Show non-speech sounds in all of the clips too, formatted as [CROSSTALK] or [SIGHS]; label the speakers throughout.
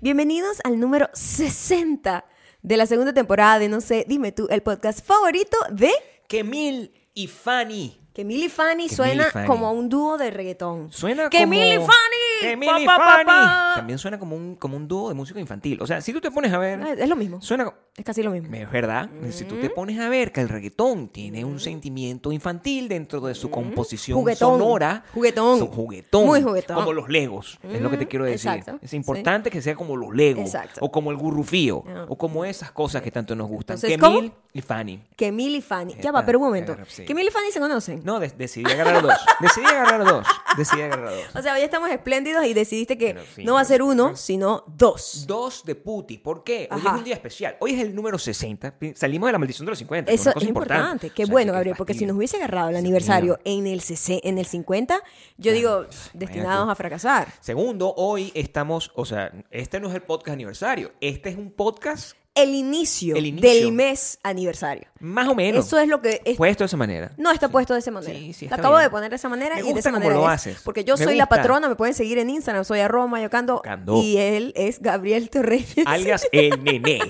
Speaker 1: Bienvenidos al número 60 de la segunda temporada de No sé, dime tú, el podcast favorito de
Speaker 2: Kemil y Fanny.
Speaker 1: que Milly y Fanny
Speaker 2: Que
Speaker 1: suena
Speaker 2: Milly Fanny.
Speaker 1: como a un dúo de reggaetón.
Speaker 2: Suena
Speaker 1: ¡Que
Speaker 2: como...
Speaker 1: Milly Fanny!
Speaker 2: ¡Que
Speaker 1: Pa,
Speaker 2: Milly
Speaker 1: pa, pa,
Speaker 2: Fanny!
Speaker 1: pa.
Speaker 2: También suena como un, como un dúo de música infantil. O sea, si tú te pones a
Speaker 1: Ah,
Speaker 2: ver...
Speaker 1: Es lo mismo.
Speaker 2: Suena... co-
Speaker 1: Es casi lo mismo.
Speaker 2: Es verdad. Si tú
Speaker 1: Mm.
Speaker 2: te pones a ver que el reggaetón tiene un sentimiento infantil dentro de su composición
Speaker 1: Mm. Juguetón.
Speaker 2: sonora.
Speaker 1: Juguetón.
Speaker 2: su juguetón.
Speaker 1: Muy juguetón.
Speaker 2: Como los legos. Es lo que te quiero
Speaker 1: Ujú,
Speaker 2: decir.
Speaker 1: exacto,
Speaker 2: Es importante que sea como los legos.
Speaker 1: Exacto.
Speaker 2: O como el gurrufío.
Speaker 1: Ah.
Speaker 2: O como esas cosas que tanto nos gustan.
Speaker 1: Entonces,
Speaker 2: Que
Speaker 1: ¿cómo?
Speaker 2: Mil y Fanny.
Speaker 1: Que Milly y Fanny. Ya va,
Speaker 2: Está,
Speaker 1: pero un momento.
Speaker 2: claro, sí.
Speaker 1: Que Milly y Fanny se conocen.
Speaker 2: No, de- decidí agarrar dos. Decidí agarrar dos. Decidí agarrar dos.
Speaker 1: O sea, hoy estamos espléndidos y decidiste que
Speaker 2: Pero sí,
Speaker 1: no va a
Speaker 2: pero-
Speaker 1: ser uno, sino dos.
Speaker 2: Dos de puti. ¿Por qué? Hoy
Speaker 1: Ajá.
Speaker 2: es un día especial. Hoy es el número 60. Salimos de la maldición de los 50. que
Speaker 1: Eso
Speaker 2: una
Speaker 1: es
Speaker 2: cosa
Speaker 1: importante. Qué
Speaker 2: O sea,
Speaker 1: bueno,
Speaker 2: que
Speaker 1: Gabriel, porque si
Speaker 2: fastidio.
Speaker 1: nos hubiese agarrado el
Speaker 2: Sí,
Speaker 1: aniversario
Speaker 2: mira.
Speaker 1: en el, sese- en el 50, yo digo, destinados
Speaker 2: tú.
Speaker 1: a fracasar.
Speaker 2: Segundo, hoy estamos, o sea, este no es el podcast aniversario. Este es un podcast
Speaker 1: El inicio,
Speaker 2: El inicio.
Speaker 1: del mes aniversario.
Speaker 2: más o menos.
Speaker 1: Eso es lo que... es-
Speaker 2: Puesto de esa manera.
Speaker 1: no [LAUGHS] está puesto de esa manera.
Speaker 2: Sí, sí,
Speaker 1: lo
Speaker 2: está
Speaker 1: acabo
Speaker 2: bien.
Speaker 1: de poner de esa manera
Speaker 2: Me
Speaker 1: y de
Speaker 2: gusta
Speaker 1: esa
Speaker 2: cómo
Speaker 1: manera
Speaker 2: lo
Speaker 1: es.
Speaker 2: haces.
Speaker 1: Porque yo
Speaker 2: Me
Speaker 1: soy la
Speaker 2: gusta.
Speaker 1: patrona, me pueden seguir en Instagram, soy arroba yocando
Speaker 2: Cando.
Speaker 1: y él es Gabriel Torreyes.
Speaker 2: [LAUGHS]
Speaker 1: [LAUGHS]
Speaker 2: Alias el nené.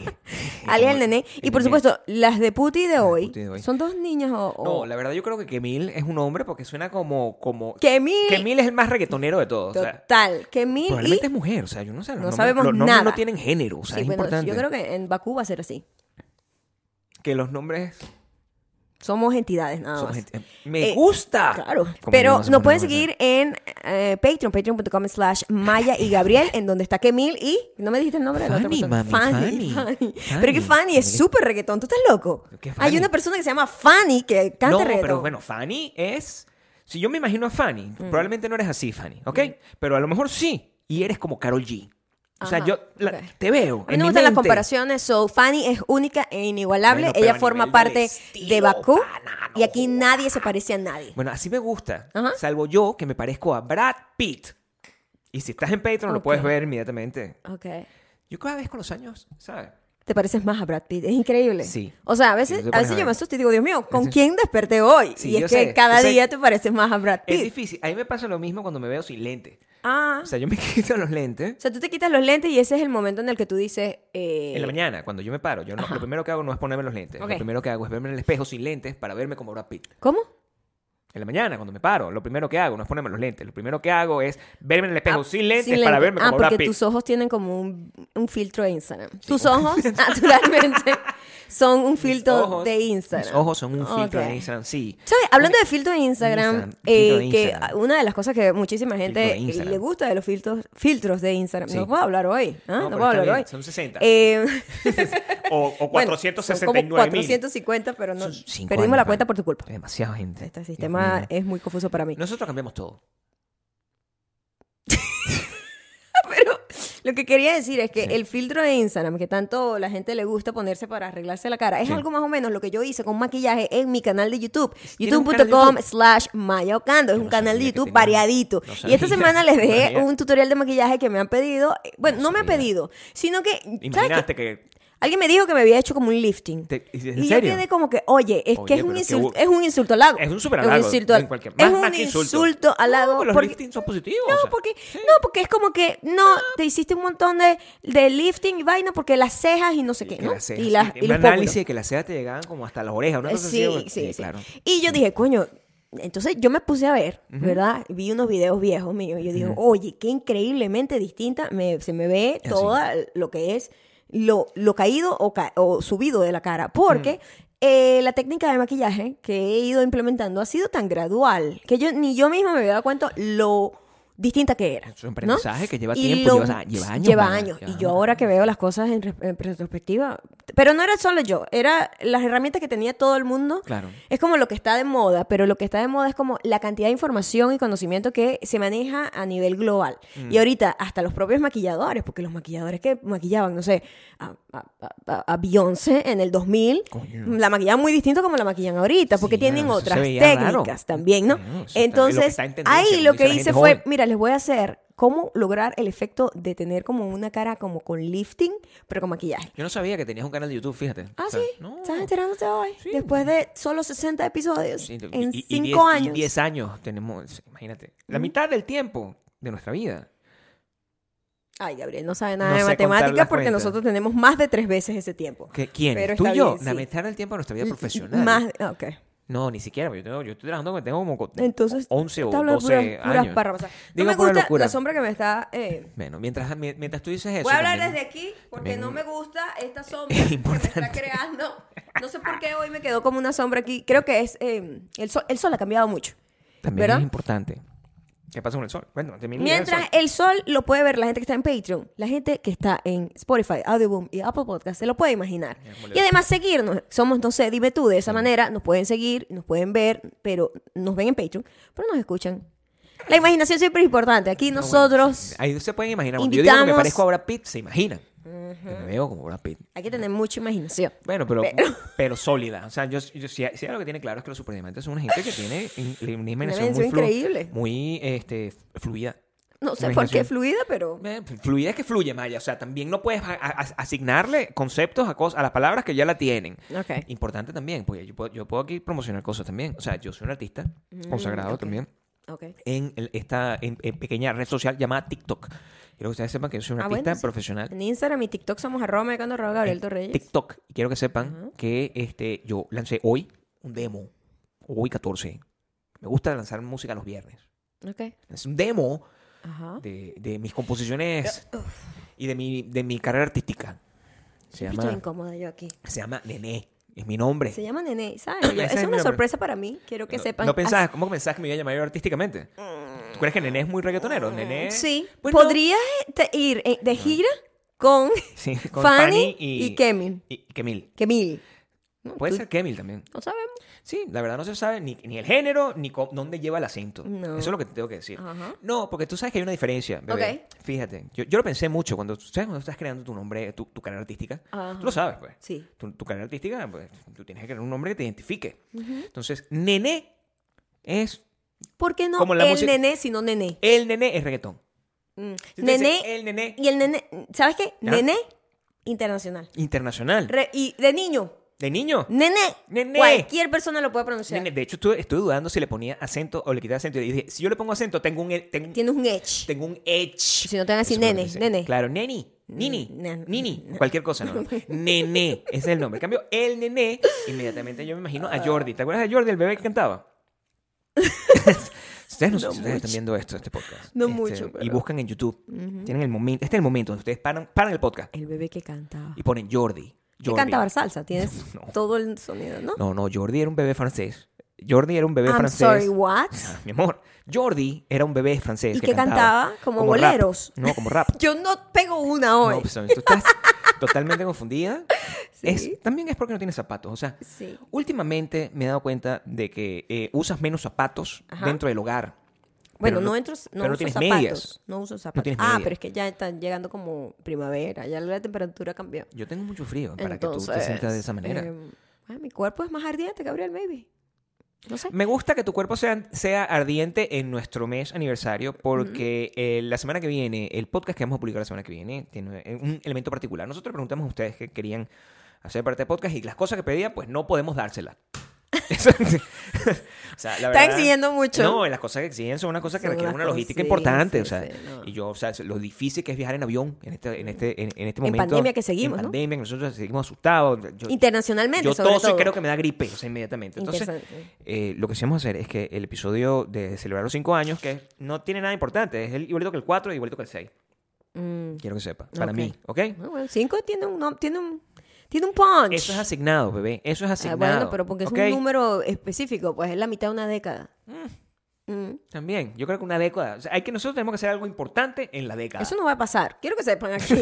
Speaker 1: alias el nené. Y por supuesto, oh. las de Puti de hoy,
Speaker 2: Puti de hoy.
Speaker 1: son dos niñas o... o-
Speaker 2: No, la verdad yo creo que Kemil es un hombre porque suena como... como
Speaker 1: Kemil.
Speaker 2: Kemil es el más reggaetonero de todos. o sea,
Speaker 1: Total, que mil y...
Speaker 2: probablemente es mujer, o sea, yo no sé. los
Speaker 1: No
Speaker 2: nombres-
Speaker 1: sabemos
Speaker 2: los nombres
Speaker 1: nada.
Speaker 2: no tienen género, o sea,
Speaker 1: Sí,
Speaker 2: es
Speaker 1: bueno,
Speaker 2: importante.
Speaker 1: yo creo que en Bakú va a ser así.
Speaker 2: que los nombres...
Speaker 1: Somos entidades nada más.
Speaker 2: Somos gente- ¡Me
Speaker 1: Eh,
Speaker 2: gusta!
Speaker 1: Claro.
Speaker 2: Ah, Como yo
Speaker 1: Pero
Speaker 2: no sé
Speaker 1: nos
Speaker 2: poner
Speaker 1: pueden
Speaker 2: cosas.
Speaker 1: seguir en eh, Patreon, patreon.com slash Maya y Gabriel, en donde está Kemil y... No me dijiste el nombre de la otra
Speaker 2: Fanny,
Speaker 1: persona.
Speaker 2: mami,
Speaker 1: Fanny,
Speaker 2: Fanny,
Speaker 1: Fanny.
Speaker 2: Fanny.
Speaker 1: Pero que Fanny es súper reggaetón. ¿Tú estás loco?
Speaker 2: ¿Qué Fanny?
Speaker 1: Hay una persona que se llama Fanny que canta
Speaker 2: No,
Speaker 1: reggaetón. Mm.
Speaker 2: pero bueno, Fanny es... Si yo me imagino a Fanny, probablemente no eres así, Fanny, ¿ok? Pero a lo mejor sí, y eres como Carol G. O sea,
Speaker 1: Ajá,
Speaker 2: yo la-
Speaker 1: ok.
Speaker 2: te veo.
Speaker 1: A mí
Speaker 2: en
Speaker 1: me
Speaker 2: mi
Speaker 1: gustan las
Speaker 2: mente.
Speaker 1: comparaciones. So, Fanny es única e inigualable.
Speaker 2: Bueno, pero
Speaker 1: Ella
Speaker 2: a
Speaker 1: forma
Speaker 2: nivel de
Speaker 1: parte de
Speaker 2: estilo,
Speaker 1: Bakú.
Speaker 2: pana, no
Speaker 1: Y aquí nadie se parece a nadie.
Speaker 2: Bueno, así me gusta.
Speaker 1: Ajá.
Speaker 2: Salvo yo, que me parezco a Brad Pitt. Y si estás en Patreon,
Speaker 1: Ok.
Speaker 2: lo puedes ver inmediatamente.
Speaker 1: Ok.
Speaker 2: Yo cada vez con los años, ¿sabes?
Speaker 1: ¿Te pareces más a Brad Pitt? Es increíble.
Speaker 2: Sí.
Speaker 1: O sea, a
Speaker 2: Sí,
Speaker 1: veces,
Speaker 2: tú te
Speaker 1: a
Speaker 2: pones
Speaker 1: veces
Speaker 2: a
Speaker 1: yo
Speaker 2: ver.
Speaker 1: me asusto y digo, Dios mío, ¿con quién desperté hoy?
Speaker 2: Sí,
Speaker 1: y es
Speaker 2: yo
Speaker 1: que
Speaker 2: sé,
Speaker 1: cada
Speaker 2: yo sé.
Speaker 1: día te pareces más a Brad
Speaker 2: Es
Speaker 1: Pitt.
Speaker 2: difícil. A mí me pasa lo mismo cuando me veo sin lente.
Speaker 1: Ah.
Speaker 2: O sea, yo me [LAUGHS] quito los lentes
Speaker 1: O sea, tú te quitas los lentes y ese es el momento en el que tú dices... eh,
Speaker 2: En la mañana, cuando yo me paro, yo no- lo primero que hago no es ponerme los lentes.
Speaker 1: Ok.
Speaker 2: Lo primero que hago es verme en el espejo sin lentes para verme como Brad Pitt.
Speaker 1: ¿Cómo?
Speaker 2: En la mañana, cuando me paro, lo primero que hago no es ponerme los lentes. Lo primero que hago es verme en el espejo
Speaker 1: Ah,
Speaker 2: sin lentes para verme
Speaker 1: Ah,
Speaker 2: como Brad
Speaker 1: porque
Speaker 2: Pitt.
Speaker 1: tus ojos tienen como un, un filtro de Instagram. Tus
Speaker 2: [LAUGHS]
Speaker 1: ojos, naturalmente, son un filtro
Speaker 2: ojos-
Speaker 1: de Instagram.
Speaker 2: Mis ojos son un filtro
Speaker 1: Ok.
Speaker 2: de Instagram, sí.
Speaker 1: ¿Sabes? Hablando de filtro de Instagram,
Speaker 2: Instagram,
Speaker 1: eh,
Speaker 2: filtro de
Speaker 1: que
Speaker 2: Instagram.
Speaker 1: una de las cosas que muchísima gente
Speaker 2: Filtro de Instagram.
Speaker 1: le gusta de los filtros, filtros de Instagram.
Speaker 2: Sí.
Speaker 1: No puedo hablar hoy. ¿ah?
Speaker 2: No,
Speaker 1: No,
Speaker 2: pero
Speaker 1: puedo
Speaker 2: está
Speaker 1: hablar
Speaker 2: bien,
Speaker 1: hoy.
Speaker 2: son 60.
Speaker 1: Eh, [LAUGHS]
Speaker 2: O, o
Speaker 1: bueno,
Speaker 2: 469
Speaker 1: son como 450, pero no, perdimos la cuenta por tu culpa.
Speaker 2: Demasiada gente.
Speaker 1: Este
Speaker 2: Dios
Speaker 1: sistema
Speaker 2: mío.
Speaker 1: es muy confuso para mí.
Speaker 2: Nosotros cambiamos todo.
Speaker 1: [LAUGHS] Pero lo que quería decir es que
Speaker 2: Sí.
Speaker 1: el filtro de Instagram, que tanto la gente le gusta ponerse para arreglarse la cara, es
Speaker 2: Sí.
Speaker 1: algo más o menos lo que yo hice con maquillaje en mi canal de YouTube,
Speaker 2: ¿Tiene un canal de
Speaker 1: youtube.com
Speaker 2: YouTube?
Speaker 1: slash mayocando. Es
Speaker 2: Yo
Speaker 1: un
Speaker 2: no
Speaker 1: canal de
Speaker 2: sabía que
Speaker 1: YouTube
Speaker 2: tenía-
Speaker 1: variadito.
Speaker 2: no
Speaker 1: y esta
Speaker 2: sabía,
Speaker 1: semana les
Speaker 2: no
Speaker 1: dejé
Speaker 2: sabía.
Speaker 1: un tutorial de maquillaje que me han pedido. Eh, Bueno, no,
Speaker 2: No
Speaker 1: me han
Speaker 2: sabía.
Speaker 1: pedido, sino que, ¿sabes qué?
Speaker 2: Imagínate que...
Speaker 1: Alguien me dijo que me había hecho como un lifting.
Speaker 2: te- ¿En
Speaker 1: y
Speaker 2: serio?
Speaker 1: yo quedé como que, oye, es que
Speaker 2: Oye,
Speaker 1: es un,
Speaker 2: pero qué
Speaker 1: insulto,
Speaker 2: bu-
Speaker 1: es un insulto al lago.
Speaker 2: Es un super
Speaker 1: Es
Speaker 2: halago,
Speaker 1: un insulto, al-
Speaker 2: en cualquier-
Speaker 1: es
Speaker 2: más-
Speaker 1: un
Speaker 2: más que insulto.
Speaker 1: insulto al
Speaker 2: No,
Speaker 1: lago.
Speaker 2: los
Speaker 1: porque-
Speaker 2: liftings son positivos.
Speaker 1: no,
Speaker 2: o sea.
Speaker 1: porque, no, porque es como que no, te hiciste un montón de, de lifting y vaina porque las cejas y no sé qué,
Speaker 2: Que
Speaker 1: ¿no?
Speaker 2: las cejas-
Speaker 1: y las y
Speaker 2: un
Speaker 1: los
Speaker 2: análisis
Speaker 1: pómulos.
Speaker 2: de que las cejas te llegaban como hasta las orejas. Una
Speaker 1: Eh,
Speaker 2: cosa así,
Speaker 1: Sí,
Speaker 2: o-
Speaker 1: sí, sí.
Speaker 2: Claro.
Speaker 1: Y yo dije, coño, entonces yo me puse a ver, ¿verdad? Vi unos videos viejos míos y yo digo, oye, qué increíblemente distinta me- se me ve
Speaker 2: Así.
Speaker 1: todo lo que es lo, lo caído o, ca- o subido de la cara, porque... eh, la técnica de maquillaje que he ido implementando ha sido tan gradual que yo ni yo misma me había dado cuenta lo distinta que era.
Speaker 2: Es un
Speaker 1: ¿no?
Speaker 2: aprendizaje que lleva
Speaker 1: Y
Speaker 2: tiempo, lleva- o sea, lleva años,
Speaker 1: Lleva
Speaker 2: vaya,
Speaker 1: años. Y
Speaker 2: ya.
Speaker 1: yo ahora que veo las cosas en, res- en retrospectiva, pero no era solo yo, era las herramientas que tenía todo el mundo.
Speaker 2: Claro.
Speaker 1: Es como lo que está de moda, pero lo que está de moda es como la cantidad de información y conocimiento que se maneja a nivel global.
Speaker 2: Mm.
Speaker 1: Y ahorita hasta los propios maquilladores, porque los maquilladores que maquillaban, no sé, a, a- a- a Beyoncé en el 2000,
Speaker 2: Coño.
Speaker 1: la maquillaban muy distinto como la maquillan ahorita, porque
Speaker 2: Sí,
Speaker 1: tienen
Speaker 2: bueno, eso se
Speaker 1: otras
Speaker 2: veía raro.
Speaker 1: técnicas también, ¿no?
Speaker 2: Coño, eso está- lo que
Speaker 1: Entonces,
Speaker 2: está en tendencia,
Speaker 1: ahí
Speaker 2: como
Speaker 1: lo
Speaker 2: dice
Speaker 1: que
Speaker 2: la
Speaker 1: hice
Speaker 2: gente
Speaker 1: fue,
Speaker 2: joven.
Speaker 1: mira, les voy a hacer cómo lograr el efecto de tener como una cara como con lifting, pero con maquillaje.
Speaker 2: Yo no sabía que tenías un canal de YouTube, fíjate.
Speaker 1: Ah,
Speaker 2: O
Speaker 1: sí.
Speaker 2: sea, no.
Speaker 1: ¿Estás enterándote hoy?
Speaker 2: Sí.
Speaker 1: Después de solo 60 episodios
Speaker 2: Sí,
Speaker 1: en
Speaker 2: y- y
Speaker 1: 5
Speaker 2: diez- y
Speaker 1: años.
Speaker 2: 10 años tenemos, imagínate. La mitad del tiempo de nuestra vida.
Speaker 1: Ay, Gabriel, no sabe nada
Speaker 2: No
Speaker 1: de
Speaker 2: sé contar
Speaker 1: matemáticas
Speaker 2: las
Speaker 1: porque
Speaker 2: cuentas.
Speaker 1: nosotros tenemos más de tres veces ese tiempo.
Speaker 2: ¿Qué- ¿Quién?
Speaker 1: Pero
Speaker 2: ¿Tú
Speaker 1: está
Speaker 2: y yo?
Speaker 1: bien, sí.
Speaker 2: La mitad del tiempo de nuestra vida profesional.
Speaker 1: Más, ah, ok.
Speaker 2: No, ni siquiera. porque Yo, tengo, yo estoy trabajando con tengo como co-
Speaker 1: Entonces,
Speaker 2: 11 o
Speaker 1: está hablando
Speaker 2: 12
Speaker 1: puras, puras
Speaker 2: años.
Speaker 1: párrafos. No
Speaker 2: Digo
Speaker 1: me
Speaker 2: pura
Speaker 1: gusta
Speaker 2: locura.
Speaker 1: la sombra que me está... eh,
Speaker 2: Bueno, mientras, mi- mientras tú dices eso.
Speaker 1: Voy a hablar
Speaker 2: también-
Speaker 1: desde aquí porque
Speaker 2: también-
Speaker 1: no me gusta
Speaker 2: [LAUGHS]
Speaker 1: esta sombra que me está
Speaker 2: importante.
Speaker 1: creando. No sé por qué hoy me quedó como una sombra aquí. Creo que es... eh, el, sol, el sol ha cambiado mucho.
Speaker 2: También
Speaker 1: ¿Verdad?
Speaker 2: es importante. ¿Qué pasa con el sol? Bueno, termina la idea del
Speaker 1: Mientras
Speaker 2: sol.
Speaker 1: el sol lo puede ver la gente que está en Patreon, la gente que está en Spotify, Audioboom y Apple Podcast, se lo puede imaginar.
Speaker 2: como le
Speaker 1: Y además seguirnos. Somos, no sé, dime tú, de esa manera nos pueden seguir, nos pueden ver, pero nos ven en Patreon, pero nos escuchan. La imaginación siempre es importante.
Speaker 2: Ah,
Speaker 1: Aquí nosotros
Speaker 2: Ahí se pueden imaginar. Cuando yo digo que me
Speaker 1: invitamos-
Speaker 2: parezco a Brad Pitt, se imaginan. Que me veo como Brad Pitt.
Speaker 1: hay que tener mucha imaginación.
Speaker 2: Bueno, pero,
Speaker 1: Pero-
Speaker 2: pero... sólida. O sea, yo, yo si, si algo que tiene claro es que los superdiamantes son una gente que tiene in- una imaginación muy
Speaker 1: imaginación
Speaker 2: flu-
Speaker 1: increíble.
Speaker 2: Muy este, fluida.
Speaker 1: No sé por qué
Speaker 2: Imaginación.
Speaker 1: fluida, pero...
Speaker 2: Eh, Fluidez que fluye, Maya. O sea, también no puedes a- a- asignarle conceptos a, cosas, a las palabras que ya la tienen.
Speaker 1: Ok.
Speaker 2: Importante también, porque yo puedo, yo puedo aquí promocionar cosas también. O sea, yo soy un artista consagrado
Speaker 1: Mm, ok.
Speaker 2: también
Speaker 1: Ok.
Speaker 2: en el- esta en- en pequeña red social llamada TikTok. Quiero que ustedes sepan que yo soy un
Speaker 1: Ah,
Speaker 2: artista
Speaker 1: bueno, sí.
Speaker 2: profesional.
Speaker 1: En Instagram y TikTok somos arroba mecano arroba Gabriel
Speaker 2: en
Speaker 1: Torreyes.
Speaker 2: TikTok. Y quiero que sepan que este, yo lancé hoy un demo, hoy 14. Me gusta lanzar música los viernes.
Speaker 1: Ok.
Speaker 2: Es un demo
Speaker 1: Ajá.
Speaker 2: de, de mis composiciones y de mi, de mi carrera artística. Se
Speaker 1: Siempre Estoy
Speaker 2: llama,
Speaker 1: incómoda yo aquí.
Speaker 2: se llama Nené, es mi nombre.
Speaker 1: Se llama Nene,
Speaker 2: [COUGHS]
Speaker 1: ¿sabes? Yo-
Speaker 2: Ese es
Speaker 1: es
Speaker 2: mi
Speaker 1: una
Speaker 2: nombre.
Speaker 1: sorpresa para mí. Quiero que
Speaker 2: no,
Speaker 1: sepan.
Speaker 2: no pensabas, ¿Cómo pensabas que me iba a llamar yo artísticamente? ¿Tú crees que Nené es muy reggaetonero? Nené.
Speaker 1: Mm, Sí.
Speaker 2: Bueno,
Speaker 1: ¿Podrías te- ir eh, de gira con,
Speaker 2: sí, [LAUGHS] con
Speaker 1: Fanny
Speaker 2: Fanny,
Speaker 1: y,
Speaker 2: y,
Speaker 1: Kemil?
Speaker 2: y Kemil.
Speaker 1: Kemil. No,
Speaker 2: Puede
Speaker 1: tú-
Speaker 2: ser Kemil también.
Speaker 1: No sabemos.
Speaker 2: Sí, la verdad no se sabe ni, ni el género ni cómo- dónde lleva el acento.
Speaker 1: No.
Speaker 2: Eso es lo que te tengo que decir.
Speaker 1: Ajá.
Speaker 2: No, porque tú sabes que hay una diferencia, bebé. Fíjate, yo, yo lo pensé mucho cuando, tú ¿sabes? cuando estás creando tu nombre, tu, tu carrera artística.
Speaker 1: Ajá.
Speaker 2: Tú lo sabes, pues.
Speaker 1: Sí.
Speaker 2: Tu, tu carrera artística, pues, tú tienes que crear un nombre que te identifique. Entonces, Nené es...
Speaker 1: ¿Por qué no
Speaker 2: Como la
Speaker 1: el
Speaker 2: música-
Speaker 1: Nene, sino Nene?
Speaker 2: El Nené es reggaetón.
Speaker 1: Mm.
Speaker 2: Si tú dices,
Speaker 1: Nene.
Speaker 2: el Nené
Speaker 1: Y el Nene. ¿Sabes qué?
Speaker 2: Ya.
Speaker 1: Nene internacional.
Speaker 2: internacional.
Speaker 1: Re- y de niño.
Speaker 2: ¿De niño?
Speaker 1: Nene.
Speaker 2: Nene.
Speaker 1: Cualquier persona lo puede pronunciar.
Speaker 2: Nene, De hecho, estuve, estuve dudando si le ponía acento o le quitaba acento. Y dije, si yo le pongo acento, tengo un... e- Tengo,
Speaker 1: Tienes un edge.
Speaker 2: tengo un edge.
Speaker 1: Si no te van a decir
Speaker 2: Eso es lo
Speaker 1: nene,
Speaker 2: que dice.
Speaker 1: nene. Mm,
Speaker 2: Claro, neni, nini,
Speaker 1: nen-
Speaker 2: nini, cualquier cosa,
Speaker 1: [LAUGHS]
Speaker 2: no. nene, ese es el nombre. En cambio, el nene, inmediatamente yo me imagino a Jordi. ¿Te acuerdas de Jordi, el bebé que cantaba?
Speaker 1: [LAUGHS]
Speaker 2: ustedes no, sé si ustedes están viendo esto, este podcast.
Speaker 1: No
Speaker 2: Este,
Speaker 1: mucho,
Speaker 2: Y
Speaker 1: pero-
Speaker 2: buscan en YouTube. Tienen el momento, este es el momento donde ustedes paran, paran el podcast
Speaker 1: El bebé que cantaba.
Speaker 2: y ponen Jordi.
Speaker 1: Que
Speaker 2: Jordi.
Speaker 1: cantaba salsa. Tienes
Speaker 2: No.
Speaker 1: todo el sonido, ¿no?
Speaker 2: No, no, Jordi era un bebé francés. Jordi era un bebé
Speaker 1: I'm
Speaker 2: francés.
Speaker 1: sorry, what?
Speaker 2: Ah, Mi amor, Jordi era un bebé francés.
Speaker 1: ¿Y
Speaker 2: que
Speaker 1: qué cantaba? ¿Como
Speaker 2: rap.
Speaker 1: boleros?
Speaker 2: No, como rap.
Speaker 1: Yo no pego una hoy.
Speaker 2: No, pues, tú
Speaker 1: [LAUGHS]
Speaker 2: estás totalmente confundida.
Speaker 1: Sí.
Speaker 2: Es, también es porque no tienes zapatos. O sea,
Speaker 1: Sí.
Speaker 2: últimamente me he dado cuenta de que eh, usas menos zapatos
Speaker 1: Ajá.
Speaker 2: dentro del hogar.
Speaker 1: Bueno,
Speaker 2: Pero
Speaker 1: no, entro, no
Speaker 2: pero
Speaker 1: uso
Speaker 2: tienes
Speaker 1: zapatos.
Speaker 2: medias.
Speaker 1: No uso zapatos.
Speaker 2: tienes
Speaker 1: ah,
Speaker 2: medias.
Speaker 1: pero es que ya están llegando como primavera, ya la temperatura cambió.
Speaker 2: Yo tengo mucho frío para
Speaker 1: Entonces,
Speaker 2: que tú te sientas de esa manera.
Speaker 1: eh, ah, mi cuerpo es más ardiente, Gabriel, maybe. No sé.
Speaker 2: Me gusta que tu cuerpo sea, sea ardiente en nuestro mes aniversario porque eh, la semana que viene, el podcast que vamos a publicar la semana que viene, tiene eh, un elemento particular. Nosotros le preguntamos a ustedes que querían hacer parte del podcast y las cosas que pedían, pues no podemos dárselas. [LAUGHS] Eso- o sea, la
Speaker 1: Están
Speaker 2: verdad-
Speaker 1: exigiendo mucho.
Speaker 2: No, las cosas que exigen son una cosa que
Speaker 1: Son
Speaker 2: requieren
Speaker 1: unas
Speaker 2: una logística
Speaker 1: cosas,
Speaker 2: importante.
Speaker 1: sí,
Speaker 2: o sea,
Speaker 1: sí, no.
Speaker 2: Y yo, o sea, lo difícil que es viajar en avión en este, en este, en, en este
Speaker 1: En
Speaker 2: momento.
Speaker 1: pandemia que seguimos,
Speaker 2: En
Speaker 1: ¿no?
Speaker 2: pandemia, que nosotros seguimos asustados. Yo,
Speaker 1: Internacionalmente,
Speaker 2: yo
Speaker 1: sobre
Speaker 2: toso y
Speaker 1: todo.
Speaker 2: creo que me da gripe o sea, inmediatamente. Entonces,
Speaker 1: Interesante.
Speaker 2: eh, lo que sí vamos a hacer es que el episodio de celebrar los 5 años, que no tiene nada importante, es el igualito que el 4 y igualito que el 6.
Speaker 1: Mm,
Speaker 2: Quiero que sepa. Para
Speaker 1: Ok.
Speaker 2: mí, ¿ok?
Speaker 1: bueno, bueno, cinco tiene un, nom- tiene un, tiene un punch.
Speaker 2: Eso es asignado, bebé. Eso es
Speaker 1: Ah,
Speaker 2: asignado.
Speaker 1: bueno, pero porque es
Speaker 2: ¿ok?
Speaker 1: un número específico, pues es la mitad de una década. Mm.
Speaker 2: También, yo creo que una década. O sea, hay que nosotros tenemos que hacer algo importante en la década.
Speaker 1: Eso no va a pasar. Quiero que sepan
Speaker 2: [LAUGHS]
Speaker 1: aquí, [LAUGHS]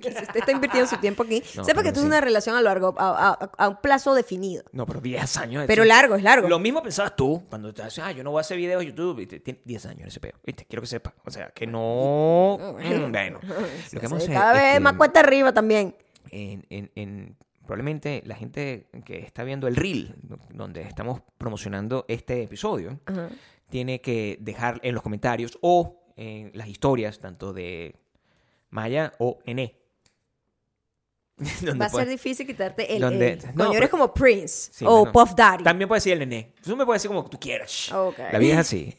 Speaker 1: que si usted está invirtiendo su tiempo aquí,
Speaker 2: No,
Speaker 1: sepa
Speaker 2: pero
Speaker 1: que esto es
Speaker 2: sí.
Speaker 1: una relación a largo, a, a- a un plazo definido.
Speaker 2: No, pero 10 años.
Speaker 1: Pero
Speaker 2: eso-
Speaker 1: largo, es largo.
Speaker 2: Lo mismo pensabas tú cuando te dices, ah, yo no voy a hacer videos de YouTube. Y te- Tiene 10 años ese peo. ¿Viste? Quiero que sepa. O sea,
Speaker 1: [LAUGHS]
Speaker 2: que no. Mm, Bueno, lo que vamos
Speaker 1: Ah, Sí,
Speaker 2: a hacer.
Speaker 1: cada
Speaker 2: es
Speaker 1: vez
Speaker 2: que
Speaker 1: más cuesta arriba también.
Speaker 2: En, en- en- probablemente la gente que está viendo el reel, do- donde estamos promocionando este episodio,
Speaker 1: Ajá.
Speaker 2: tiene que dejar en los comentarios o en las historias, tanto de Maya o Ené. [LAUGHS] Donde
Speaker 1: Va a ser
Speaker 2: pueda-
Speaker 1: difícil quitarte el.
Speaker 2: Donde-
Speaker 1: el-
Speaker 2: no,
Speaker 1: Coño,
Speaker 2: pero-
Speaker 1: eres como Prince
Speaker 2: Sí,
Speaker 1: o
Speaker 2: mano.
Speaker 1: Puff Daddy.
Speaker 2: También puedes decir el nené. Tú me puedes decir como tú quieras.
Speaker 1: Ok.
Speaker 2: La vida es así.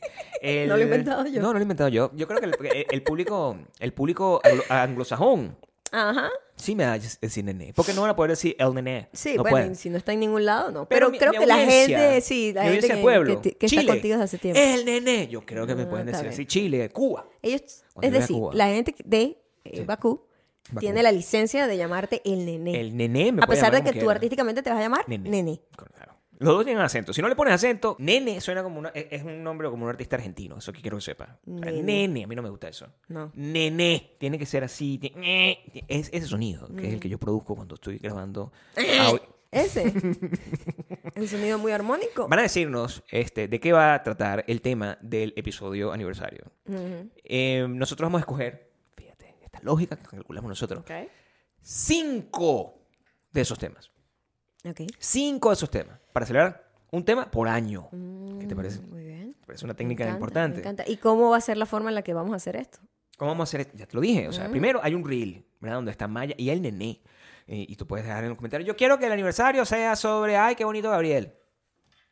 Speaker 1: [LAUGHS]
Speaker 2: El-
Speaker 1: No lo he inventado yo.
Speaker 2: No, no lo he inventado yo. Yo creo que el, eh, el- el público, el público anglo- anglosajón
Speaker 1: Ajá.
Speaker 2: sí me va a decir nené. Porque no van a poder decir el nené.
Speaker 1: Sí,
Speaker 2: No
Speaker 1: bueno,
Speaker 2: pueden.
Speaker 1: y si no está en ningún lado, no.
Speaker 2: Pero
Speaker 1: Pero,
Speaker 2: mi-
Speaker 1: creo
Speaker 2: mi
Speaker 1: que la
Speaker 2: audiencia,
Speaker 1: gente, sí, la gente
Speaker 2: mi audiencia
Speaker 1: que,
Speaker 2: de pueblo,
Speaker 1: que- que está
Speaker 2: Chile,
Speaker 1: contigo desde hace tiempo.
Speaker 2: El nené. Yo creo que me
Speaker 1: Ah,
Speaker 2: pueden
Speaker 1: está
Speaker 2: decir
Speaker 1: bien.
Speaker 2: así. Chile, Cuba.
Speaker 1: Ellos,
Speaker 2: Cuando
Speaker 1: es
Speaker 2: vive a
Speaker 1: decir,
Speaker 2: Cuba.
Speaker 1: la gente de eh,
Speaker 2: Sí.
Speaker 1: Bakú,
Speaker 2: Bakú.
Speaker 1: tiene la licencia de llamarte el nené.
Speaker 2: El nené me
Speaker 1: a
Speaker 2: puede
Speaker 1: pesar de
Speaker 2: llamar
Speaker 1: que
Speaker 2: como
Speaker 1: tú
Speaker 2: quiera.
Speaker 1: artísticamente te vas a llamar
Speaker 2: Nene.
Speaker 1: nene.
Speaker 2: Claro. Los dos tienen acento. Si no le pones acento, nene suena como una, es es un nombre como un artista argentino. Eso que quiero que sepa. O sea,
Speaker 1: Nene.
Speaker 2: Nene, a mí no me gusta eso.
Speaker 1: No.
Speaker 2: Nene, tiene que ser así. ti- ñe. Es, ese sonido que es
Speaker 1: Mm.
Speaker 2: el que yo produzco cuando estoy grabando.
Speaker 1: Eh.
Speaker 2: au-
Speaker 1: Ese.
Speaker 2: [LAUGHS]
Speaker 1: es un sonido muy armónico.
Speaker 2: Van a decirnos este, de qué va a tratar el tema del episodio aniversario.
Speaker 1: Ujú.
Speaker 2: Eh, nosotros vamos a escoger, fíjate, esta lógica que calculamos nosotros,
Speaker 1: Ok.
Speaker 2: cinco de esos temas.
Speaker 1: Ok.
Speaker 2: Cinco de esos temas para celebrar un tema por año. ¿Qué te
Speaker 1: Mm,
Speaker 2: parece?
Speaker 1: Muy bien.
Speaker 2: Pero Es una
Speaker 1: Me
Speaker 2: técnica
Speaker 1: encanta, me
Speaker 2: importante.
Speaker 1: encanta. ¿Y cómo va a ser la forma en la que vamos a hacer esto?
Speaker 2: ¿Cómo vamos a hacer esto? Ya te lo dije. O sea, primero hay un reel, ¿verdad? Donde está Maya y el nené. Eh, y tú puedes dejar en los comentarios, yo quiero que el aniversario sea sobre, ay, qué bonito Gabriel.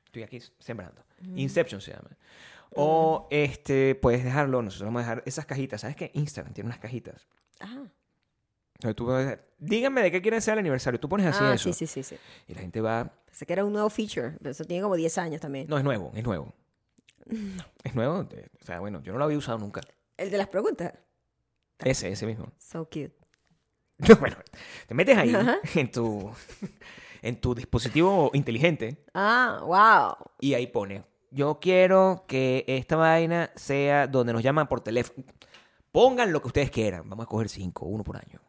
Speaker 2: Estoy aquí sembrando. Inception se llama. O este, puedes dejarlo, nosotros vamos a dejar esas cajitas. ¿Sabes qué? Instagram tiene unas cajitas.
Speaker 1: Ah,
Speaker 2: Entonces tú puedes dejar, díganme de qué quieren ser el aniversario. Tú pones así
Speaker 1: Ah,
Speaker 2: eso.
Speaker 1: sí, sí, sí, sí.
Speaker 2: Y la gente va,
Speaker 1: Pensé que era un nuevo feature, pero eso tiene como 10 años también.
Speaker 2: no, es nuevo,
Speaker 1: [LAUGHS]
Speaker 2: es nuevo. Es nuevo, te- o sea, bueno, yo no lo había usado nunca.
Speaker 1: El de las preguntas.
Speaker 2: Ese, ese mismo.
Speaker 1: So cute.
Speaker 2: [LAUGHS] No, bueno, te metes ahí
Speaker 1: Ajá.
Speaker 2: en tu, en tu dispositivo inteligente
Speaker 1: Ah, wow.
Speaker 2: y ahí pone, yo quiero que esta vaina sea donde nos llaman por teléfono. Pongan lo que ustedes quieran. Vamos a coger cinco, uno por año.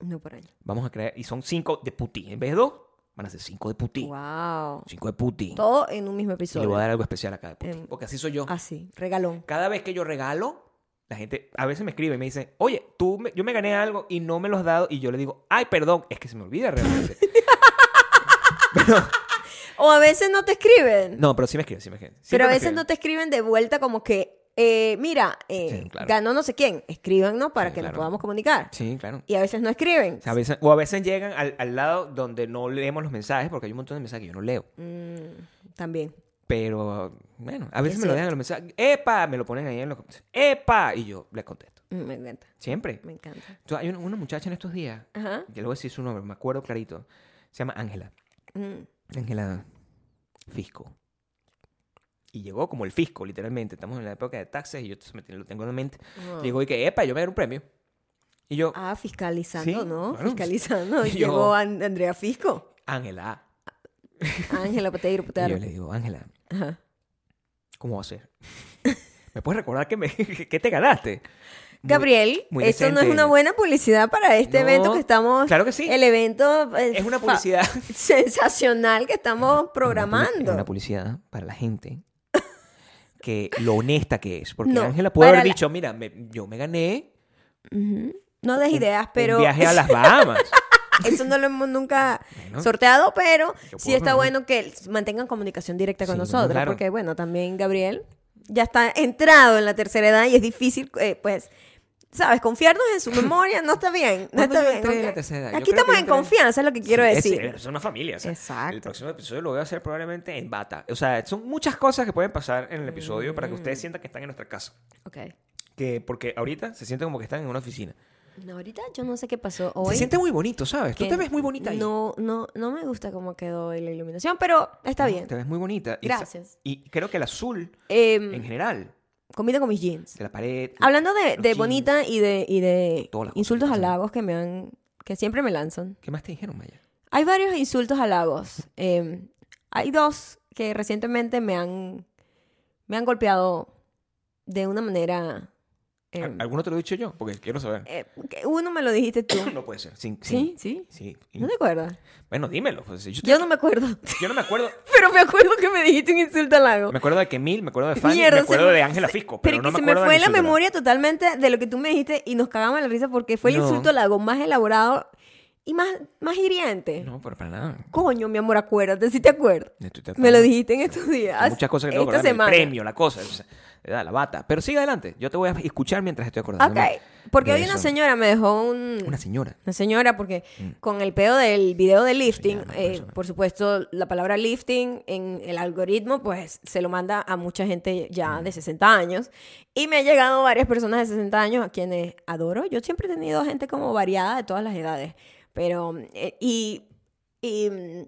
Speaker 1: No por año.
Speaker 2: Vamos a crear, y son cinco de puti. En vez de dos, van a ser cinco de puti.
Speaker 1: Wow.
Speaker 2: Cinco de puti.
Speaker 1: Todo en un mismo
Speaker 2: Y le voy a
Speaker 1: episodio.
Speaker 2: dar algo especial a cada puti.
Speaker 1: Em,
Speaker 2: Porque así soy yo.
Speaker 1: Así, regalón.
Speaker 2: Cada vez que yo regalo, la gente a veces me escribe y me dice, oye, tú me- yo me gané algo y no me lo has dado. Y yo le digo, ay, perdón, es que se me olvida realmente.
Speaker 1: O a veces no te escriben.
Speaker 2: No, pero sí me escriben, sí me escriben. Siempre
Speaker 1: pero a
Speaker 2: me
Speaker 1: veces
Speaker 2: escriben.
Speaker 1: no te escriben de vuelta como que, eh, mira, eh,
Speaker 2: Sí, claro.
Speaker 1: ganó no sé quién. Escríbanos para
Speaker 2: Sí,
Speaker 1: que
Speaker 2: claro.
Speaker 1: nos podamos comunicar.
Speaker 2: Sí, claro.
Speaker 1: Y a veces no escriben.
Speaker 2: O, sea, a veces, o a veces llegan al, al lado donde no leemos los mensajes, porque hay un montón de mensajes que yo no leo.
Speaker 1: Mm, también.
Speaker 2: Pero, bueno, a veces me lo
Speaker 1: cierto.
Speaker 2: dejan en los mensajes. ¡Epa! Me lo ponen ahí en los ¡Epa! Y yo les contesto.
Speaker 1: Mm, Me encanta.
Speaker 2: Siempre.
Speaker 1: Me encanta.
Speaker 2: Entonces, hay una, una muchacha en estos días,
Speaker 1: Ajá.
Speaker 2: yo le voy a decir su nombre, me acuerdo clarito. Se llama Ángela.
Speaker 1: Mm,
Speaker 2: Ángela Fisco. Y llegó como el fisco, literalmente. Estamos en la época de taxes y yo me- lo tengo en la mente.
Speaker 1: wow.
Speaker 2: Llegó y que, ¡epa! Yo me gané un premio. Y yo,
Speaker 1: Oh. Ah, fiscalizando,
Speaker 2: Sí,
Speaker 1: ¿no?
Speaker 2: claro.
Speaker 1: Fiscalizando.
Speaker 2: [LAUGHS] Yo-
Speaker 1: Llegó An- Andrea
Speaker 2: [LAUGHS]
Speaker 1: Fisco.
Speaker 2: Ángela.
Speaker 1: Ángela Pateiro
Speaker 2: Y yo
Speaker 1: Putero.
Speaker 2: le digo, Ángela,
Speaker 1: Ajá.
Speaker 2: ¿Cómo va a ser? ¿Me puedes recordar que, me, [LAUGHS] que te ganaste? Muy-
Speaker 1: Gabriel,
Speaker 2: muy
Speaker 1: esto no es
Speaker 2: decente
Speaker 1: una
Speaker 2: ella.
Speaker 1: buena publicidad para este
Speaker 2: No,
Speaker 1: evento que estamos.
Speaker 2: claro que sí.
Speaker 1: El evento. eh,
Speaker 2: Es una
Speaker 1: fa-
Speaker 2: publicidad.
Speaker 1: [LAUGHS] Sensacional que estamos
Speaker 2: Es una,
Speaker 1: programando.
Speaker 2: publicidad para la gente que lo honesta que es. Porque
Speaker 1: No,
Speaker 2: Ángela puede
Speaker 1: para
Speaker 2: haber
Speaker 1: la-
Speaker 2: dicho, mira, me- yo me gané
Speaker 1: Ujú. No des
Speaker 2: un-
Speaker 1: ideas,
Speaker 2: un
Speaker 1: Ah, pero.
Speaker 2: viaje a las Bahamas.
Speaker 1: Eso no lo hemos nunca
Speaker 2: Bueno.
Speaker 1: sorteado, pero
Speaker 2: Yo
Speaker 1: sí
Speaker 2: puedo-
Speaker 1: está bueno que mantengan comunicación directa con
Speaker 2: Sí, bueno,
Speaker 1: nosotros,
Speaker 2: claro.
Speaker 1: porque bueno, también Gabriel ya está entrado en la tercera edad y es difícil, eh, pues, sabes, confiarnos
Speaker 2: [LAUGHS]
Speaker 1: en su memoria no está bien. No
Speaker 2: ¿Cuándo
Speaker 1: está
Speaker 2: yo
Speaker 1: bien.
Speaker 2: entré en
Speaker 1: ok.
Speaker 2: la tercera edad? Yo
Speaker 1: Aquí
Speaker 2: creo que
Speaker 1: estamos
Speaker 2: yo
Speaker 1: en
Speaker 2: entré-
Speaker 1: confianza, es lo que [LAUGHS] quiero
Speaker 2: Sí, es-
Speaker 1: decir.
Speaker 2: Es, una familia. o sea,
Speaker 1: Exacto.
Speaker 2: El próximo episodio lo voy a hacer probablemente en bata. O sea, son muchas cosas que pueden pasar en el episodio para que
Speaker 1: Mm.
Speaker 2: ustedes sientan que están en nuestra casa.
Speaker 1: Ok.
Speaker 2: Que, porque ahorita se siente como que están en una oficina.
Speaker 1: No, ahorita yo no sé qué pasó hoy.
Speaker 2: Se siente muy bonito, ¿sabes? Tú
Speaker 1: que
Speaker 2: te ves muy bonita ahí.
Speaker 1: No, no, no me gusta cómo quedó la iluminación, pero está
Speaker 2: No,
Speaker 1: bien.
Speaker 2: Te ves muy bonita. Y sa-
Speaker 1: Gracias.
Speaker 2: Y, creo que el azul,
Speaker 1: Em,
Speaker 2: en general,
Speaker 1: combina con mis jeans.
Speaker 2: de la pared.
Speaker 1: Hablando de,
Speaker 2: los
Speaker 1: de
Speaker 2: jeans.
Speaker 1: bonita y de, y de
Speaker 2: Todas las cosas
Speaker 1: insultos
Speaker 2: que pasan.
Speaker 1: halagos que me han. que siempre me lanzan.
Speaker 2: ¿Qué más te dijeron, Maya?
Speaker 1: Hay varios insultos halagos. Eh, hay dos que recientemente me han. me han golpeado de una manera. eh,
Speaker 2: ¿Al- ¿Alguno te lo he dicho yo? Porque quiero saber.
Speaker 1: eh, que uno me lo dijiste tú.
Speaker 2: No puede ser. Sin-
Speaker 1: Eh. ¿Sí?
Speaker 2: sin-
Speaker 1: ¿Sí?
Speaker 2: ah. [COUGHS] sí.
Speaker 1: ¿No te acuerdas?
Speaker 2: Bueno, dímelo. pues, yo, te-
Speaker 1: Yo no me acuerdo. [LAUGHS]
Speaker 2: yo no me acuerdo.
Speaker 1: Pero me acuerdo que me dijiste un insulto halago.
Speaker 2: Me acuerdo de Kemil, me acuerdo de Fanny,
Speaker 1: Mierda,
Speaker 2: me
Speaker 1: se
Speaker 2: acuerdo
Speaker 1: me-
Speaker 2: de Ángela Fisco. Pero,
Speaker 1: Pero,
Speaker 2: no
Speaker 1: que
Speaker 2: me
Speaker 1: se me
Speaker 2: acuerdo
Speaker 1: fue
Speaker 2: del
Speaker 1: la
Speaker 2: insulto.
Speaker 1: memoria totalmente de lo que tú me dijiste y nos cagamos la risa porque fue el
Speaker 2: No.
Speaker 1: insulto halago más elaborado y más, más hiriente.
Speaker 2: No, pero para nada.
Speaker 1: Coño, mi amor, acuérdate, si te acuerdas.
Speaker 2: Estoy tratando-
Speaker 1: Me lo dijiste en estos días.
Speaker 2: Muchas cosas que tengo que
Speaker 1: esta
Speaker 2: acordarme, El
Speaker 1: semana.
Speaker 2: premio, la cosa. o sea, ¿verdad? La bata. Pero sigue adelante. Yo te voy a escuchar mientras estoy acordando.
Speaker 1: Ok, porque
Speaker 2: de
Speaker 1: hoy una
Speaker 2: eso.
Speaker 1: señora me dejó un...
Speaker 2: Una señora.
Speaker 1: Una señora, porque con el pedo del video de lifting,
Speaker 2: llama,
Speaker 1: eh,
Speaker 2: persona.
Speaker 1: por supuesto, la palabra lifting en el algoritmo, pues se lo manda a mucha gente ya de 60 años. Y me han llegado varias personas de 60 años a quienes adoro. Yo siempre he tenido gente como variada de todas las edades. Pero, eh, y, y mm,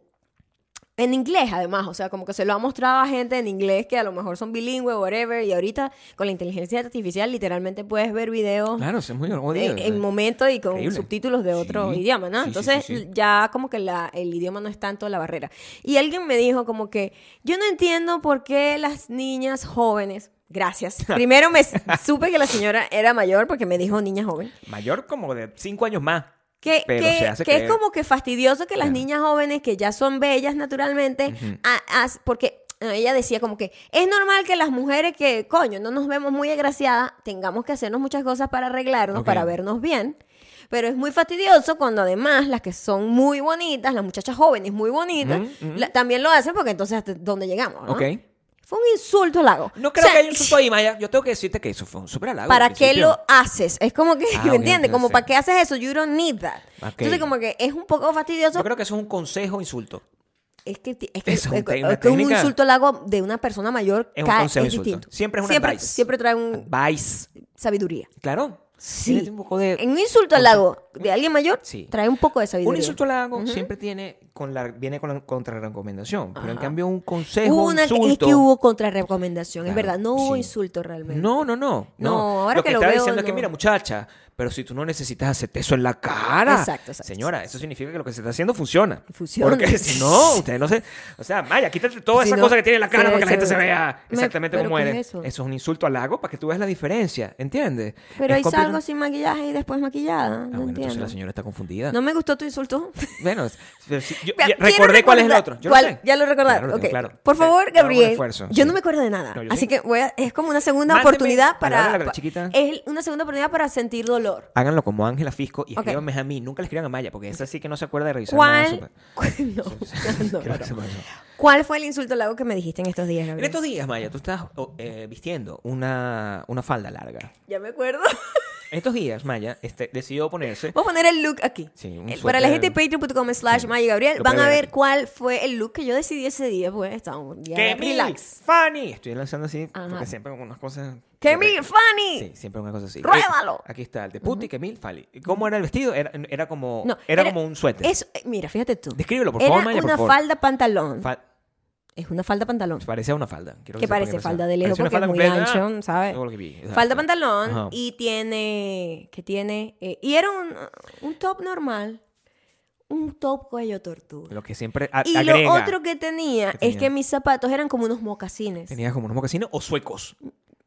Speaker 1: en inglés, además, o sea, como que se lo ha mostrado a gente en inglés que a lo mejor son bilingües, whatever, y ahorita con la inteligencia artificial literalmente puedes ver videos
Speaker 2: Claro, eso es muy
Speaker 1: Eh, en-
Speaker 2: jodido.
Speaker 1: en, momento y con
Speaker 2: Increíble.
Speaker 1: subtítulos de otro
Speaker 2: Sí,
Speaker 1: idioma, ¿no?
Speaker 2: sí, sí,
Speaker 1: Entonces
Speaker 2: sí, sí.
Speaker 1: ya como que la- el idioma no es tanto la barrera. Y alguien me dijo como que yo no entiendo por qué las niñas jóvenes,
Speaker 2: [LAUGHS]
Speaker 1: gracias. Primero me s- supe que la señora era mayor porque me dijo niña joven.
Speaker 2: Mayor como de cinco años más.
Speaker 1: Que,
Speaker 2: Pero
Speaker 1: que-
Speaker 2: se hace
Speaker 1: que es
Speaker 2: creer.
Speaker 1: como que fastidioso que las
Speaker 2: Claro.
Speaker 1: niñas jóvenes que ya son bellas naturalmente, a- as- porque eh, ella decía como que es normal que las mujeres que, coño, no nos vemos muy agraciadas, tengamos que hacernos muchas cosas para arreglarnos,
Speaker 2: Ok.
Speaker 1: para vernos bien. Pero es muy fastidioso cuando además las que son muy bonitas, las muchachas jóvenes muy bonitas,
Speaker 2: Ujú, ujú.
Speaker 1: la- también lo hacen porque entonces hasta dónde llegamos. ¿no?
Speaker 2: Mm, Ok.
Speaker 1: Fue un insulto al lago.
Speaker 2: No creo
Speaker 1: O sea,
Speaker 2: que haya un susto ahí, Maya. Yo tengo que decirte que eso fue un súper halago.
Speaker 1: ¿Para
Speaker 2: al
Speaker 1: qué
Speaker 2: principio.
Speaker 1: lo haces? Es como que,
Speaker 2: Ah,
Speaker 1: [LAUGHS] ¿me
Speaker 2: ok,
Speaker 1: entiendes? Como,
Speaker 2: entonces.
Speaker 1: ¿para qué haces eso? You don't need that.
Speaker 2: Ok.
Speaker 1: Entonces, como que es un poco fastidioso.
Speaker 2: Yo creo que eso es un consejo insulto.
Speaker 1: Es que, ti- es que,
Speaker 2: Eso es
Speaker 1: es
Speaker 2: un
Speaker 1: que-
Speaker 2: te- una
Speaker 1: es que un
Speaker 2: técnica.
Speaker 1: insulto al lago de una persona mayor
Speaker 2: Es un
Speaker 1: cae-
Speaker 2: consejo
Speaker 1: es
Speaker 2: insulto.
Speaker 1: distinto.
Speaker 2: Siempre es un
Speaker 1: siempre,
Speaker 2: advice.
Speaker 1: siempre trae un
Speaker 2: Vice.
Speaker 1: sabiduría.
Speaker 2: Claro.
Speaker 1: Mm. Sí.
Speaker 2: Tiene un poco de...
Speaker 1: En un insulto al lago de alguien mayor
Speaker 2: Sí.
Speaker 1: trae un poco de sabiduría.
Speaker 2: Un insulto al lago siempre tiene con la, viene con la contrarrecomendación. Pero en cambio, un consejo.
Speaker 1: Hubo una-
Speaker 2: insulto,
Speaker 1: es que hubo contrarrecomendación, es
Speaker 2: Claro,
Speaker 1: verdad, no hubo
Speaker 2: sí.
Speaker 1: insulto realmente.
Speaker 2: No, no, no. No,
Speaker 1: No, ahora
Speaker 2: lo que,
Speaker 1: que lo
Speaker 2: está
Speaker 1: veo,
Speaker 2: diciendo es que,
Speaker 1: no.
Speaker 2: mira, muchacha, pero si tú no necesitas hacerte eso en la cara.
Speaker 1: Exacto, exacto,
Speaker 2: Señora, eso significa que lo que se está haciendo funciona.
Speaker 1: Funciona.
Speaker 2: Porque si no,
Speaker 1: [LAUGHS]
Speaker 2: usted no se. O sea, Maya, quítate toda
Speaker 1: Si
Speaker 2: esa
Speaker 1: no,
Speaker 2: cosa que tiene en la cara
Speaker 1: se-
Speaker 2: para que la
Speaker 1: se-
Speaker 2: gente se vea
Speaker 1: Me-
Speaker 2: exactamente
Speaker 1: ¿pero
Speaker 2: como
Speaker 1: qué
Speaker 2: eres.
Speaker 1: es eso?
Speaker 2: eso? es un insulto al lago para que tú veas la diferencia, ¿entiendes?
Speaker 1: Pero
Speaker 2: Es
Speaker 1: ahí
Speaker 2: completo-
Speaker 1: salgo sin maquillaje y después maquillada.
Speaker 2: Ah,
Speaker 1: no
Speaker 2: bueno, entonces
Speaker 1: entiendo.
Speaker 2: la señora está confundida.
Speaker 1: No me gustó tu insulto.
Speaker 2: [LAUGHS] Bueno, es- pero sí, yo
Speaker 1: Pero
Speaker 2: ya
Speaker 1: quiero
Speaker 2: recordé cuál es el
Speaker 1: recordar-
Speaker 2: otro. Yo
Speaker 1: ¿Cuál?
Speaker 2: lo sé.
Speaker 1: Ya lo recordaron.
Speaker 2: Claro, lo
Speaker 1: ok.
Speaker 2: tengo claro.
Speaker 1: Por
Speaker 2: Sí,
Speaker 1: favor,
Speaker 2: yo hago un
Speaker 1: Gabriel.
Speaker 2: esfuerzo,
Speaker 1: yo
Speaker 2: sí.
Speaker 1: no me acuerdo de nada.
Speaker 2: No, yo
Speaker 1: así
Speaker 2: sí.
Speaker 1: que voy a- es como una segunda
Speaker 2: Mándeme
Speaker 1: oportunidad para.
Speaker 2: palabra, la
Speaker 1: pa-
Speaker 2: chiquita.
Speaker 1: Es una segunda oportunidad para sentir dolor.
Speaker 2: Háganlo como Ángela Fisco y
Speaker 1: Ok.
Speaker 2: escríbanme a mí. Nunca le escriban a Maya, porque esa sí que no se acuerda de revisar nada.
Speaker 1: [LAUGHS] ¿Cuál?
Speaker 2: súper.
Speaker 1: no,
Speaker 2: [LAUGHS]
Speaker 1: no,
Speaker 2: Creo que
Speaker 1: no.
Speaker 2: se pasó.
Speaker 1: ¿Cuál fue el insulto al lago que me dijiste en estos días,
Speaker 2: En
Speaker 1: Gabriel?
Speaker 2: estos días, Maya, tú estás oh, eh, vistiendo una, una falda larga.
Speaker 1: Ya me acuerdo. [LAUGHS]
Speaker 2: En estos días, Maya este, decidió ponerse.
Speaker 1: Voy a poner el look aquí.
Speaker 2: Sí, un
Speaker 1: El- para la gente
Speaker 2: suéter.
Speaker 1: de patreon.com slash Maya y Gabriel,
Speaker 2: Lo
Speaker 1: van a
Speaker 2: puede ver.
Speaker 1: ver cuál fue el look que yo decidí ese día. Pues estaba un día
Speaker 2: ¡Que mi
Speaker 1: relax.
Speaker 2: Fanny! Estoy lanzando así,
Speaker 1: Ajá.
Speaker 2: porque siempre con unas cosas.
Speaker 1: ¡Que mi Fanny!
Speaker 2: Sí, siempre una cosa así.
Speaker 1: ¡Ruédalo!
Speaker 2: Eh, aquí está, el de Puti, que mil Fanny. ¿Cómo era el vestido? Era, era como,
Speaker 1: No,
Speaker 2: era como un suéter.
Speaker 1: Eso, eh, mira, fíjate tú.
Speaker 2: Descríbelo, por
Speaker 1: Era
Speaker 2: favor, Maya, por
Speaker 1: una
Speaker 2: favor.
Speaker 1: falda pantalón.
Speaker 2: Fal-
Speaker 1: es una falda pantalón.
Speaker 2: parecía una falda. Quiero
Speaker 1: Que
Speaker 2: sepa
Speaker 1: parece
Speaker 2: qué parecía.
Speaker 1: falda de lejos
Speaker 2: Parecía una
Speaker 1: porque es muy
Speaker 2: falda completa.
Speaker 1: ancho, ¿sabes?
Speaker 2: Todo lo que vi, exacto.
Speaker 1: Falda pantalón
Speaker 2: Ajá.
Speaker 1: y tiene. que tiene. eh, y era un, un top normal. Un top cuello tortuga.
Speaker 2: Lo que siempre a-
Speaker 1: Y
Speaker 2: agrega.
Speaker 1: lo otro que tenía
Speaker 2: ¿Qué
Speaker 1: es
Speaker 2: tenía?
Speaker 1: que mis zapatos eran como unos mocasines.
Speaker 2: Tenías como unos mocasinos o suecos.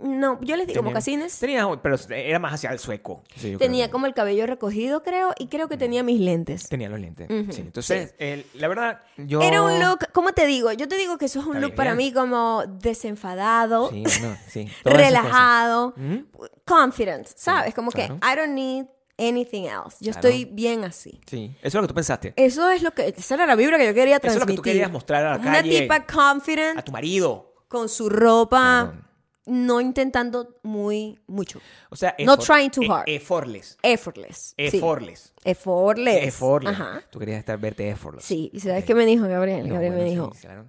Speaker 1: No, yo les digo
Speaker 2: Tenía-
Speaker 1: mocasines.
Speaker 2: Tenía, pero era más hacia el sueco. Sí, yo creo Mm.
Speaker 1: Tenía
Speaker 2: que-
Speaker 1: como el cabello recogido, creo, y creo que tenía mis lentes.
Speaker 2: Tenía los lentes.
Speaker 1: Ujú,
Speaker 2: Sí, entonces, el- la verdad, yo.
Speaker 1: Era un look, ¿cómo te digo? Yo te digo que eso es un
Speaker 2: Está
Speaker 1: look para mí
Speaker 2: bien.
Speaker 1: como desenfadado,
Speaker 2: Sí, no, sí. todas esas
Speaker 1: relajado,
Speaker 2: cosas. ¿Mm?
Speaker 1: confident, ¿sabes? Como
Speaker 2: claro.
Speaker 1: que I don't need anything else. Yo
Speaker 2: Claro.
Speaker 1: estoy bien así.
Speaker 2: Sí, eso es lo que tú pensaste.
Speaker 1: Eso es lo que, esa era la vibra que yo quería
Speaker 2: Eso es lo
Speaker 1: transmitir.
Speaker 2: que tú querías mostrar a la
Speaker 1: Una
Speaker 2: calle.
Speaker 1: tipa confident
Speaker 2: A tu marido.
Speaker 1: con su ropa,
Speaker 2: Claro.
Speaker 1: no intentando muy mucho.
Speaker 2: O sea,
Speaker 1: No
Speaker 2: effort-
Speaker 1: trying too
Speaker 2: e-
Speaker 1: hard.
Speaker 2: Effortless.
Speaker 1: Effortless. sí.
Speaker 2: Effortless.
Speaker 1: Effortless.
Speaker 2: Effortless.
Speaker 1: Ajá.
Speaker 2: Tú querías estar verte effortless.
Speaker 1: Sí, y sabes qué me dijo Gabriel.
Speaker 2: No,
Speaker 1: Gabriel me
Speaker 2: bueno,
Speaker 1: dijo,
Speaker 2: sí, claro.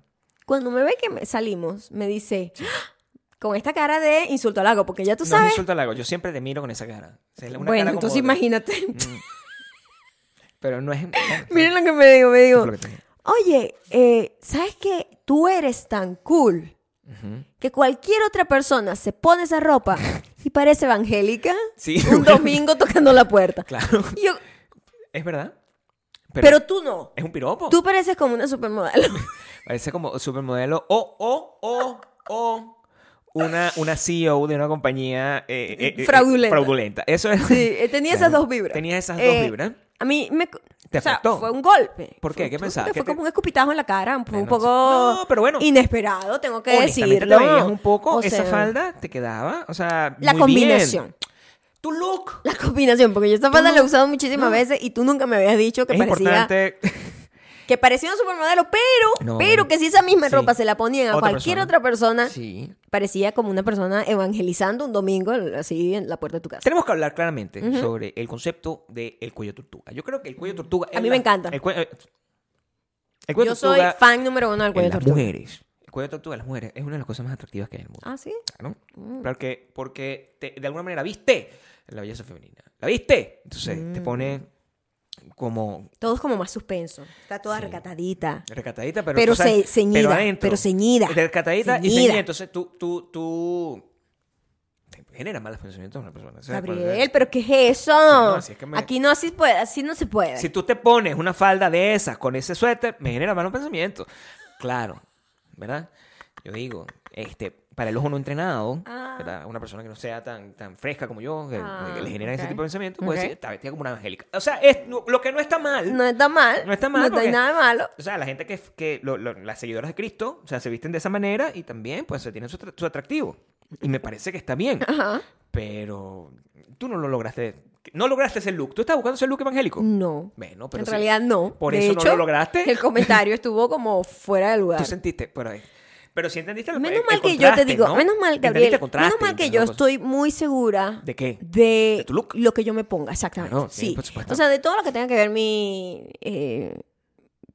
Speaker 1: cuando me ve que me- salimos, me dice, ¡Ah! con esta cara de insulto al lago, porque ya tú
Speaker 2: No es
Speaker 1: sabes.
Speaker 2: insulto al lago. Yo siempre te miro con esa cara. O sea, una cara
Speaker 1: bueno,
Speaker 2: como
Speaker 1: entonces
Speaker 2: de- Mm,
Speaker 1: imagínate.
Speaker 2: Pero no es.
Speaker 1: [LAUGHS] Miren lo que me digo, me digo,
Speaker 2: lo que te digo.
Speaker 1: oye, eh, ¿sabes qué? Tú eres tan cool que cualquier otra persona se pone esa
Speaker 2: [LAUGHS]
Speaker 1: ropa y parece evangélica
Speaker 2: Sí,
Speaker 1: un
Speaker 2: bueno.
Speaker 1: domingo tocando la puerta.
Speaker 2: Claro. [LAUGHS]
Speaker 1: Y yo,
Speaker 2: Es verdad.
Speaker 1: pero, tú no.
Speaker 2: Es un piropo.
Speaker 1: Tú pareces como una supermodelo.
Speaker 2: [LAUGHS] Parece como supermodelo o, o, o, o una, una CEO de una compañía eh, eh, eh,
Speaker 1: Fraudulenta.
Speaker 2: fraudulenta. Eso es. [LAUGHS]
Speaker 1: Sí, eh, tenía esas
Speaker 2: Claro.
Speaker 1: dos vibras.
Speaker 2: Tenía esas dos
Speaker 1: Eh,
Speaker 2: vibras.
Speaker 1: A mí me...
Speaker 2: ¿Te
Speaker 1: o sea,
Speaker 2: afectó?
Speaker 1: fue un golpe.
Speaker 2: ¿Por qué?
Speaker 1: Fue-
Speaker 2: ¿Qué pensabas?
Speaker 1: Fue
Speaker 2: ¿Qué te-
Speaker 1: como un escupitajo en la cara. Fue un
Speaker 2: Bueno,
Speaker 1: poco
Speaker 2: no, pero bueno.
Speaker 1: inesperado, tengo que
Speaker 2: Honestamente,
Speaker 1: decirlo.
Speaker 2: te veías un poco.
Speaker 1: O
Speaker 2: esa
Speaker 1: sea,
Speaker 2: falda te quedaba. O sea,
Speaker 1: La
Speaker 2: muy bien.
Speaker 1: combinación. [LAUGHS]
Speaker 2: Tu look.
Speaker 1: La combinación, porque yo esta falda
Speaker 2: no-
Speaker 1: la he usado muchísimas veces y tú nunca me habías dicho que
Speaker 2: es
Speaker 1: parecía...
Speaker 2: importante.
Speaker 1: que parecía un supermodelo, pero,
Speaker 2: No,
Speaker 1: pero
Speaker 2: bueno.
Speaker 1: que si esa misma
Speaker 2: Sí.
Speaker 1: ropa se la ponían a
Speaker 2: Otra
Speaker 1: cualquier
Speaker 2: persona.
Speaker 1: otra persona,
Speaker 2: [LAUGHS] Sí.
Speaker 1: parecía como una persona evangelizando un domingo así en la puerta de tu casa.
Speaker 2: Tenemos que hablar claramente sobre el concepto del cuello tortuga. Yo creo que el cuello tortuga.
Speaker 1: A
Speaker 2: es
Speaker 1: mí
Speaker 2: la-
Speaker 1: me encanta.
Speaker 2: El cuello, el cuello
Speaker 1: Yo soy
Speaker 2: tortuga
Speaker 1: fan número uno del
Speaker 2: en
Speaker 1: cuello de
Speaker 2: las
Speaker 1: tortuga.
Speaker 2: mujeres. El cuello tortuga de las mujeres es una de las cosas más atractivas que hay en el mundo.
Speaker 1: Ah, sí.
Speaker 2: Claro. Porque, porque te- de alguna manera viste la belleza femenina. ¿La viste? Entonces
Speaker 1: Mm.
Speaker 2: te pone como
Speaker 1: Todo es como más suspenso. Está toda
Speaker 2: Sí.
Speaker 1: recatadita.
Speaker 2: recatadita, pero,
Speaker 1: Pero,
Speaker 2: tú sabes-
Speaker 1: ce- ceñida.
Speaker 2: pero
Speaker 1: Pero,
Speaker 2: adentro.
Speaker 1: ceñida.
Speaker 2: Recatadita y
Speaker 1: Ceñida.
Speaker 2: ceñida. Entonces tú, tú, tú te genera malos pensamientos a una persona. O sea,
Speaker 1: Gabriel,
Speaker 2: cuando-
Speaker 1: pero ¿qué es eso?
Speaker 2: No, así es que me-
Speaker 1: Aquí no así puede, así no se puede.
Speaker 2: Si tú te pones una falda de esas con ese suéter, me genera malos pensamientos. Claro, ¿verdad? Yo digo, este, para el ojo no entrenado,
Speaker 1: Ah.
Speaker 2: ¿verdad? una persona que no sea tan, tan fresca como yo, que,
Speaker 1: Ah,
Speaker 2: que le genera ese
Speaker 1: ok.
Speaker 2: tipo de pensamientos, puede
Speaker 1: Ok.
Speaker 2: decir, está vestida como una evangélica. O sea, es, no- lo que no está mal.
Speaker 1: No está mal.
Speaker 2: No está mal
Speaker 1: No hay
Speaker 2: porque-
Speaker 1: nada de malo.
Speaker 2: O sea, la gente que, que lo- lo- las seguidoras de Cristo, o sea, se visten de esa manera y también, pues, se tienen su, tra- su atractivo. Y me parece que está bien.
Speaker 1: Ajá.
Speaker 2: Pero tú no lo lograste. No lograste ese look. ¿Tú estás buscando ese look evangélico?
Speaker 1: No.
Speaker 2: Bueno, pero
Speaker 1: en
Speaker 2: sí.
Speaker 1: realidad no.
Speaker 2: Por
Speaker 1: De
Speaker 2: eso no
Speaker 1: hecho,
Speaker 2: lo lograste.
Speaker 1: El comentario estuvo como fuera de lugar.
Speaker 2: Tú sentiste, pero, pero sí entendiste el
Speaker 1: menos
Speaker 2: el-
Speaker 1: mal
Speaker 2: el
Speaker 1: que yo te
Speaker 2: contraste,
Speaker 1: digo,
Speaker 2: eh, ¿no?
Speaker 1: menos mal,
Speaker 2: Entendiste
Speaker 1: Gabriel,
Speaker 2: el contraste
Speaker 1: menos mal
Speaker 2: entre
Speaker 1: que
Speaker 2: las
Speaker 1: yo
Speaker 2: dos cosas.
Speaker 1: estoy muy segura
Speaker 2: ¿De qué?
Speaker 1: de,
Speaker 2: ¿De tu look?
Speaker 1: lo que yo me ponga, exactamente.
Speaker 2: Claro, sí,
Speaker 1: sí,
Speaker 2: por supuesto.
Speaker 1: O sea, de todo lo que tenga que ver mi eh,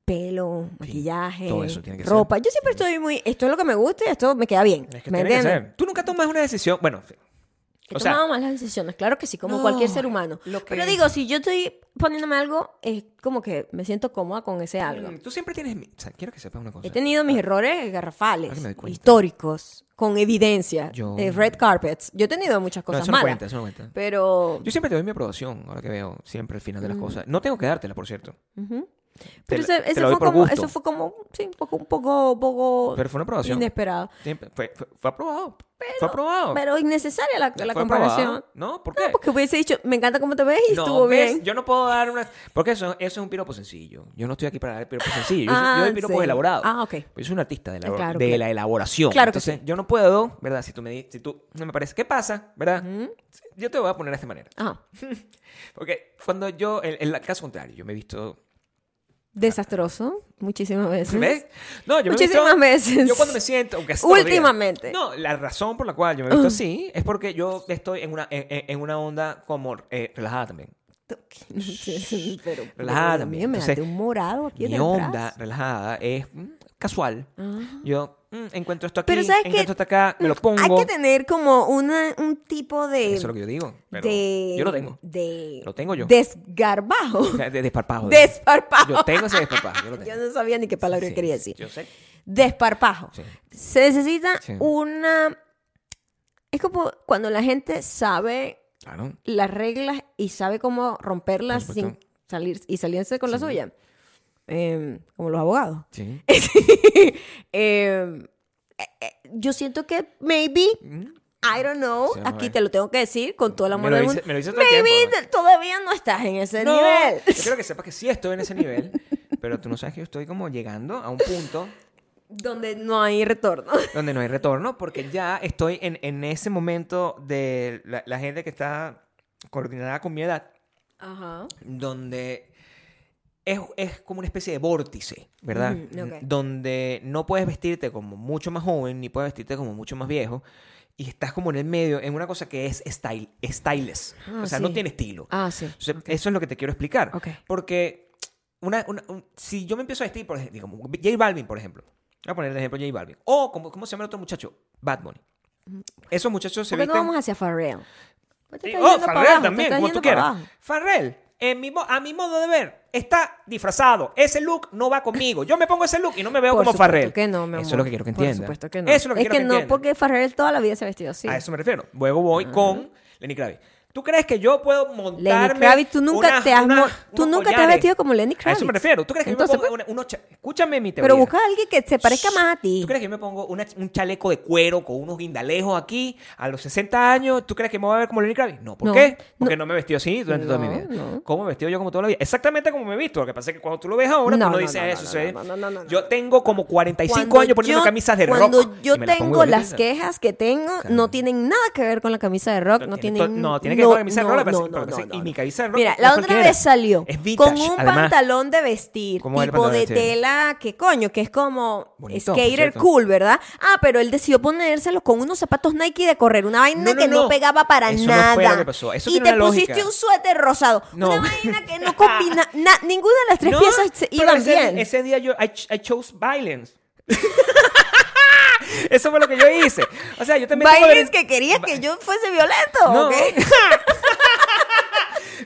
Speaker 1: pelo, maquillaje,
Speaker 2: todo eso tiene que ser.
Speaker 1: ropa. Yo siempre estoy muy, esto es lo que me gusta y esto me queda bien.
Speaker 2: Es que
Speaker 1: ¿Me
Speaker 2: tiene que
Speaker 1: entiendes?
Speaker 2: ser. Tú nunca tomas una decisión. Bueno, sí.
Speaker 1: He
Speaker 2: O sea-
Speaker 1: tomado malas decisiones, claro que sí, como
Speaker 2: No,
Speaker 1: cualquier ser humano.
Speaker 2: lo que-
Speaker 1: Pero digo, si yo estoy poniéndome algo, es como que me siento cómoda con ese algo.
Speaker 2: Mm, tú siempre tienes. mi- o sea, quiero que sepas una cosa.
Speaker 1: He tenido mis errores garrafales,
Speaker 2: ahora que me doy cuenta.
Speaker 1: históricos, con evidencia,
Speaker 2: Yo-
Speaker 1: eh, red carpets. Yo he tenido muchas
Speaker 2: No,
Speaker 1: cosas
Speaker 2: eso no
Speaker 1: malas.
Speaker 2: cuenta, eso no cuenta.
Speaker 1: Pero,
Speaker 2: Yo siempre te doy mi aprobación, ahora que veo siempre el final de las cosas. No tengo que dártela, por cierto.
Speaker 1: Mm. pero
Speaker 2: te la-
Speaker 1: ese-
Speaker 2: te
Speaker 1: ese
Speaker 2: la doy
Speaker 1: fue
Speaker 2: por
Speaker 1: como,
Speaker 2: gusto.
Speaker 1: eso fue como, sí, un poco, un poco, un poco
Speaker 2: Pero fue una aprobación.
Speaker 1: inesperado.
Speaker 2: Siempre- Fue, fue- fue aprobado. fue aprobado.
Speaker 1: Pero innecesaria la, la
Speaker 2: Fue
Speaker 1: comparación.
Speaker 2: aprobado. No, ¿por qué?
Speaker 1: Porque hubiese dicho, me encanta cómo te ves y
Speaker 2: No,
Speaker 1: estuvo
Speaker 2: ¿ves?
Speaker 1: bien.
Speaker 2: Yo no puedo dar una. Porque eso, eso es un piropo sencillo. Yo no estoy aquí para dar piropos sencillos. Yo,
Speaker 1: Ah,
Speaker 2: yo doy piropos
Speaker 1: sí.
Speaker 2: elaborados. Pues
Speaker 1: Ah, ok.
Speaker 2: Yo soy un artista de la,
Speaker 1: Ah, claro,
Speaker 2: de
Speaker 1: claro.
Speaker 2: la elaboración.
Speaker 1: Claro que
Speaker 2: Entonces, yo no puedo, ¿verdad? Si tú me di- si tú no me parece, ¿qué pasa? ¿Verdad? Yo te voy a poner de esta manera.
Speaker 1: Ajá.
Speaker 2: Porque cuando yo, en en el caso contrario, yo me he visto
Speaker 1: Desastroso, muchísimas veces.
Speaker 2: ¿Ves? No, yo me he
Speaker 1: Muchísimas
Speaker 2: visto-
Speaker 1: veces.
Speaker 2: Yo cuando me siento, aunque sea
Speaker 1: Últimamente. Ah.
Speaker 2: todo el día. No, la razón por la cual yo me he visto así es porque yo estoy en una, en, en- en una onda como eh, relajada también.
Speaker 1: [LAUGHS] Sí, sí, pero,
Speaker 2: Relajada,
Speaker 1: pero,
Speaker 2: mi-
Speaker 1: mira, me
Speaker 2: entonces,
Speaker 1: daste un morado aquí en
Speaker 2: Mi
Speaker 1: el
Speaker 2: onda
Speaker 1: brazo.
Speaker 2: relajada es mm, casual. Yo mm, encuentro esto aquí,
Speaker 1: Ah. Pero ¿sabes qué?
Speaker 2: encuentro esto acá, me lo pongo.
Speaker 1: Hay que tener como una, un tipo de...
Speaker 2: Eso es lo que yo digo. Pero
Speaker 1: de-
Speaker 2: yo lo tengo.
Speaker 1: De,
Speaker 2: Lo tengo yo.
Speaker 1: Desgarbajo. [LAUGHS]
Speaker 2: O sea, De desparpajo. digo.
Speaker 1: Desparpajo.
Speaker 2: Yo tengo ese desparpajo. Yo lo tengo.
Speaker 1: [LAUGHS] Yo no sabía ni qué palabra
Speaker 2: Sí,
Speaker 1: quería decir.
Speaker 2: Yo sé.
Speaker 1: Desparpajo.
Speaker 2: Sí.
Speaker 1: Se necesita
Speaker 2: Sí.
Speaker 1: una... Es como cuando la gente sabe
Speaker 2: Claro.
Speaker 1: las reglas y sabe cómo romperlas
Speaker 2: Por supuesto.
Speaker 1: sin salir y salirse con la suya. Em, como los abogados.
Speaker 2: Sí.
Speaker 1: Eh, eh, eh, yo siento que maybe,
Speaker 2: Mm.
Speaker 1: I don't know,
Speaker 2: Sí, vamos a
Speaker 1: aquí
Speaker 2: ver.
Speaker 1: te lo tengo que decir con todo el
Speaker 2: Me
Speaker 1: amor
Speaker 2: lo
Speaker 1: del
Speaker 2: dice-
Speaker 1: mundo.
Speaker 2: me lo dice todo el
Speaker 1: Maybe
Speaker 2: tiempo,
Speaker 1: te- todavía no estás en ese
Speaker 2: No,
Speaker 1: nivel. [LAUGHS]
Speaker 2: yo creo que sepas que sí estoy en ese nivel, pero tú no sabes que yo estoy como llegando a un punto
Speaker 1: Donde no hay retorno.
Speaker 2: donde no hay retorno porque ya estoy en, en ese momento de la, la gente que está coordinada con mi edad,
Speaker 1: Ajá.
Speaker 2: donde es, es como una especie de vórtice, ¿verdad?
Speaker 1: Ujú, ok.
Speaker 2: Donde no puedes vestirte como mucho más joven ni puedes vestirte como mucho más viejo. Y estás como en el medio, en una cosa que es style, styleless.
Speaker 1: Ah,
Speaker 2: o sea,
Speaker 1: sí.
Speaker 2: no tiene estilo.
Speaker 1: Ah, sí.
Speaker 2: Entonces, Eso es lo que te quiero explicar.
Speaker 1: Ok.
Speaker 2: Porque una, una- un- si yo me empiezo a vestir, por ejemplo, como J Balvin, por ejemplo. Voy a poner el ejemplo de J Balvin. O, como, ¿cómo se llama el otro muchacho? Bad Bunny. Esos muchachos se
Speaker 1: ¿Por qué no
Speaker 2: visten...
Speaker 1: vamos hacia Farrell? ¿Por qué te
Speaker 2: Eh,
Speaker 1: estás
Speaker 2: oh,
Speaker 1: yendo para
Speaker 2: Farrell
Speaker 1: abajo? Te
Speaker 2: también,
Speaker 1: estás
Speaker 2: como
Speaker 1: yendo
Speaker 2: tú
Speaker 1: para
Speaker 2: quieras.
Speaker 1: abajo.
Speaker 2: Farrell, en mi mo- a mi modo de ver, está disfrazado. Ese look no va conmigo. Yo me pongo ese look y no me veo
Speaker 1: Por
Speaker 2: como
Speaker 1: supuesto
Speaker 2: Farrell.
Speaker 1: que no, mi
Speaker 2: Eso es
Speaker 1: amor.
Speaker 2: lo que quiero que entiendas.
Speaker 1: Por supuesto que no.
Speaker 2: Eso es lo que
Speaker 1: es
Speaker 2: quiero
Speaker 1: que,
Speaker 2: que,
Speaker 1: no,
Speaker 2: entiendas.
Speaker 1: porque Farrell toda la vida se ha vestido así.
Speaker 2: A eso me refiero. Luego voy con Lenny Kravitz. ¿Tú crees que yo puedo montarme
Speaker 1: Lenny Kravitz, tú nunca
Speaker 2: unas-
Speaker 1: te has mo-
Speaker 2: unas-
Speaker 1: tú
Speaker 2: unos
Speaker 1: nunca te has
Speaker 2: collares?
Speaker 1: vestido como Lenny
Speaker 2: A eso me
Speaker 1: Kravitz.
Speaker 2: refiero. ¿Tú crees que
Speaker 1: Entonces, pues,
Speaker 2: yo me pongo una- unos cha- Escúchame mi teoría.
Speaker 1: Pero busca a alguien que se parezca más a ti.
Speaker 2: ¿Tú crees que yo me pongo una- un chaleco de cuero con unos guindalejos aquí a los 60 años? ¿Tú crees que me voy a ver como Lenny Kravitz? No, ¿por
Speaker 1: No,
Speaker 2: qué? Porque no, me he vestido así durante toda mi
Speaker 1: No,
Speaker 2: vida.
Speaker 1: no.
Speaker 2: ¿Cómo me he vestido yo como toda la vida? Exactamente como me he visto. Lo que pasa es que cuando tú lo ves ahora,
Speaker 1: No,
Speaker 2: tú
Speaker 1: no,
Speaker 2: no dices
Speaker 1: no, no,
Speaker 2: eso.
Speaker 1: no,
Speaker 2: ¿sabes?
Speaker 1: no, no, no, no,
Speaker 2: yo tengo como 45
Speaker 1: Cuando
Speaker 2: años poniendo
Speaker 1: yo-
Speaker 2: camisas de
Speaker 1: cuando
Speaker 2: rock.
Speaker 1: yo
Speaker 2: y me las pongo
Speaker 1: tengo
Speaker 2: de
Speaker 1: las
Speaker 2: Beatles.
Speaker 1: quejas que tengo, no tienen nada que ver con la camisa de rock, no,
Speaker 2: tiene
Speaker 1: tienen
Speaker 2: to- no, tiene que es
Speaker 1: No,
Speaker 2: Jorge Mizarro,
Speaker 1: no,
Speaker 2: la parece-
Speaker 1: no,
Speaker 2: pero
Speaker 1: no,
Speaker 2: parece-
Speaker 1: no,
Speaker 2: y
Speaker 1: no.
Speaker 2: Mica Bizarro.
Speaker 1: Mira,
Speaker 2: no
Speaker 1: la
Speaker 2: es
Speaker 1: otra
Speaker 2: cualquiera.
Speaker 1: vez salió
Speaker 2: Es
Speaker 1: con
Speaker 2: vintage,
Speaker 1: un
Speaker 2: además.
Speaker 1: pantalón de vestir,
Speaker 2: ¿Cómo era el
Speaker 1: tipo
Speaker 2: pantalón de
Speaker 1: de
Speaker 2: vestir?
Speaker 1: tela, que coño, que es como
Speaker 2: Bonito, por
Speaker 1: skater
Speaker 2: cierto.
Speaker 1: cool, ¿verdad? Ah, pero él decidió ponérselo con unos zapatos Nike de correr, una vaina
Speaker 2: No, no,
Speaker 1: que no,
Speaker 2: no.
Speaker 1: pegaba para
Speaker 2: Eso no
Speaker 1: nada.
Speaker 2: fue lo que pasó. Eso
Speaker 1: y
Speaker 2: tiene
Speaker 1: te
Speaker 2: una lógica.
Speaker 1: pusiste un suéter rosado,
Speaker 2: No.
Speaker 1: una vaina que
Speaker 2: [LAUGHS]
Speaker 1: no combina, na- ninguna de las tres
Speaker 2: No,
Speaker 1: piezas se
Speaker 2: pero
Speaker 1: iban
Speaker 2: ese,
Speaker 1: bien.
Speaker 2: Ese día yo, I, ch- I chose violence. [LAUGHS] Eso fue lo que yo hice. O sea, yo también. tengo
Speaker 1: Bailes
Speaker 2: violen-
Speaker 1: que quería
Speaker 2: Ba-
Speaker 1: que yo fuese violento,
Speaker 2: No.
Speaker 1: ¿ok?
Speaker 2: [LAUGHS]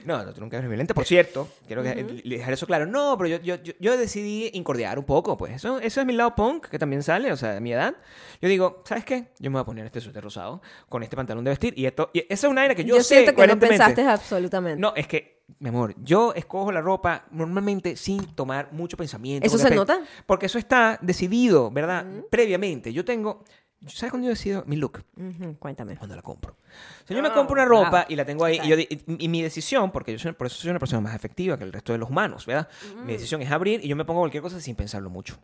Speaker 2: No, no, tú nunca eres violenta, por cierto. Quiero que- dejar eso claro. No, pero yo, yo, yo, yo decidí incordiar un poco, pues. Eso, eso es mi lado punk, que también sale, o sea, a mi edad. Yo digo, ¿sabes qué? Yo me voy a poner este suéter rosado con este pantalón de vestir y esto. Y esa es una era que
Speaker 1: [LAUGHS]
Speaker 2: yo,
Speaker 1: Yo,
Speaker 2: sé,
Speaker 1: siento que no
Speaker 2: coherentemente.
Speaker 1: pensaste absolutamente.
Speaker 2: No, es que, mi amor, yo escojo la ropa normalmente sin tomar mucho pensamiento.
Speaker 1: ¿Eso
Speaker 2: con
Speaker 1: se
Speaker 2: respecto-
Speaker 1: nota?
Speaker 2: Porque eso está decidido, ¿verdad? Previamente. Yo tengo. ¿Sabes cuándo yo decido mi look?
Speaker 1: Ujú, cuéntame.
Speaker 2: Cuando la compro. O sea, yo me
Speaker 1: Ah,
Speaker 2: compro una ropa
Speaker 1: claro.
Speaker 2: y la tengo ahí. Y, yo di- y- y mi decisión, porque yo soy- por eso soy una persona más efectiva que el resto de los humanos, ¿verdad?
Speaker 1: Mm.
Speaker 2: Mi decisión es abrir y yo me pongo cualquier cosa sin pensarlo mucho.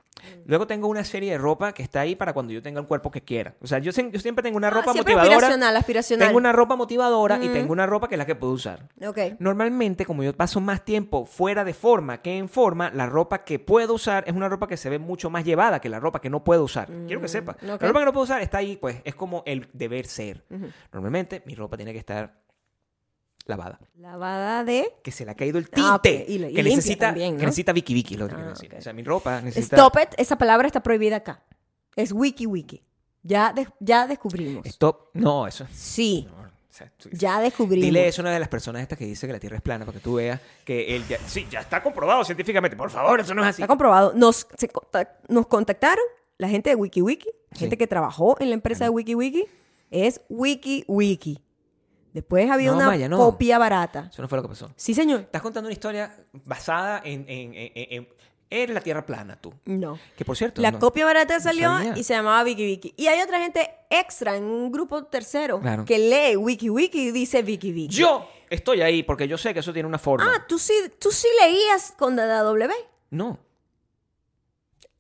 Speaker 2: Luego tengo una serie de ropa que está ahí para cuando yo tenga el cuerpo que quiera. O sea, yo, se- yo siempre tengo una
Speaker 1: Ah,
Speaker 2: ropa
Speaker 1: siempre
Speaker 2: motivadora.
Speaker 1: aspiracional, Mm. aspiracional.
Speaker 2: Tengo una ropa motivadora y tengo una ropa que es la que puedo usar.
Speaker 1: Ok.
Speaker 2: Normalmente, como yo paso más tiempo fuera de forma que en forma, la ropa que puedo usar es una ropa que se ve mucho más llevada que la ropa que no puedo usar. Quiero que sepa.
Speaker 1: Mm, ok.
Speaker 2: La ropa que no puedo usar está ahí, pues es como el deber ser. Normalmente, mi ropa tiene que estar lavada.
Speaker 1: Lavada de...
Speaker 2: Que se le ha caído el tinte.
Speaker 1: Ah, ok. Y lo- y limpia
Speaker 2: que, necesita,
Speaker 1: también, ¿no?
Speaker 2: que necesita Vicky Vicky, es lo que
Speaker 1: Ah,
Speaker 2: quiero decir.
Speaker 1: ok.
Speaker 2: O sea, mi ropa necesita.
Speaker 1: Stop it, esa palabra está prohibida acá. Es wiki wiki. Ya, de- ya descubrimos.
Speaker 2: Stop. No, eso.
Speaker 1: Sí,
Speaker 2: no, o sea, tú-
Speaker 1: ya descubrimos.
Speaker 2: Dile eso a una de las personas estas que dice que la Tierra es plana para que tú veas que él ya... Sí, ya está comprobado científicamente. Por favor, eso no es así.
Speaker 1: Está comprobado. Nos, se contac- nos contactaron la gente de wiki wiki, gente
Speaker 2: Sí.
Speaker 1: que trabajó en la empresa de wiki wiki. Es wiki wiki. Después había
Speaker 2: No,
Speaker 1: una
Speaker 2: Maya, no.
Speaker 1: copia barata.
Speaker 2: Eso no fue lo que pasó.
Speaker 1: Sí, señor.
Speaker 2: Estás contando una historia basada en... en, en- en- en- eres la Tierra plana, tú.
Speaker 1: No.
Speaker 2: Que por cierto...
Speaker 1: La
Speaker 2: no-
Speaker 1: copia barata
Speaker 2: no
Speaker 1: salió
Speaker 2: sabía.
Speaker 1: y se llamaba Vicky Vicky. Y hay otra gente extra en un grupo tercero
Speaker 2: Claro.
Speaker 1: que lee Wiki Wiki y dice Vicky Vicky.
Speaker 2: Yo estoy ahí porque yo sé que eso tiene una forma.
Speaker 1: Ah, tú sí, tú sí leías con DW.
Speaker 2: No.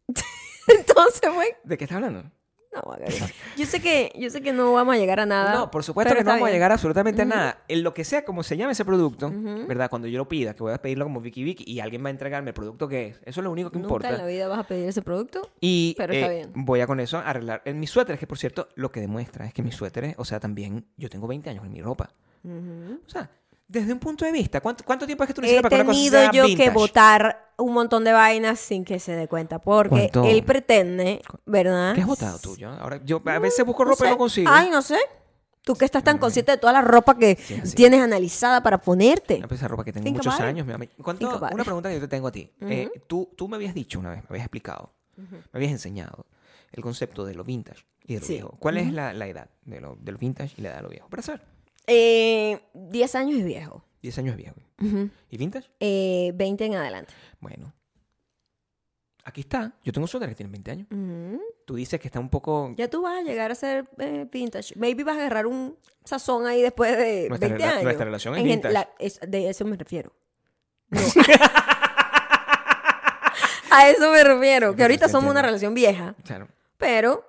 Speaker 1: [LAUGHS] Entonces, güey.
Speaker 2: ¿De qué estás hablando?
Speaker 1: No, Margarita. yo sé que yo sé que no vamos a llegar a nada.
Speaker 2: No, por supuesto
Speaker 1: pero
Speaker 2: que no
Speaker 1: está
Speaker 2: vamos a
Speaker 1: bien.
Speaker 2: llegar absolutamente a nada. En lo que sea, como se llame ese producto, ¿verdad? Cuando yo lo pida, que voy a pedirlo como Vicky Vicky y alguien va a entregarme el producto que es. Eso es lo único que
Speaker 1: Nunca
Speaker 2: importa.
Speaker 1: en la vida vas a pedir ese producto.
Speaker 2: Y
Speaker 1: Pero está
Speaker 2: eh,
Speaker 1: bien.
Speaker 2: voy a con eso arreglar en mis suéteres, que por cierto, lo que demuestra es que mis suéteres, o sea, también yo tengo 20 años en mi ropa. O sea, desde un punto de vista, ¿cuánto, cuánto tiempo es que tú
Speaker 1: He
Speaker 2: necesitas para que una cosa
Speaker 1: tenido
Speaker 2: sea
Speaker 1: yo que
Speaker 2: vintage?
Speaker 1: votar un montón de vainas sin que se dé cuenta. Porque
Speaker 2: ¿Cuánto?
Speaker 1: él pretende, ¿verdad?
Speaker 2: ¿Qué has votado tú? Yo, ahora, yo a veces busco ropa y
Speaker 1: sé.
Speaker 2: no consigo. Mm.
Speaker 1: Ay, no sé. Tú que estás tan consciente de toda la ropa que
Speaker 2: Sí, así. pues.
Speaker 1: tienes analizada para ponerte.
Speaker 2: Una pieza de ropa que tengo
Speaker 1: Think
Speaker 2: muchos
Speaker 1: about it.
Speaker 2: años. mi amigo. ¿Cuánto-
Speaker 1: Think about
Speaker 2: una
Speaker 1: it.
Speaker 2: pregunta que yo te tengo a ti. Eh, tú, tú me habías dicho una vez, me habías explicado, me habías enseñado el concepto de lo vintage y de lo
Speaker 1: Sí.
Speaker 2: viejo. ¿Cuál es la, la edad de lo, de lo vintage y la edad de lo viejo? Para saber,
Speaker 1: Eh, 10 años es viejo.
Speaker 2: 10 años es viejo. ¿Y vintage?
Speaker 1: Eh, 20 en adelante.
Speaker 2: Bueno. Aquí está. Yo tengo suéteres que tienen 20 años.
Speaker 1: Ujú.
Speaker 2: Tú dices que está un poco...
Speaker 1: Mm. Ya tú vas a llegar a ser eh, vintage. Maybe vas a agarrar un sazón ahí después de
Speaker 2: Nuestra
Speaker 1: 20
Speaker 2: rela-
Speaker 1: años.
Speaker 2: nuestra relación es
Speaker 1: En gen-
Speaker 2: vintage.
Speaker 1: la- es- de eso me refiero.
Speaker 2: [LAUGHS]
Speaker 1: No. a eso me refiero. Que ahorita
Speaker 2: Sí,
Speaker 1: somos una
Speaker 2: entiendo.
Speaker 1: relación vieja,
Speaker 2: Claro.
Speaker 1: pero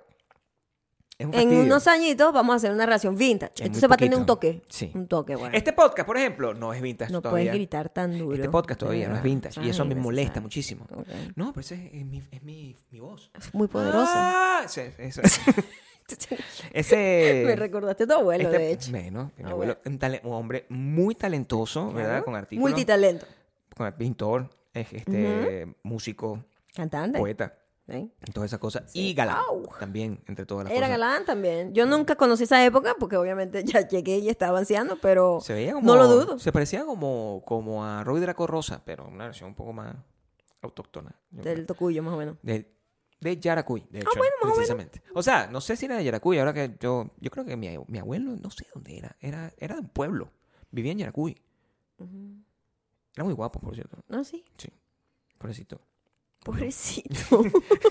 Speaker 2: Es un
Speaker 1: en
Speaker 2: fastidio.
Speaker 1: unos añitos vamos a hacer una relación vintage.
Speaker 2: muy
Speaker 1: Entonces va a tener un
Speaker 2: poquito.
Speaker 1: toque.
Speaker 2: Sí.
Speaker 1: Un toque, bueno.
Speaker 2: Este podcast, por ejemplo, no es vintage
Speaker 1: no
Speaker 2: todavía.
Speaker 1: puedes gritar tan duro.
Speaker 2: Este podcast todavía no es vintage. Y eso me
Speaker 1: Ay,
Speaker 2: molesta
Speaker 1: necesario.
Speaker 2: muchísimo.
Speaker 1: Ok.
Speaker 2: No, pero ese es, es mi, es mi, mi voz.
Speaker 1: Es muy poderosa.
Speaker 2: Ah, ese. ese-
Speaker 1: [LAUGHS]
Speaker 2: ese-
Speaker 1: [LAUGHS] me recordaste a tu abuelo,
Speaker 2: eh, este-
Speaker 1: de hecho.
Speaker 2: Bueno, mi
Speaker 1: Ah,
Speaker 2: abuelo, un, tale- un hombre muy talentoso, ¿verdad? Con artículos.
Speaker 1: Multitalento.
Speaker 2: con- pintor, es- este, músico,
Speaker 1: Cantante.
Speaker 2: poeta.
Speaker 1: ¿eh?
Speaker 2: y Todas esas cosas. Y galán.
Speaker 1: Au.
Speaker 2: También, entre todas las
Speaker 1: Era
Speaker 2: cosas.
Speaker 1: galán también. Yo nunca conocí esa época porque obviamente [LAUGHS] ya llegué y estaba anciano, pero
Speaker 2: Se veía como.
Speaker 1: no lo dudo.
Speaker 2: Se parecía como, como a Roy Draco Rosa, pero una versión un poco más autóctona. yo creo.
Speaker 1: Del tocuyo más o menos.
Speaker 2: De, de Yaracuy,
Speaker 1: Ah,
Speaker 2: de hecho, precisamente. O sea, no sé si era de Yaracuy, ahora que yo, yo creo que mi, mi abuelo, no sé dónde era, era, era de un pueblo, vivía en Yaracuy. Era muy guapo, por cierto,
Speaker 1: No,
Speaker 2: [LAUGHS]
Speaker 1: sí.
Speaker 2: sí, pobrecito.
Speaker 1: Pobrecito.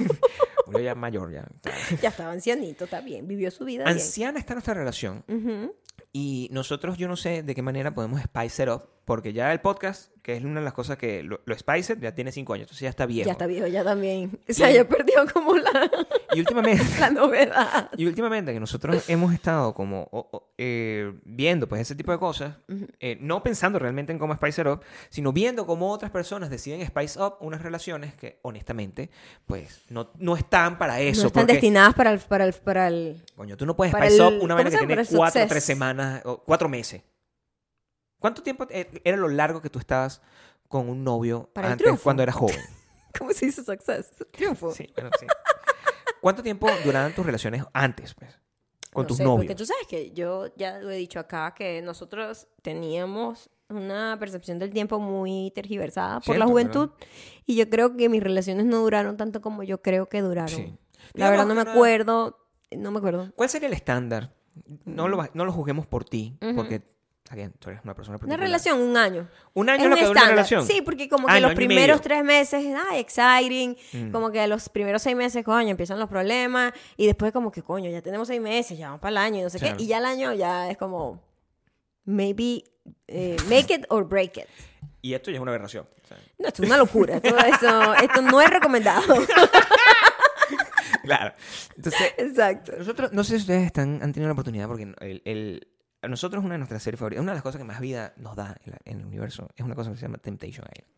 Speaker 1: [LAUGHS]
Speaker 2: Murió ya mayor, ya. está.
Speaker 1: ya estaba ancianito, está bien. Vivió su vida bien.
Speaker 2: Anciana está nuestra relación
Speaker 1: Ujú.
Speaker 2: y nosotros yo no sé de qué manera podemos spice it up, porque ya el podcast que es una de las cosas que lo, lo Spicer ya tiene cinco años, entonces ya está viejo.
Speaker 1: Ya está viejo, ya también. O sea,
Speaker 2: Y-
Speaker 1: ya perdió como la, [LAUGHS]
Speaker 2: Y últimamente,
Speaker 1: la novedad.
Speaker 2: y últimamente que
Speaker 1: [LAUGHS]
Speaker 2: nosotros hemos estado como o- o, eh, viendo pues ese tipo de cosas, eh, no pensando realmente en cómo Spicer Up, sino viendo cómo otras personas deciden Spice Up unas relaciones que honestamente pues no, no están para eso.
Speaker 1: no están
Speaker 2: porque,
Speaker 1: destinadas para el, para el, para el...
Speaker 2: Coño, tú no puedes
Speaker 1: para
Speaker 2: Spice
Speaker 1: el-
Speaker 2: Up
Speaker 1: ¿cómo
Speaker 2: una vaina
Speaker 1: se
Speaker 2: que
Speaker 1: llama?
Speaker 2: tiene
Speaker 1: Para el
Speaker 2: cuatro o
Speaker 1: success.
Speaker 2: tres semanas, o cuatro meses. ¿Cuánto tiempo eh, era lo largo que tú estabas con un novio
Speaker 1: Para el
Speaker 2: antes
Speaker 1: triunfo.
Speaker 2: cuando
Speaker 1: [LAUGHS]
Speaker 2: eras joven?
Speaker 1: ¿Cómo se dice success? Triunfo.
Speaker 2: Sí, bueno, sí. ¿Cuánto tiempo duraban tus relaciones antes, pues? Con
Speaker 1: No
Speaker 2: tus
Speaker 1: sé,
Speaker 2: novios.
Speaker 1: Porque tú sabes que yo ya lo he dicho acá, que nosotros teníamos una percepción del tiempo muy tergiversada por la
Speaker 2: Siempre,
Speaker 1: juventud. Y yo creo que mis relaciones no duraron tanto como yo creo que duraron.
Speaker 2: Sí.
Speaker 1: La verdad
Speaker 2: Digamos
Speaker 1: no
Speaker 2: que
Speaker 1: me
Speaker 2: una-
Speaker 1: acuerdo. No me acuerdo.
Speaker 2: ¿Cuál sería el estándar? No lo, va- no lo juzguemos por ti, porque, again, tú eres una persona
Speaker 1: Mm. Una
Speaker 2: particular.
Speaker 1: relación, un año.
Speaker 2: ¿Un año
Speaker 1: Es
Speaker 2: es lo
Speaker 1: un
Speaker 2: que dura una
Speaker 1: estándar.
Speaker 2: relación?
Speaker 1: Sí, porque como
Speaker 2: Ah,
Speaker 1: que
Speaker 2: no,
Speaker 1: los
Speaker 2: año y
Speaker 1: primeros
Speaker 2: medio. Mm.
Speaker 1: tres meses, ah, exciting. Como que a los primeros seis meses, coño, empiezan los problemas. Y después como que, coño, ya tenemos seis meses, ya vamos para el año y no sé
Speaker 2: Claro.
Speaker 1: qué. Y ya el año ya es como, maybe, eh, make it or break it.
Speaker 2: Y esto ya es una aberración. o sea, [LAUGHS]
Speaker 1: No, esto es una locura. Todo eso, esto no es recomendado. [LAUGHS]
Speaker 2: claro. Entonces,
Speaker 1: Exacto.
Speaker 2: Nosotros, no sé si ustedes están, han tenido la oportunidad, porque el, el- a nosotros una de nuestras series favoritas, una de las cosas que más vida nos da en, la- en el universo, es una cosa que se llama Temptation Island.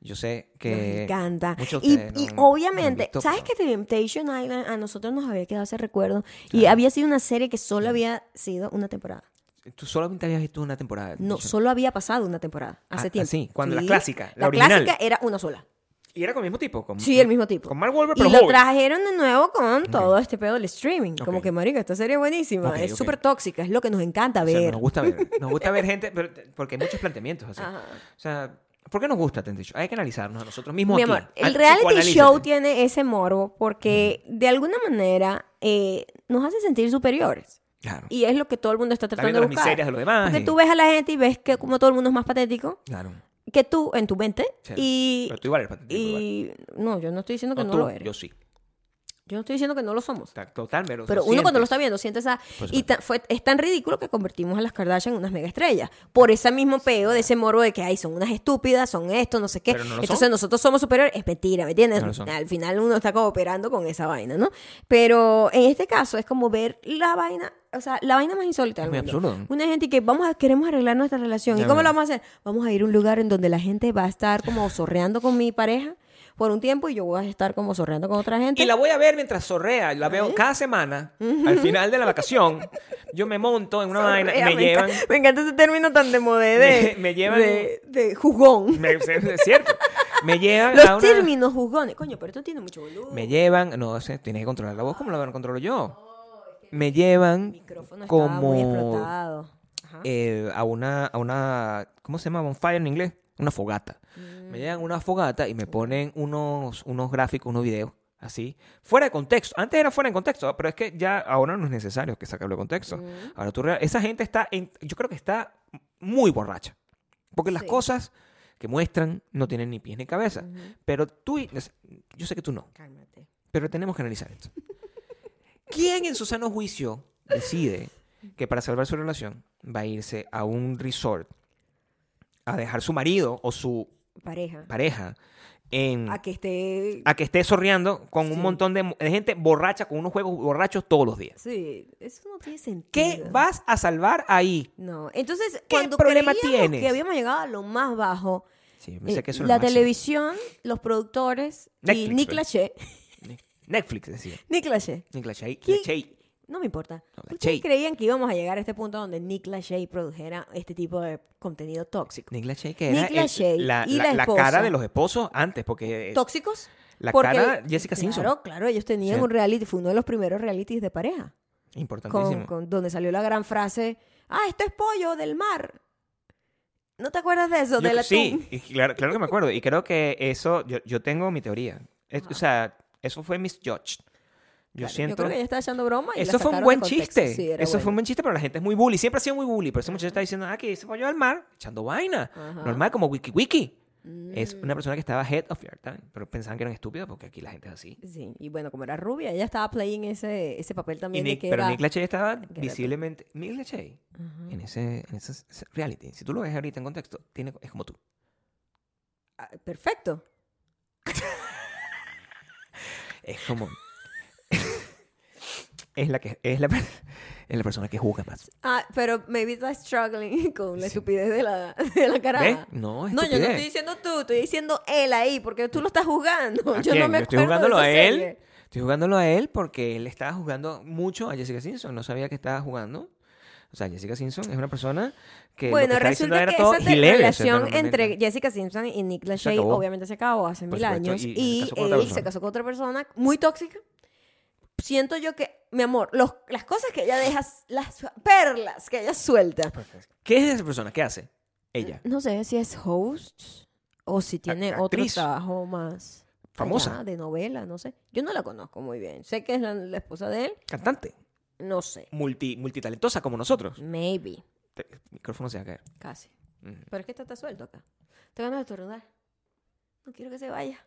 Speaker 2: Yo sé que...
Speaker 1: Nos encanta.
Speaker 2: muchos de
Speaker 1: Y,
Speaker 2: ustedes
Speaker 1: y
Speaker 2: no- no han
Speaker 1: obviamente,
Speaker 2: visto,
Speaker 1: ¿sabes
Speaker 2: pero-
Speaker 1: que Temptation Island a nosotros nos había quedado ese recuerdo? Y había sido una serie que solo había sido una temporada.
Speaker 2: Tú solamente habías visto una temporada. de
Speaker 1: No,
Speaker 2: Temptation
Speaker 1: solo había pasado una temporada, hace
Speaker 2: Ah,
Speaker 1: tiempo.
Speaker 2: sí, cuando la clásica, la original.
Speaker 1: clásica era una sola.
Speaker 2: Island. Y era con el mismo tipo. Con,
Speaker 1: Sí, el mismo tipo.
Speaker 2: Con Mark Wahlberg,
Speaker 1: Y
Speaker 2: pero
Speaker 1: lo
Speaker 2: joven.
Speaker 1: trajeron de nuevo con todo este pedo del streaming. Como
Speaker 2: Ok.
Speaker 1: que, marica, esta serie es buenísima.
Speaker 2: Ok,
Speaker 1: es
Speaker 2: ok.
Speaker 1: súper tóxica, es lo que nos encanta
Speaker 2: O sea,
Speaker 1: ver.
Speaker 2: nos gusta ver. Nos
Speaker 1: [LAUGHS]
Speaker 2: gusta ver gente, pero, porque hay muchos planteamientos. así.
Speaker 1: Ajá.
Speaker 2: O sea, ¿por qué nos gusta Temptation? Hay que analizarnos a nosotros mismos
Speaker 1: Mi
Speaker 2: aquí.
Speaker 1: amor, el
Speaker 2: Al-
Speaker 1: reality
Speaker 2: psicoanalízate.
Speaker 1: show tiene ese morbo porque de alguna manera eh, nos hace sentir superiores.
Speaker 2: Claro.
Speaker 1: Y es lo que todo el mundo está
Speaker 2: Está
Speaker 1: tratando de
Speaker 2: viendo las
Speaker 1: buscar.
Speaker 2: miserias de los demás.
Speaker 1: Porque
Speaker 2: y-
Speaker 1: tú ves a la gente y ves que como todo el mundo es más patético
Speaker 2: Claro.
Speaker 1: que tú en tu mente.
Speaker 2: Sí,
Speaker 1: Y,
Speaker 2: Pero tú igual eres patético, igual.
Speaker 1: y no, yo no estoy diciendo que no,
Speaker 2: tú,
Speaker 1: lo eres.
Speaker 2: Yo sí.
Speaker 1: Yo no estoy diciendo que no lo somos.
Speaker 2: Ta- Total, pero,
Speaker 1: Pero uno cuando lo está viendo siente esa...
Speaker 2: Por
Speaker 1: Y ta- fue, es tan ridículo que convertimos a las Kardashian en unas mega estrellas. Por ese mismo peo de ese morbo de que, ay, son unas estúpidas, son esto, no sé qué.
Speaker 2: Pero no lo
Speaker 1: Entonces
Speaker 2: son.
Speaker 1: nosotros somos superiores. Es mentira, ¿me entiendes?
Speaker 2: No lo son.
Speaker 1: Al final uno está cooperando con esa vaina, ¿no? Pero en este caso es como ver la vaina... O sea, la vaina más insólita. del
Speaker 2: Es muy
Speaker 1: mundo.
Speaker 2: absurdo.
Speaker 1: Una gente que vamos a, queremos arreglar nuestra relación. ¿Y
Speaker 2: Ya
Speaker 1: cómo
Speaker 2: veo.
Speaker 1: lo vamos a hacer? Vamos a ir a un lugar en donde la gente va a estar
Speaker 2: [SIGHS]
Speaker 1: como zorreando con mi pareja por un tiempo y yo voy a estar como zorreando con otra gente.
Speaker 2: Y la voy a ver mientras zorrea. La veo cada semana. Al final de la vacación, yo me
Speaker 1: [LAUGHS]
Speaker 2: monto en una vaina y
Speaker 1: Rea,
Speaker 2: me llevan.
Speaker 1: encanta, me encanta ese término tan de modé de,
Speaker 2: Me- me llevan-
Speaker 1: de, de jugón.
Speaker 2: Me- es cierto. Me llevan
Speaker 1: Los
Speaker 2: [LAUGHS] a una-
Speaker 1: términos jugones. Coño, pero esto tiene mucho volumen.
Speaker 2: Me llevan. No, sé, tienes que controlar la voz como la controlo yo. Me llevan
Speaker 1: El micrófono estaba muy
Speaker 2: como
Speaker 1: explotado. Ajá.
Speaker 2: eh, a una a una ¿cómo se llama? Bonfire en inglés, una fogata. Me
Speaker 1: Mm.
Speaker 2: llevan a una fogata y me ponen unos unos gráficos, unos videos así, fuera de contexto. Antes era fuera de contexto, pero es que ya ahora no es necesario que sacarlo de contexto.
Speaker 1: Mm.
Speaker 2: Ahora tú real- esa gente está en- yo creo que está muy borracha. Porque las
Speaker 1: Sí. Mm.
Speaker 2: cosas que muestran no tienen ni pies ni cabeza, pero tú y- yo sé que tú no,
Speaker 1: Cálmate.
Speaker 2: pero tenemos que analizar esto. ¿Quién en su sano juicio decide que para salvar su relación va a irse a un resort a dejar su marido o su
Speaker 1: Pareja.
Speaker 2: pareja en,
Speaker 1: A que esté.
Speaker 2: a que esté sorreando con
Speaker 1: Sí.
Speaker 2: un montón de, de gente borracha, con unos juegos borrachos todos los días?
Speaker 1: Sí, eso no tiene sentido.
Speaker 2: ¿Qué vas a salvar ahí?
Speaker 1: No. Entonces, cuando
Speaker 2: problema
Speaker 1: creíamos
Speaker 2: tienes?
Speaker 1: que habíamos llegado a lo más bajo,
Speaker 2: Sí, yo pensé
Speaker 1: eh,
Speaker 2: que eso era
Speaker 1: la
Speaker 2: lo máximo.
Speaker 1: televisión, los productores
Speaker 2: Netflix,
Speaker 1: y Nick
Speaker 2: pues.
Speaker 1: Lachey. [LAUGHS]
Speaker 2: Netflix decía.
Speaker 1: Nick Lachey.
Speaker 2: Nick Lachey.
Speaker 1: ¿Qué?
Speaker 2: Lachey.
Speaker 1: No me importa.
Speaker 2: No, la
Speaker 1: ¿Ustedes
Speaker 2: Shea.
Speaker 1: creían que íbamos a llegar a este punto donde Nick Lachey produjera este tipo de contenido tóxico?
Speaker 2: Nick Lachey, que era
Speaker 1: Nick
Speaker 2: el-
Speaker 1: Lachey
Speaker 2: la,
Speaker 1: y
Speaker 2: la-
Speaker 1: la
Speaker 2: la
Speaker 1: esposa.
Speaker 2: cara de los esposos antes, porque eh,
Speaker 1: ¿Tóxicos?
Speaker 2: la cara Jessica Simpson.
Speaker 1: Claro, claro, ellos tenían
Speaker 2: Sí.
Speaker 1: un reality, fue uno de los primeros realities de pareja, con,
Speaker 2: Importantísimo.
Speaker 1: con- donde salió la gran frase, ah, esto es pollo del mar. ¿No te acuerdas de eso?
Speaker 2: Yo-
Speaker 1: del atún?
Speaker 2: sí, y claro, claro que me acuerdo. Y creo que eso, yo, yo tengo mi teoría. Es- o sea, eso fue misjudged. Yo
Speaker 1: Claro,
Speaker 2: siento...
Speaker 1: creo que ella estaba echando broma. Y la
Speaker 2: eso fue un
Speaker 1: sacaron
Speaker 2: buen
Speaker 1: de contexto.
Speaker 2: chiste.
Speaker 1: Sí, era
Speaker 2: eso fue un
Speaker 1: bueno.
Speaker 2: buen chiste, pero la gente es muy bully. Siempre ha sido muy bully. Pero ese muchacho está diciendo, ah, que se fue al mar, echando vaina.
Speaker 1: Ajá. Mm,
Speaker 2: Normal, como wiki wiki. Es una persona que estaba head of your time. Pero pensaban que eran estúpidos porque aquí la gente es así.
Speaker 1: Sí, y bueno, como era rubia, ella estaba playing ese, ese papel
Speaker 2: Y
Speaker 1: también de
Speaker 2: Nick-
Speaker 1: que
Speaker 2: pero
Speaker 1: era...
Speaker 2: Nick Lachey estaba
Speaker 1: era-
Speaker 2: visiblemente... Nick Lachey, en, ese, en ese reality, si tú lo ves ahorita en contexto, tiene, es como tú.
Speaker 1: Ah, Perfecto.
Speaker 2: Es como. es la que. Es la, per- es la persona que juzga más.
Speaker 1: Ah, pero maybe estás struggling [LAUGHS] con la
Speaker 2: Sí.
Speaker 1: estupidez de la, de la cara.
Speaker 2: ¿Ves?
Speaker 1: No,
Speaker 2: No,
Speaker 1: yo no
Speaker 2: estupidez.
Speaker 1: estoy diciendo tú, estoy diciendo él ahí, porque tú lo estás jugando.
Speaker 2: ¿A
Speaker 1: [LAUGHS] Yo no
Speaker 2: quién?
Speaker 1: me acuerdo.
Speaker 2: estoy
Speaker 1: de
Speaker 2: jugándolo
Speaker 1: esa
Speaker 2: a él.
Speaker 1: serie.
Speaker 2: Estoy jugándolo a él porque él estaba jugando mucho a Jessica Simpson. No sabía que estaba jugando. O sea, Jessica Simpson es una persona que. lo
Speaker 1: Bueno,
Speaker 2: que está diciendo
Speaker 1: resulta
Speaker 2: era
Speaker 1: que
Speaker 2: todo
Speaker 1: esa te-
Speaker 2: hilero, o sea,
Speaker 1: relación
Speaker 2: normalmente.
Speaker 1: entre Jessica Simpson y Nick
Speaker 2: Se
Speaker 1: Lachey
Speaker 2: acabó.
Speaker 1: obviamente se acabó hace
Speaker 2: Por
Speaker 1: mil
Speaker 2: supuesto,
Speaker 1: años
Speaker 2: y- y
Speaker 1: y,
Speaker 2: se casó con otra
Speaker 1: él
Speaker 2: persona.
Speaker 1: se casó con otra persona muy tóxica. Siento yo que, mi amor, los- las cosas que ella deja, las perlas que ella suelta.
Speaker 2: ¿Qué es esa persona? ¿Qué hace? Ella.
Speaker 1: No sé si es host o si tiene otro
Speaker 2: actriz.
Speaker 1: trabajo más
Speaker 2: Famosa.
Speaker 1: allá, de novela, no sé. Yo no la conozco muy bien. Sé que es la, la esposa de él,
Speaker 2: Cantante.
Speaker 1: no sé.
Speaker 2: Multi, multitalentosa como nosotros.
Speaker 1: Maybe,
Speaker 2: Te- El micrófono se va a caer.
Speaker 1: casi.
Speaker 2: Ujú.
Speaker 1: Pero es que esto está suelto acá. Te van a estornudar. No quiero que se vaya.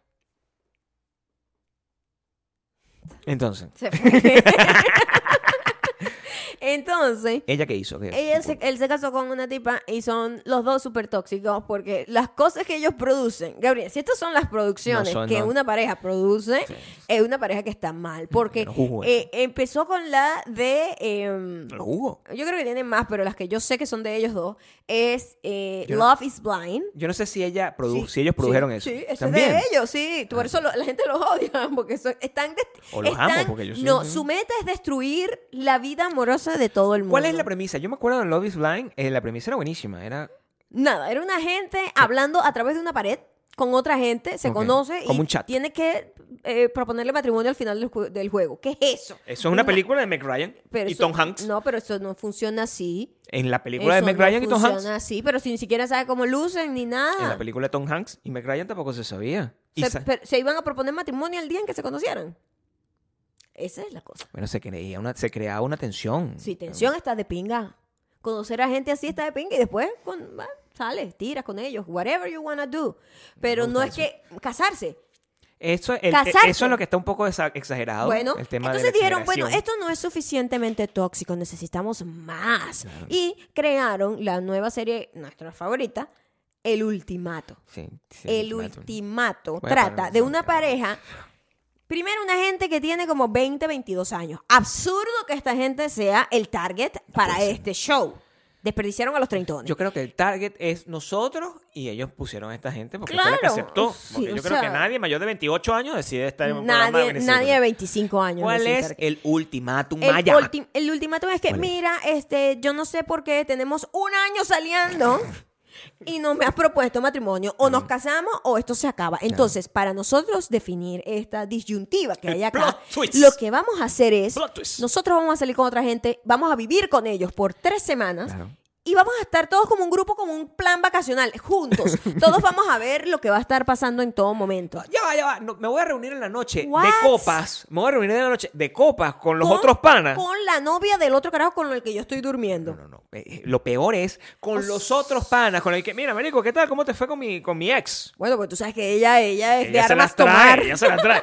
Speaker 2: Entonces,
Speaker 1: Se fue. [LAUGHS] Entonces,
Speaker 2: ¿ella qué hizo? ¿Qué-
Speaker 1: ella se- él se casó con una tipa y son los dos súper tóxicos porque las cosas que ellos producen, Gabriel, si estas son las producciones
Speaker 2: No son,
Speaker 1: que
Speaker 2: no.
Speaker 1: una pareja produce,
Speaker 2: Sí.
Speaker 1: es una pareja que está mal porque
Speaker 2: No juzgo
Speaker 1: eh, empezó con la de... em,
Speaker 2: ¿Lo jugó?
Speaker 1: yo creo que tienen más, pero las que yo sé que son de ellos dos es eh,
Speaker 2: Yo no-
Speaker 1: Love is Blind.
Speaker 2: Yo no sé si ella produ-
Speaker 1: Sí,
Speaker 2: si ellos produjeron
Speaker 1: sí,
Speaker 2: eso.
Speaker 1: Sí, eso es
Speaker 2: También. Ah.
Speaker 1: de ellos, sí. Por eso lo- la gente los odia, [LAUGHS] porque son- están... dest-
Speaker 2: O los amo,
Speaker 1: están-
Speaker 2: porque yo soy-
Speaker 1: No, su meta es destruir la vida amorosa de todo el mundo.
Speaker 2: ¿Cuál es la premisa? Yo me acuerdo de Love is Blind, eh, la premisa era buenísima, era
Speaker 1: Nada, era una gente hablando a través de una pared con otra gente, se
Speaker 2: Ok,
Speaker 1: conoce y
Speaker 2: como un chat.
Speaker 1: tiene que eh, proponerle matrimonio al final del, ju- del juego. ¿Qué es eso?
Speaker 2: Eso es una película de Meg Ryan
Speaker 1: Pero
Speaker 2: y
Speaker 1: eso-
Speaker 2: Tom Hanks.
Speaker 1: No, pero eso no funciona así.
Speaker 2: En la película de
Speaker 1: Eso
Speaker 2: Meg
Speaker 1: no
Speaker 2: Ryan y Tom Hanks.
Speaker 1: funciona así, pero si ni siquiera sabe cómo lucen ni
Speaker 2: En la
Speaker 1: nada.
Speaker 2: película de Tom Hanks y Meg Ryan tampoco se sabía. Y
Speaker 1: Se,
Speaker 2: sa-
Speaker 1: pero se iban a proponer matrimonio el día en que se conocieran. Esa es la cosa.
Speaker 2: bueno, se, creía una, se creaba una tensión.
Speaker 1: Si tensión está de pinga. Conocer a gente así está de pinga y después con, va, sales, tiras con ellos, whatever you wanna do. Pero no es que casarse.
Speaker 2: Eso, el- e,
Speaker 1: Casarse.
Speaker 2: eso es lo que está un poco exa- exagerado.
Speaker 1: Bueno,
Speaker 2: el tema de
Speaker 1: entonces
Speaker 2: la
Speaker 1: dijeron, bueno,
Speaker 2: exageración.
Speaker 1: esto no es suficientemente tóxico, necesitamos más. Y crearon la nueva serie, nuestra favorita, El Ultimato.
Speaker 2: Sí, sí,
Speaker 1: el
Speaker 2: ultimátum.
Speaker 1: ultimato
Speaker 2: Voy a
Speaker 1: trata
Speaker 2: parar,
Speaker 1: de
Speaker 2: no,
Speaker 1: una
Speaker 2: no.
Speaker 1: pareja. Primero, una gente que tiene como 20, 22 años. Absurdo que esta gente sea el target para este show. Desperdiciaron a los treintones.
Speaker 2: Yo creo que el target es nosotros y ellos pusieron a esta gente porque fue la que
Speaker 1: Claro,
Speaker 2: aceptó.
Speaker 1: sí,
Speaker 2: Porque
Speaker 1: o
Speaker 2: yo creo que
Speaker 1: sea-
Speaker 2: nadie mayor de 28 años decide estar en un programa de
Speaker 1: nadie,
Speaker 2: Venezuela.
Speaker 1: nadie de 25 años.
Speaker 2: ¿Cuál
Speaker 1: no es el
Speaker 2: es
Speaker 1: target.
Speaker 2: el ultimátum
Speaker 1: El,
Speaker 2: maya?
Speaker 1: ulti- el ultimátum es que,
Speaker 2: ¿Cuál es?
Speaker 1: mira, este, yo no sé por qué tenemos un año saliendo
Speaker 2: [LAUGHS]
Speaker 1: y no me has propuesto matrimonio. O nos casamos o esto se acaba. Entonces, para nosotros definir esta disyuntiva que
Speaker 2: El
Speaker 1: hay acá,
Speaker 2: plot twist.
Speaker 1: lo que vamos a hacer es,
Speaker 2: Plot twist.
Speaker 1: nosotros vamos a salir con otra gente, vamos a vivir con ellos por tres semanas.
Speaker 2: Claro.
Speaker 1: Y vamos a estar todos como un grupo, como un plan vacacional,
Speaker 2: [LAUGHS]
Speaker 1: juntos. Todos vamos a ver lo que va a estar pasando en todo momento.
Speaker 2: Ya va, ya va. No, me voy a reunir en la noche
Speaker 1: What?
Speaker 2: de copas. Me voy a reunir en la noche de copas con los
Speaker 1: Con-
Speaker 2: otros panas.
Speaker 1: Con la novia del otro carajo con el que yo estoy durmiendo.
Speaker 2: No, no, no. Eh, eh, lo peor es con los otros panas, con el que, mira, marico, ¿qué tal? ¿Cómo te fue con mi, con mi ex?
Speaker 1: Bueno, pues tú sabes que ella, ella es de
Speaker 2: Ella se
Speaker 1: armas
Speaker 2: las trae,
Speaker 1: tomar.
Speaker 2: ella se las
Speaker 1: [LAUGHS]
Speaker 2: trae.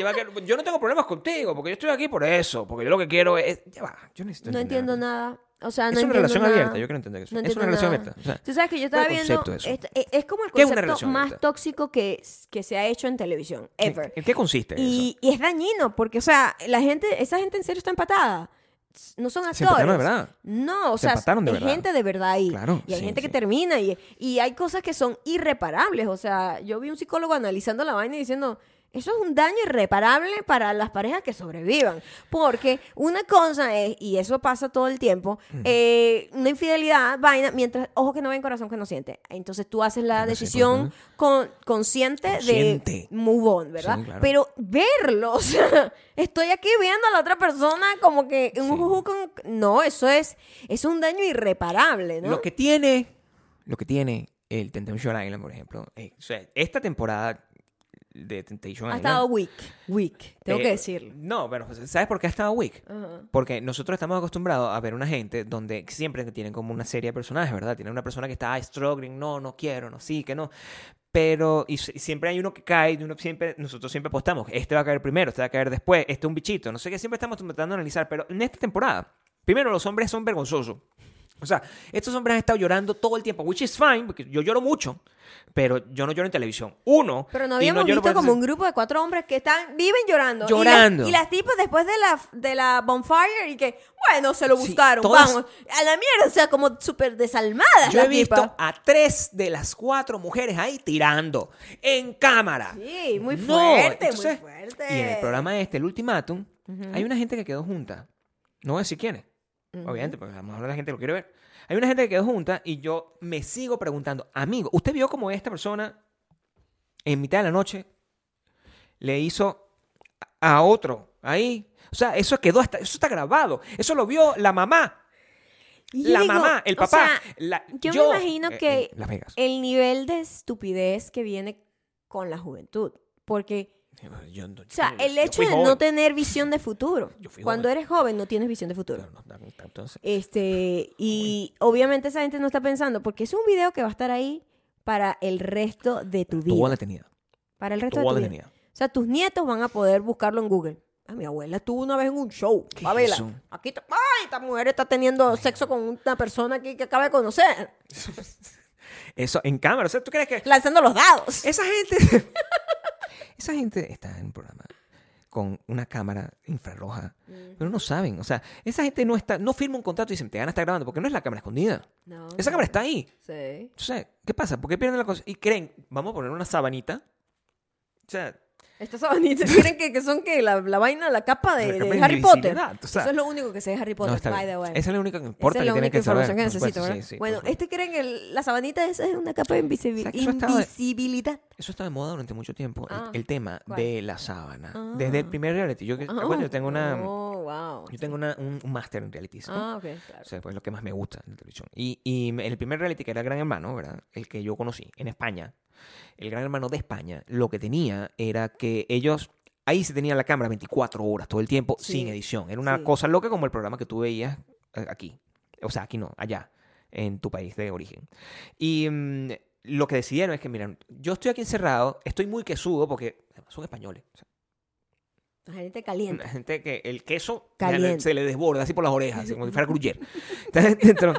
Speaker 2: Y va que- yo no tengo problemas contigo, porque yo estoy aquí por eso, porque yo lo que quiero es... Ya va, yo necesito
Speaker 1: No entiendo nada. O sea,
Speaker 2: Es
Speaker 1: no
Speaker 2: una
Speaker 1: entiendo
Speaker 2: relación
Speaker 1: nada.
Speaker 2: abierta, yo quiero entender eso.
Speaker 1: No
Speaker 2: Es
Speaker 1: entiendo
Speaker 2: una relación
Speaker 1: nada.
Speaker 2: abierta, o sea,
Speaker 1: tú sabes que yo estaba
Speaker 2: ¿cuál es el
Speaker 1: viendo.
Speaker 2: concepto de eso?
Speaker 1: esto- es, es como el
Speaker 2: ¿Qué es una
Speaker 1: concepto
Speaker 2: relación
Speaker 1: más
Speaker 2: abierta?
Speaker 1: tóxico que, que se ha hecho en televisión, ever.
Speaker 2: ¿En, en qué consiste eso?
Speaker 1: Y, y es dañino, porque, o sea, la gente, esa gente en serio está empatada. S- No son actores.
Speaker 2: Se empataron de verdad.
Speaker 1: No, o
Speaker 2: Se
Speaker 1: sea,
Speaker 2: empataron de
Speaker 1: hay
Speaker 2: verdad.
Speaker 1: gente de verdad ahí.
Speaker 2: Claro,
Speaker 1: y hay
Speaker 2: sí,
Speaker 1: gente que
Speaker 2: sí.
Speaker 1: termina y, y hay cosas que son irreparables. O sea, yo vi un psicólogo analizando la vaina y diciendo, eso es un daño irreparable para las parejas que sobrevivan. Porque una cosa es, y eso pasa todo el tiempo, eh, una infidelidad, vaina, mientras, ojo que no ven, corazón que no siente. Entonces tú haces la
Speaker 2: Bueno, sí,
Speaker 1: decisión con- consciente,
Speaker 2: Consciente.
Speaker 1: de move on, ¿verdad?
Speaker 2: Sí, claro.
Speaker 1: Pero pero verlo, [LAUGHS] o sea, estoy aquí viendo a la otra persona como que un
Speaker 2: Sí.
Speaker 1: juju con... No, eso es, es un daño irreparable, ¿no?
Speaker 2: Lo que tiene, lo que tiene el Temptation Island, por ejemplo, eh, o sea, esta temporada de Temptation
Speaker 1: ha
Speaker 2: Island...
Speaker 1: estado weak, weak, tengo
Speaker 2: Eh,
Speaker 1: que decirlo.
Speaker 2: No, bueno, pues, ¿sabes por qué ha estado weak?
Speaker 1: Ajá.
Speaker 2: Porque nosotros estamos acostumbrados a ver una gente donde siempre tienen como una serie de personajes, ¿verdad? Tienen una persona que está "Ay, struggling, no, no quiero, no, sí, que no. Pero y s- y siempre hay uno que cae, y uno siempre, nosotros siempre apostamos, este va a caer primero, este va a caer después, este es un bichito, no sé qué, siempre estamos tratando de analizar, pero en esta temporada, primero los hombres son vergonzosos. O sea, estos hombres han estado llorando todo el tiempo, which is fine, porque yo lloro mucho, pero yo no lloro en televisión. Uno,
Speaker 1: Pero no
Speaker 2: y
Speaker 1: habíamos
Speaker 2: lloro
Speaker 1: visto
Speaker 2: por-
Speaker 1: como un grupo de cuatro hombres que están, viven llorando. Y las-
Speaker 2: Llorando.
Speaker 1: Y las, tipas después de la, de la bonfire y que, bueno, se lo
Speaker 2: Sí,
Speaker 1: buscaron,
Speaker 2: todas-
Speaker 1: vamos. A la mierda, o sea, como súper desalmadas
Speaker 2: Yo he
Speaker 1: las
Speaker 2: visto
Speaker 1: tipas.
Speaker 2: a tres de las cuatro mujeres ahí tirando en cámara.
Speaker 1: Sí, muy
Speaker 2: No,
Speaker 1: fuerte,
Speaker 2: entonces-
Speaker 1: muy fuerte.
Speaker 2: Y en el programa este, el ultimátum, hay una gente que quedó junta. No voy a decir quién es. Obviamente, porque a lo mejor la gente lo quiere ver. Hay una gente que quedó junta y yo me sigo preguntando, amigo, ¿usted vio cómo esta persona en mitad de la noche le hizo a otro ahí? O sea, eso quedó hasta, eso está grabado. Eso lo vio la mamá,
Speaker 1: Y yo
Speaker 2: la
Speaker 1: digo,
Speaker 2: mamá, el
Speaker 1: o
Speaker 2: papá.
Speaker 1: sea,
Speaker 2: la-
Speaker 1: yo me imagino
Speaker 2: eh,
Speaker 1: que-
Speaker 2: en Las Vegas.
Speaker 1: el nivel de estupidez que viene con la juventud. Porque,
Speaker 2: Yo no-
Speaker 1: o sea,
Speaker 2: yo-
Speaker 1: el
Speaker 2: yo
Speaker 1: hecho
Speaker 2: fui
Speaker 1: de
Speaker 2: joven.
Speaker 1: no tener visión de futuro.
Speaker 2: Yo fui
Speaker 1: Cuando
Speaker 2: joven.
Speaker 1: eres joven no tienes visión de futuro.
Speaker 2: Claro, no, no, entonces,
Speaker 1: Este, y obviamente esa gente no está pensando, porque es un video que va a estar ahí para el resto de tu
Speaker 2: tuvo
Speaker 1: vida.
Speaker 2: la tenida.
Speaker 1: Para el resto de
Speaker 2: Tuvo
Speaker 1: tu
Speaker 2: la
Speaker 1: vida.
Speaker 2: tenida.
Speaker 1: O sea, tus nietos van a poder buscarlo en Google. Ah, mi abuela estuvo una vez en un show.
Speaker 2: ¿Qué
Speaker 1: Va a verla.
Speaker 2: hizo?
Speaker 1: Aquí está- ¡Ay! Esta mujer está teniendo sexo con una persona aquí que acaba de conocer.
Speaker 2: Eso en cámara. O sea, ¿tú crees que
Speaker 1: Lanzando los dados.
Speaker 2: Esa gente. [LAUGHS] esa gente está en un programa con una cámara infrarroja.
Speaker 1: Mm.
Speaker 2: Pero no saben. O sea, esa gente no está, no firma un contrato y dicen, te van a estar grabando, porque no es la cámara escondida.
Speaker 1: No,
Speaker 2: Esa cámara está ahí.
Speaker 1: Sí.
Speaker 2: O sea, ¿qué pasa? ¿Por qué pierden la cosa? Y creen, vamos a poner una sabanita. O sea,
Speaker 1: Estas [LAUGHS] sabanitas, miren que, que son que la, la vaina, la capa de,
Speaker 2: La
Speaker 1: de
Speaker 2: capa de
Speaker 1: Harry Potter.
Speaker 2: invisibilidad, o sea.
Speaker 1: Eso es lo único que se de Harry
Speaker 2: no
Speaker 1: Potter,
Speaker 2: está
Speaker 1: by
Speaker 2: bien.
Speaker 1: the way.
Speaker 2: Esa es la única que
Speaker 1: Esa
Speaker 2: importa
Speaker 1: es
Speaker 2: que
Speaker 1: la
Speaker 2: tienen
Speaker 1: única
Speaker 2: que saber.
Speaker 1: información que
Speaker 2: por supuesto,
Speaker 1: necesito, ¿verdad?
Speaker 2: sí, sí, por
Speaker 1: bueno,
Speaker 2: supuesto.
Speaker 1: este creen que el- la sabanita es, es una capa de invisibil-
Speaker 2: O sea, que eso estaba-
Speaker 1: invisibilidad.
Speaker 2: Eso estaba de moda durante mucho tiempo, el-
Speaker 1: Ah,
Speaker 2: el, tema
Speaker 1: ¿cuál?
Speaker 2: de la sábana.
Speaker 1: Ah.
Speaker 2: Desde el primer reality. Yo, que- ¿te acuerdas? Yo tengo una,
Speaker 1: Oh, wow.
Speaker 2: yo tengo una- un un máster en reality. ¿no?
Speaker 1: Ah, ok, claro.
Speaker 2: O sea, pues lo que más me gusta en la televisión. Y, y el primer reality que era el Gran Hermano, ¿verdad? El que yo conocí en España. El Gran Hermano de España, lo que tenía era que ellos. Ahí se tenía la cámara 24 horas todo el tiempo
Speaker 1: Sí,
Speaker 2: sin edición. Era una
Speaker 1: sí.
Speaker 2: cosa loca como el programa que tú veías eh, aquí. O sea, aquí no, allá, en tu país de origen. Y mm, lo que decidieron es que, miren, yo estoy aquí encerrado, estoy muy quesudo porque además, son españoles. O sea,
Speaker 1: La gente caliente.
Speaker 2: [LAUGHS] una gente que el queso
Speaker 1: Caliente.
Speaker 2: ya se le desborda así por las orejas, así como si fuera gruyer. Entonces, [LAUGHS] dentro-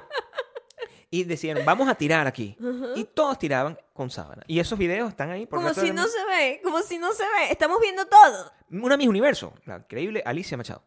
Speaker 2: y decían, vamos a tirar aquí. Y todos tiraban con sábana. Y esos videos están ahí por el
Speaker 1: Como
Speaker 2: resto
Speaker 1: si
Speaker 2: del
Speaker 1: no
Speaker 2: mundo.
Speaker 1: se ve, como si no se ve. Estamos viendo todo.
Speaker 2: Una Miss Universo, la increíble Alicia Machado.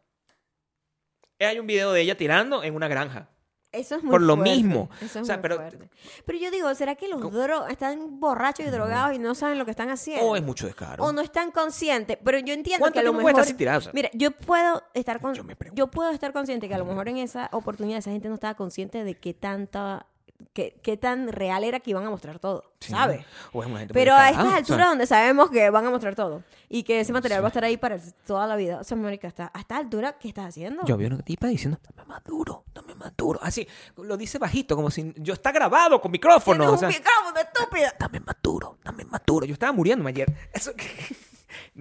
Speaker 2: Hay un video de ella tirando en una granja.
Speaker 1: Eso es muy
Speaker 2: Por lo
Speaker 1: fuerte.
Speaker 2: mismo.
Speaker 1: Eso es
Speaker 2: O sea,
Speaker 1: muy
Speaker 2: pero-
Speaker 1: fuerte. Pero yo digo, ¿será que los dro- están borrachos y drogados y no saben lo que están haciendo?
Speaker 2: O es mucho descaro.
Speaker 1: o no están conscientes, pero yo entiendo
Speaker 2: ¿Cuánto
Speaker 1: que a lo
Speaker 2: tiempo cuesta
Speaker 1: mejor
Speaker 2: así tirado? O sea,
Speaker 1: Mira, yo puedo estar con,
Speaker 2: Yo
Speaker 1: yo,
Speaker 2: me pregunto.
Speaker 1: puedo estar consciente que a lo mejor en esa oportunidad esa gente no estaba consciente de qué tanta qué, qué tan real era que iban a mostrar todo,
Speaker 2: sí.
Speaker 1: ¿sabes?
Speaker 2: O es una gente muy
Speaker 1: Pero a
Speaker 2: descarada, Ah,
Speaker 1: estas
Speaker 2: o sea,
Speaker 1: alturas donde sabemos que van a mostrar todo y que ese material va a estar ahí para toda la vida. O sea, Mónica, hasta- a esta altura, ¿qué estás haciendo?
Speaker 2: Yo vi a una tipa diciendo, dame más duro, dame más duro. Así, lo dice bajito, como si yo está grabado con micrófono.
Speaker 1: Tienes
Speaker 2: o sea,
Speaker 1: un micrófono, estúpida.
Speaker 2: dame más duro, dame más duro. Yo estaba muriéndome ayer. Eso que- [LAUGHS]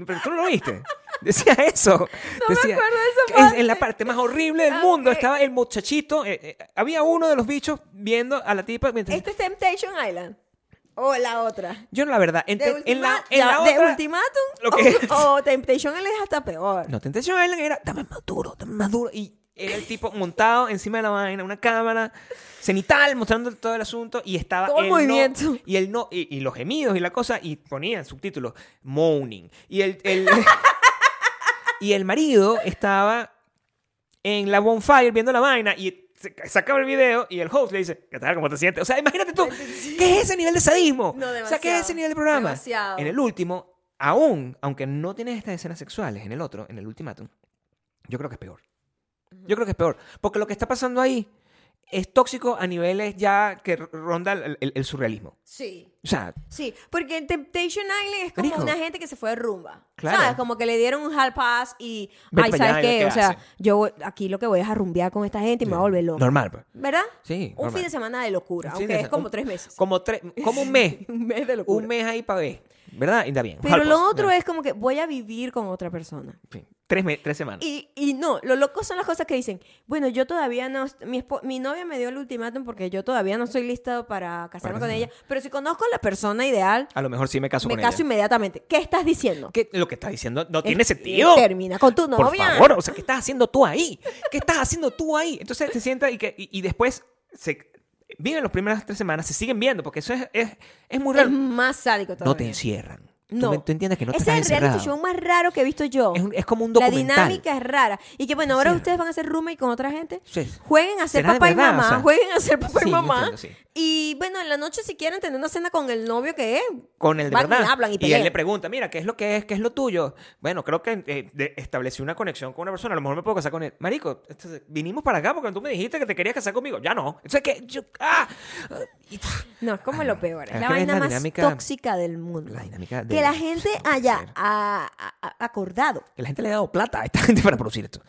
Speaker 2: Pero tú no lo viste. Decía
Speaker 1: [LAUGHS]
Speaker 2: eso.
Speaker 1: me
Speaker 2: Decía,
Speaker 1: acuerdo de esa
Speaker 2: que es-
Speaker 1: parte.
Speaker 2: En la parte más horrible del
Speaker 1: Ah,
Speaker 2: mundo
Speaker 1: ok.
Speaker 2: estaba el muchachito. eh, eh, había uno de los bichos viendo a la tipa. mientras-
Speaker 1: Esto es Temptation Island. O la otra.
Speaker 2: Yo, la verdad, en,
Speaker 1: De
Speaker 2: en- en la,
Speaker 1: ultima-
Speaker 2: en la
Speaker 1: ya, de
Speaker 2: otra-
Speaker 1: Ultimatum.
Speaker 2: lo que es.
Speaker 1: o, o Temptation Island es hasta peor.
Speaker 2: No, Temptation Island era, dame más duro, dame más duro. Y era el tipo montado encima de la vaina, una cámara cenital mostrando todo el asunto y estaba
Speaker 1: Todo el
Speaker 2: el
Speaker 1: movimiento.
Speaker 2: No, y el no, y, y los gemidos y la cosa, y ponían subtítulos, moaning. Y el, el- [LAUGHS] y el marido estaba en la bonfire viendo la vaina y se- sacaba el video y el host le dice, ¿qué tal? ¿Cómo te sientes? O sea, imagínate tú, ¿qué es ese nivel de sadismo?
Speaker 1: No,
Speaker 2: o sea, ¿qué es ese
Speaker 1: demasiado,
Speaker 2: nivel de programa?
Speaker 1: demasiado.
Speaker 2: En el último, aún, aunque no tienes estas escenas sexuales en el otro, en el ultimátum, yo creo que es peor. Yo creo que es peor. Porque lo que está pasando ahí es tóxico a niveles ya que r- ronda el, el- el surrealismo.
Speaker 1: Sí.
Speaker 2: O sea,
Speaker 1: Sí, porque en Temptation Island es como
Speaker 2: Marico.
Speaker 1: una gente que se fue de rumba.
Speaker 2: Claro.
Speaker 1: ¿Sabes? Como que le dieron un hard pass y.
Speaker 2: Vete
Speaker 1: ay,
Speaker 2: pa'
Speaker 1: ¿sabes
Speaker 2: allá y ve
Speaker 1: qué?
Speaker 2: qué
Speaker 1: O sea,
Speaker 2: hacen.
Speaker 1: yo voy- aquí lo que voy es a rumbear con esta gente y me voy a volver loco.
Speaker 2: normal. pues.
Speaker 1: ¿Verdad?
Speaker 2: Sí,
Speaker 1: Un
Speaker 2: normal.
Speaker 1: fin de semana de locura,
Speaker 2: Sí,
Speaker 1: aunque
Speaker 2: de-
Speaker 1: es como
Speaker 2: un-
Speaker 1: tres meses.
Speaker 2: Como, tres, como un mes.
Speaker 1: [LAUGHS] un mes de locura.
Speaker 2: un mes ahí para ver. ¿Verdad? Y está bien.
Speaker 1: Pero
Speaker 2: Harpos,
Speaker 1: lo otro
Speaker 2: ya.
Speaker 1: es como que voy a vivir con otra persona.
Speaker 2: Sí, Tres, me- tres semanas.
Speaker 1: Y, y no, lo loco son las cosas que dicen. Bueno, yo todavía no. Mi, espo- mi novia me dio el ultimátum porque yo todavía no estoy lista para casarme con ella. Pero si conozco a la persona ideal,
Speaker 2: a lo mejor sí me caso
Speaker 1: me
Speaker 2: con
Speaker 1: caso
Speaker 2: ella.
Speaker 1: inmediatamente. ¿Qué estás diciendo?
Speaker 2: ¿Qué- lo que estás diciendo no
Speaker 1: Eh,
Speaker 2: tiene
Speaker 1: eh,
Speaker 2: sentido.
Speaker 1: Termina con tu novia.
Speaker 2: Por favor, o sea, ¿qué estás haciendo tú ahí? ¿Qué estás haciendo tú ahí? Entonces te sientas y, que, y, y después se viven las primeras tres semanas, se siguen viendo, porque eso es, es, es muy raro.
Speaker 1: Es más sádico todavía.
Speaker 2: no te encierran. Tú
Speaker 1: No.
Speaker 2: me- Tú, entiendes que no te
Speaker 1: Ese
Speaker 2: estás
Speaker 1: es el reality
Speaker 2: encerrado.
Speaker 1: show más raro que he visto yo.
Speaker 2: Es, un- es como un
Speaker 1: La
Speaker 2: documental.
Speaker 1: dinámica es rara. Y que bueno, ahora
Speaker 2: Sí.
Speaker 1: ustedes van a ser roommate con otra gente.
Speaker 2: Sí.
Speaker 1: Jueguen a ser
Speaker 2: ¿Será de
Speaker 1: papá y
Speaker 2: verdad? O
Speaker 1: mamá.
Speaker 2: sea,
Speaker 1: Jueguen a ser papá
Speaker 2: sí,
Speaker 1: y
Speaker 2: yo
Speaker 1: mamá.
Speaker 2: entiendo, sí.
Speaker 1: Y bueno, en la noche si quieren tener una cena con el novio que es.
Speaker 2: Con el de
Speaker 1: Van y
Speaker 2: verdad.
Speaker 1: hablan y
Speaker 2: él
Speaker 1: pelean.
Speaker 2: le pregunta, mira, ¿qué es lo que es? ¿Qué es lo tuyo? Bueno, creo que eh, de- establecí una conexión con una persona. A lo mejor me puedo casar con él. Marico, entonces, vinimos para acá porque tú me dijiste que te querías casar conmigo. Ya no. Entonces, que yo- ¡Ah! Y-
Speaker 1: No, es como lo peor. Es
Speaker 2: Ah, Es
Speaker 1: la
Speaker 2: que ves
Speaker 1: vaina
Speaker 2: la
Speaker 1: más
Speaker 2: dinámica-
Speaker 1: tóxica del mundo.
Speaker 2: La dinámica
Speaker 1: que
Speaker 2: del-
Speaker 1: la gente
Speaker 2: no puede
Speaker 1: haya
Speaker 2: ser.
Speaker 1: a- a- a- acordado.
Speaker 2: Que la gente le ha dado plata a esta [LAUGHS] gente para producir esto.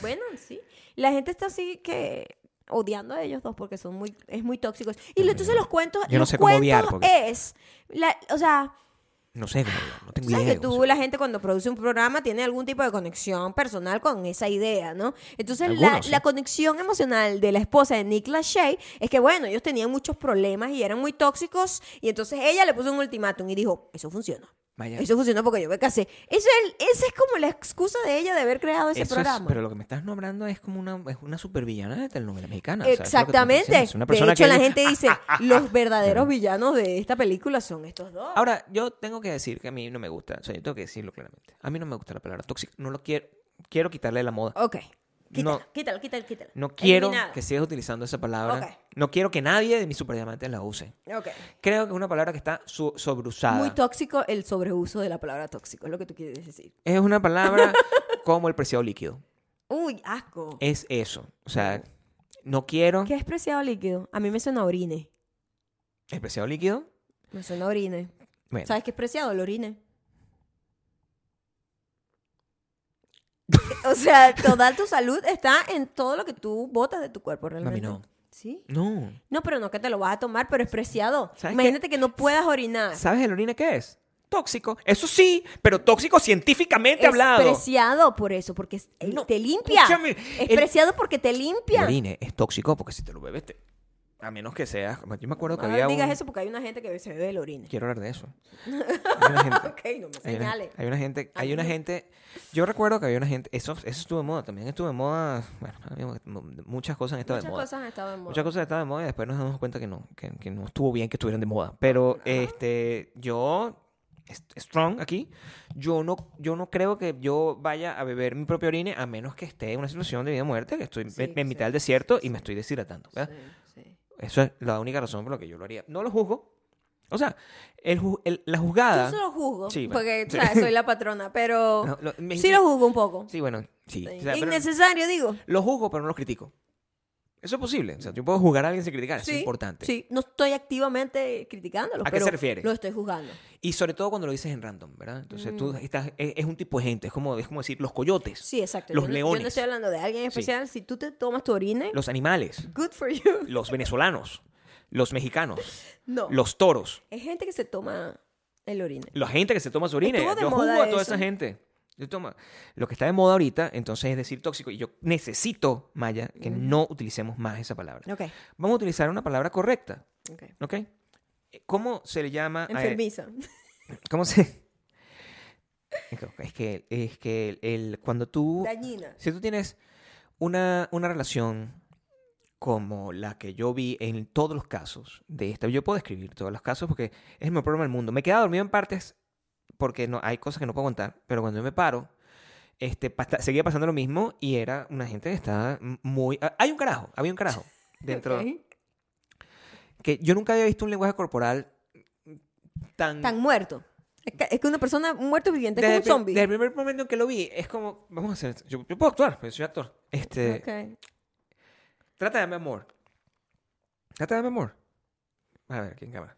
Speaker 1: Bueno, sí. La gente está así que odiando a ellos dos porque son muy es muy tóxicos. Y lo- entonces los cuentos,
Speaker 2: Yo no
Speaker 1: los
Speaker 2: sé cómo
Speaker 1: cuentos
Speaker 2: odiar, porque-
Speaker 1: es la- o sea,
Speaker 2: No sé cómo, no tengo idea.
Speaker 1: sabes que
Speaker 2: cómo
Speaker 1: tú
Speaker 2: se-
Speaker 1: la gente cuando produce un programa tiene algún tipo de conexión personal con esa idea, ¿no? Entonces la,
Speaker 2: Algunos, sí.
Speaker 1: la conexión emocional de la esposa de Nick Lachey es que bueno, ellos tenían muchos problemas y eran muy tóxicos y entonces ella le puso un ultimátum y dijo, "Eso funciona."
Speaker 2: Vaya.
Speaker 1: Eso funcionó porque yo me casé. Eso es, esa es como la excusa de ella de haber creado ese
Speaker 2: Eso es-
Speaker 1: programa.
Speaker 2: pero lo que me estás nombrando es como una, es una supervillana de telenovela mexicana. o sea, es lo que te estoy
Speaker 1: Exactamente.
Speaker 2: diciendo, es Ah, una persona
Speaker 1: de hecho,
Speaker 2: que-
Speaker 1: la gente dice, los verdaderos villanos de esta película son estos dos.
Speaker 2: Ahora, yo tengo que decir que a mí no me gusta. O sea, yo tengo que decirlo claramente. A mí no me gusta la palabra tóxica. No lo quiero. Quiero quitarle la moda.
Speaker 1: ok. Quítalo,
Speaker 2: No.
Speaker 1: quítalo, quítalo, quítalo.
Speaker 2: No quiero
Speaker 1: Eliminado.
Speaker 2: que sigas utilizando esa palabra.
Speaker 1: Ok.
Speaker 2: No quiero que nadie de mis superdiamantes la use.
Speaker 1: Ok.
Speaker 2: Creo que es una palabra que está su- sobreusada.
Speaker 1: Muy tóxico el sobreuso de la palabra tóxico, es lo que tú quieres decir.
Speaker 2: es
Speaker 1: [LAUGHS]
Speaker 2: una palabra como el preciado líquido.
Speaker 1: Uy, asco.
Speaker 2: Es eso. O sea, Eh, no quiero.
Speaker 1: ¿Qué es preciado líquido? A mí me suena a orine.
Speaker 2: ¿El preciado líquido?
Speaker 1: Me suena a orine.
Speaker 2: Bueno.
Speaker 1: ¿Sabes qué es preciado? El
Speaker 2: [LAUGHS]
Speaker 1: orine. o sea, toda tu salud está en todo lo que tú botas de tu cuerpo realmente.
Speaker 2: no.
Speaker 1: ¿Sí?
Speaker 2: No.
Speaker 1: No, pero no que te lo vas a tomar, pero es preciado.
Speaker 2: ¿Sabes
Speaker 1: Imagínate que no puedas orinar.
Speaker 2: ¿Sabes el orina qué es? Tóxico. Eso sí, pero tóxico científicamente
Speaker 1: Es
Speaker 2: hablado.
Speaker 1: preciado por eso, porque es- eh,
Speaker 2: No,
Speaker 1: te limpia.
Speaker 2: escúchame,
Speaker 1: Es
Speaker 2: el-
Speaker 1: preciado porque te limpia.
Speaker 2: El orine es tóxico porque si te lo bebes, te- a menos que seas. Yo me acuerdo que
Speaker 1: No
Speaker 2: había.
Speaker 1: digas
Speaker 2: un-
Speaker 1: eso porque hay una gente que se bebe el orine.
Speaker 2: Quiero hablar
Speaker 1: [LAUGHS]
Speaker 2: de eso. Hay una gente-
Speaker 1: Ok, no me
Speaker 2: Hay una,
Speaker 1: [LAUGHS] señales.
Speaker 2: hay una gente,
Speaker 1: A
Speaker 2: hay
Speaker 1: mí
Speaker 2: una
Speaker 1: no.
Speaker 2: gente, yo recuerdo que había una gente, eso, eso estuvo de moda, también estuvo de moda, bueno, había mu- muchas cosas han estado
Speaker 1: Muchas
Speaker 2: de moda.
Speaker 1: cosas han estado en moda.
Speaker 2: Muchas cosas estaban de moda y después nos damos cuenta que no, que, que no estuvo bien que estuvieran de moda. Pero este, yo, est- strong aquí, yo no, yo no creo que yo vaya a beber mi propio orine a menos que esté en una situación de vida o muerte, que estoy
Speaker 1: Sí,
Speaker 2: en, en mitad
Speaker 1: sí,
Speaker 2: del desierto y me estoy deshidratando. ¿verdad?
Speaker 1: Sí, sí.
Speaker 2: Eso es la única razón por la que yo lo haría. No lo juzgo. O sea, el, ju- el- la juzgada...
Speaker 1: Yo solo juzgo,
Speaker 2: Sí, bueno.
Speaker 1: porque
Speaker 2: Sí.
Speaker 1: o sea, soy la patrona, pero
Speaker 2: No, lo- me-
Speaker 1: sí lo juzgo un poco.
Speaker 2: Sí, bueno, sí.
Speaker 1: Sí.
Speaker 2: O sea, pero
Speaker 1: Innecesario, digo.
Speaker 2: lo juzgo, pero no lo critico. Eso es posible. O sea, yo puedo juzgar a alguien sin criticar. Eso
Speaker 1: Sí,
Speaker 2: es importante.
Speaker 1: Sí, no estoy activamente criticándolo.
Speaker 2: ¿A qué
Speaker 1: pero
Speaker 2: se refiere?
Speaker 1: Lo estoy juzgando.
Speaker 2: Y sobre todo cuando lo dices en random, ¿verdad? Entonces tú estás, e-, es, es un tipo de gente. Es como, es como decir los coyotes,
Speaker 1: Mm. Sí, exacto.
Speaker 2: Los
Speaker 1: yo, no- Yo
Speaker 2: leones.
Speaker 1: no estoy hablando de alguien especial. Si tú te tomas tu orine, [LAUGHS]
Speaker 2: los animales,
Speaker 1: good for you.
Speaker 2: los venezolanos, los mexicanos,
Speaker 1: No.
Speaker 2: los toros,
Speaker 1: Es gente que se toma el orine.
Speaker 2: la gente que se toma su orina.
Speaker 1: Estuvo de
Speaker 2: Yo juzgo
Speaker 1: moda
Speaker 2: a toda
Speaker 1: eso.
Speaker 2: esa gente. Yo tomo- Lo que está de moda ahorita, entonces es decir tóxico. Y yo necesito, Maya, que
Speaker 1: Mm.
Speaker 2: no utilicemos más esa palabra.
Speaker 1: Ok.
Speaker 2: Vamos a utilizar una palabra correcta,
Speaker 1: ok.
Speaker 2: ¿ok? ¿Cómo se le llama? a-
Speaker 1: Enfermiza.
Speaker 2: [LAUGHS] uh, ¿Cómo se...? Es que, es que el, el- cuando tú...
Speaker 1: Dañina.
Speaker 2: Si tú tienes una, una relación como la que yo vi en todos los casos de esta, yo puedo describir todos los casos porque es el mejor problema del mundo. Me he quedado dormido en partes porque no, hay cosas que no puedo contar, pero cuando yo me paro, este, pasta- seguía pasando lo mismo y era una gente que estaba muy... ah, Hay un carajo, había
Speaker 1: [LAUGHS]
Speaker 2: un carajo dentro.
Speaker 1: Ok.
Speaker 2: Que yo nunca había visto un lenguaje corporal tan...
Speaker 1: Tan muerto. Es que, es que una persona muerta viviente
Speaker 2: Mm. Desde
Speaker 1: es
Speaker 2: el
Speaker 1: como
Speaker 2: pri-
Speaker 1: un zombie.
Speaker 2: Desde el primer momento en que lo vi, es como, vamos a hacer, esto. yo, yo puedo actuar, yo soy actor. Este,
Speaker 1: Ok.
Speaker 2: Trata de mi amor. Trata de mi amor. A ver, aquí en cámara.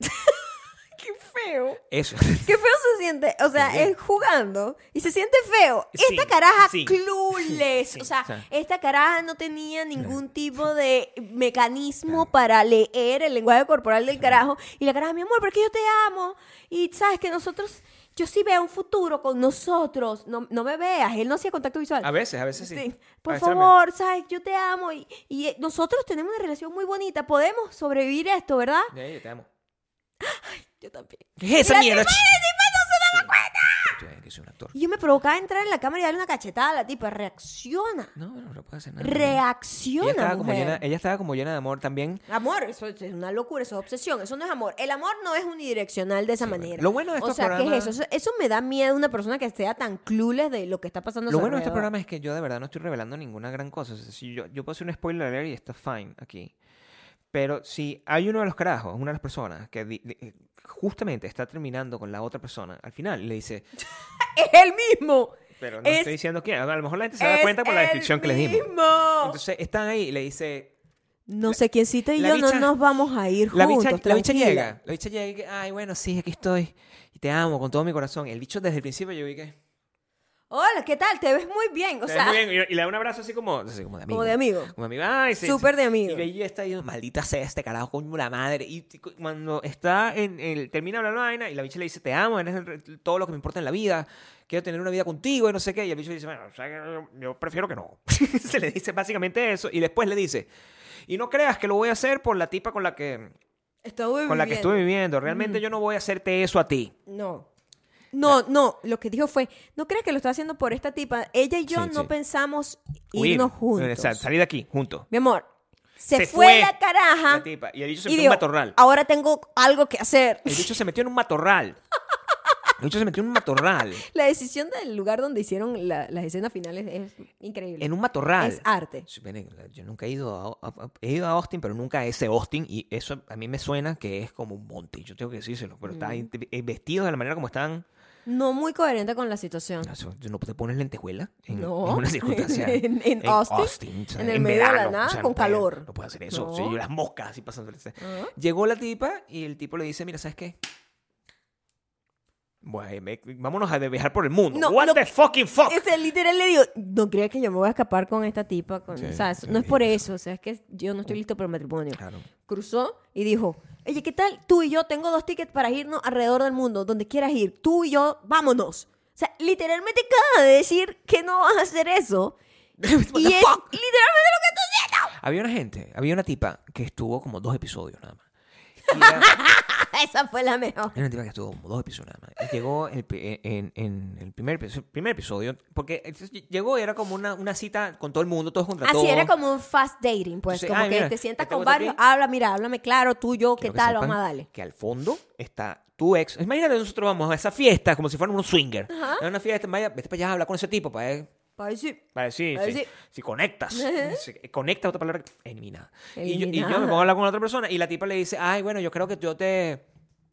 Speaker 1: Qué feo.
Speaker 2: [LAUGHS] Eso.
Speaker 1: Qué feo se siente. O sea,
Speaker 2: Sí.
Speaker 1: es jugando y se siente feo.
Speaker 2: Sí,
Speaker 1: esta caraja
Speaker 2: sí,
Speaker 1: clueless.
Speaker 2: sí,
Speaker 1: o sea,
Speaker 2: o sea.
Speaker 1: esta caraja no tenía ningún tipo de mecanismo para leer el lenguaje corporal del carajo. Y la caraja, mi amor, porque yo te amo. Y sabes que nosotros, yo sí veo un futuro con nosotros. No, no me veas. Él no hacía contacto visual.
Speaker 2: A veces, a veces sí.
Speaker 1: Sí,
Speaker 2: A
Speaker 1: Por
Speaker 2: veces también.
Speaker 1: favor, sabes, yo te amo y, y, eh, nosotros tenemos una relación muy bonita. Podemos sobrevivir a esto, ¿verdad?
Speaker 2: Ya, ya, te amo.
Speaker 1: Yo también.
Speaker 2: ¿Qué es esa
Speaker 1: La
Speaker 2: mierda?
Speaker 1: tipa- la tipa no se daba cuenta.
Speaker 2: estoy aquí, soy un actor.
Speaker 1: Y yo me provocaba entrar en la cámara y darle una cachetada a la tipa. Reacciona.
Speaker 2: No, no, no puede hacer nada. Ella
Speaker 1: Reacciona,
Speaker 2: estaba, como
Speaker 1: mujer.
Speaker 2: llena, ella estaba como llena de amor también.
Speaker 1: Amor, eso es una locura, eso es obsesión, eso no es amor. El amor no es unidireccional de esa manera.
Speaker 2: Lo bueno
Speaker 1: O
Speaker 2: de estos
Speaker 1: sea, ¿qué es
Speaker 2: programas-
Speaker 1: eso? eso? Eso me da miedo una persona que sea tan clueless de lo que está pasando. a
Speaker 2: Lo
Speaker 1: su
Speaker 2: bueno de este
Speaker 1: alrededor.
Speaker 2: programa es que yo de verdad no estoy revelando ninguna gran cosa. O sea, si yo, yo puedo hacer un spoiler alert y está fine aquí. Pero si hay uno de los carajos, una de las personas, que di- di- justamente está terminando con la otra persona, al final le dice,
Speaker 1: [LAUGHS] Es el mismo.
Speaker 2: pero no
Speaker 1: Es-
Speaker 2: estoy diciendo quién, a lo mejor la gente se da cuenta por la descripción que les dimos. Entonces están ahí y le dice,
Speaker 1: no sé quién cita y
Speaker 2: la
Speaker 1: yo
Speaker 2: bicha-
Speaker 1: no nos vamos a ir
Speaker 2: La
Speaker 1: juntos.
Speaker 2: bicha, la bicha
Speaker 1: tranquila.
Speaker 2: llega. La bicha llega y que, ay, bueno, sí, aquí estoy. Y te amo con todo mi corazón. El bicho desde el principio yo vi que.
Speaker 1: Hola, ¿qué tal? Te ves muy bien. O
Speaker 2: "Te ves
Speaker 1: sea,
Speaker 2: muy bien", Y, y le da un abrazo así como, así como de amigo.
Speaker 1: como de amigo.
Speaker 2: Como de amigo. Ay, sí.
Speaker 1: Súper de
Speaker 2: sí".
Speaker 1: amigo.
Speaker 2: Y ella está ahí, maldita sea este carajo, coño, la madre. Y t- cuando está en el. Termina hablando la vaina y la bicha le dice, te amo, eres el- todo lo que me importa en la vida. Quiero tener una vida contigo y no sé qué. Y el bicho le dice, bueno, o sea, yo, yo prefiero que no. [LAUGHS] Se le dice básicamente eso. Y después le dice, y no creas que lo voy a hacer por la tipa con la que.
Speaker 1: Estuve
Speaker 2: con la que
Speaker 1: viviendo.
Speaker 2: estuve viviendo. Realmente yo no voy a hacerte eso a ti.
Speaker 1: No. No, no, lo que dijo fue, no creas que lo está haciendo por esta tipa. Ella y yo
Speaker 2: Sí,
Speaker 1: no
Speaker 2: sí.
Speaker 1: pensamos
Speaker 2: Huir. Eh,
Speaker 1: irnos juntos.
Speaker 2: Exacto, salir de aquí, juntos.
Speaker 1: Mi amor, se,
Speaker 2: Se
Speaker 1: fue,
Speaker 2: fue
Speaker 1: la caraja.
Speaker 2: La tipa. Y el bicho se
Speaker 1: y "Ah". dijo,
Speaker 2: metió en un matorral.
Speaker 1: ahora tengo algo que hacer.
Speaker 2: El bicho se metió en un matorral. El bicho se metió en un matorral.
Speaker 1: [LAUGHS] La decisión del lugar donde hicieron la- las escenas finales es increíble.
Speaker 2: En un matorral.
Speaker 1: Es arte.
Speaker 2: Sí, miren, Yo nunca he ido a, a- a- he ido a Austin, pero nunca a ese Austin. Y eso a mí me suena que es como un monte. Yo tengo que decírselo. Pero está
Speaker 1: Mm.
Speaker 2: ahí, eh, vestidos de la manera como están.
Speaker 1: No muy coherente con la situación.
Speaker 2: Eso, ¿tú ¿No te pones lentejuela? En,
Speaker 1: Ah. No.
Speaker 2: en una circunstancia.
Speaker 1: [LAUGHS] En- en Austin,
Speaker 2: o sea,
Speaker 1: en el medio de la
Speaker 2: verano,
Speaker 1: nada,
Speaker 2: o sea, no
Speaker 1: con
Speaker 2: puede-
Speaker 1: calor.
Speaker 2: No puede hacer eso.
Speaker 1: No.
Speaker 2: O sea, yo las moscas así pasando.
Speaker 1: Ah.
Speaker 2: Llegó la tipa y el tipo le dice, mira, ¿sabes qué? Bueno, eh, me- vámonos a viajar por el mundo.
Speaker 1: No,
Speaker 2: What
Speaker 1: lo
Speaker 2: the fucking fuck?
Speaker 1: Ese literal le digo, no creas que yo me voy a escapar con esta tipa. Con,
Speaker 2: Sí,
Speaker 1: o sea, eso-
Speaker 2: sí, Mm. Ah.
Speaker 1: no es por eso. O sea, es que yo no estoy listo para el matrimonio.
Speaker 2: Claro.
Speaker 1: cruzó y dijo, oye, ¿qué tal? Tú y yo tengo dos tickets para irnos alrededor del mundo, donde quieras ir, tú y yo, vámonos. O sea, literalmente acaba de decir que no vas a hacer
Speaker 2: [LAUGHS]
Speaker 1: eso. y es
Speaker 2: the
Speaker 1: literalmente lo
Speaker 2: fuck?
Speaker 1: que tú diciendo.
Speaker 2: Había una gente, había una tipa que estuvo como dos episodios nada más.
Speaker 1: [LAUGHS]
Speaker 2: Y era-
Speaker 1: [LAUGHS] Esa fue la mejor.
Speaker 2: Era una tipa que estuvo como dos episodios nada más. Y llegó el pri- en, en el primer, episo- primer episodio, porque entonces llegó y era como una, una cita con todo el mundo, todos contra
Speaker 1: Así
Speaker 2: todos.
Speaker 1: Ah, era como un fast dating, pues,
Speaker 2: Entonces,
Speaker 1: como
Speaker 2: ay,
Speaker 1: que
Speaker 2: mira,
Speaker 1: te sientas
Speaker 2: esta
Speaker 1: con
Speaker 2: cosa
Speaker 1: varios,
Speaker 2: aquí.
Speaker 1: habla, mira, háblame claro, tú y yo, ¿qué
Speaker 2: Quiero que
Speaker 1: tal?
Speaker 2: sepan
Speaker 1: Vamos a darle.
Speaker 2: Que al fondo está tu ex. Imagínate, nosotros vamos a esa fiesta como si fueran unos swingers. A una fiesta, vaya, vete para allá a hablar con ese tipo para ver.
Speaker 1: Ay, Pues sí.
Speaker 2: Para decir,
Speaker 1: Para
Speaker 2: si,
Speaker 1: decir-
Speaker 2: si conectas,
Speaker 1: [LAUGHS]
Speaker 2: si eh, conectas otra palabra, eliminada. Y yo, y yo
Speaker 1: Eliminada.
Speaker 2: me pongo a hablar con otra persona y la tipa le dice, ay, bueno, yo creo que yo te...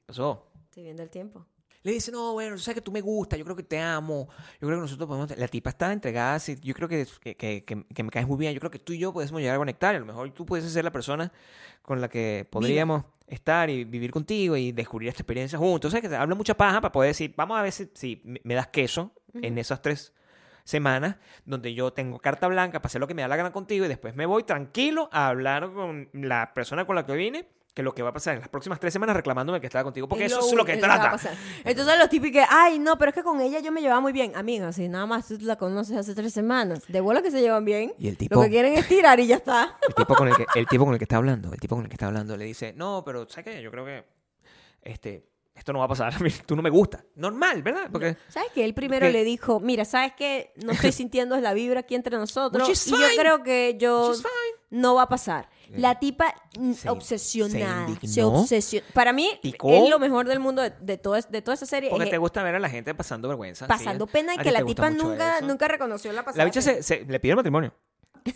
Speaker 2: Pasó.
Speaker 1: Estoy viendo el tiempo.
Speaker 2: Le dice, no, bueno, tú sabes que tú me gustas, yo creo que te amo, yo creo que nosotros podemos... La tipa está entregada, sí, yo creo que, que, que- que- que me caes muy bien, yo creo que tú y yo podemos llegar a conectar, a lo mejor tú puedes ser la persona con la que podríamos estar y vivir contigo y descubrir esta experiencia juntos. O sea, que te habla mucha paja para poder decir, vamos a ver si, si me me das queso en esas tres semanas donde yo tengo carta blanca para hacer lo que me da la gana contigo y después me voy tranquilo a hablar con la persona con la que vine que lo que va a pasar en las próximas tres semanas reclamándome que estaba contigo porque eso es lo que
Speaker 1: único va a
Speaker 2: trata
Speaker 1: pasar. Entonces los típicos, ay, no, pero es que con ella yo me llevaba muy bien. Amiga, si nada más tú la conoces hace tres semanas, de bola que se llevan bien.
Speaker 2: Y el tipo-
Speaker 1: Lo que quieren es tirar y ya está.
Speaker 2: El tipo con el que, el tipo con el que está hablando, el tipo con el que está hablando le dice, no, pero ¿sabes qué? Yo creo que este, esto no va a pasar, [LAUGHS] a mí, tú no me gustas. Normal, ¿verdad? Porque
Speaker 1: ¿Sabes qué? Él primero
Speaker 2: ¿Qué?
Speaker 1: le dijo, mira, ¿sabes qué?
Speaker 2: [LAUGHS]
Speaker 1: No estoy sintiendo la vibra aquí entre nosotros.
Speaker 2: Which is
Speaker 1: Y yo
Speaker 2: fine.
Speaker 1: creo que yo...
Speaker 2: Which is fine.
Speaker 1: No va a pasar. La tipa mm,
Speaker 2: Eh. Se-
Speaker 1: obsesionada.
Speaker 2: se
Speaker 1: Se,
Speaker 2: indignó,
Speaker 1: obsesionó. Para mí,
Speaker 2: picó.
Speaker 1: es lo mejor del mundo de, de todo es- de toda esa serie.
Speaker 2: porque
Speaker 1: es
Speaker 2: te gusta ver a la gente pasando vergüenza.
Speaker 1: eh, pasando
Speaker 2: ¿sí?
Speaker 1: pena
Speaker 2: A
Speaker 1: y
Speaker 2: ti
Speaker 1: que la
Speaker 2: te gusta
Speaker 1: tipa
Speaker 2: mucho
Speaker 1: nunca,
Speaker 2: eso.
Speaker 1: nunca reconoció la pasada.
Speaker 2: La bicha se, se- le pidió el matrimonio.
Speaker 1: [LAUGHS]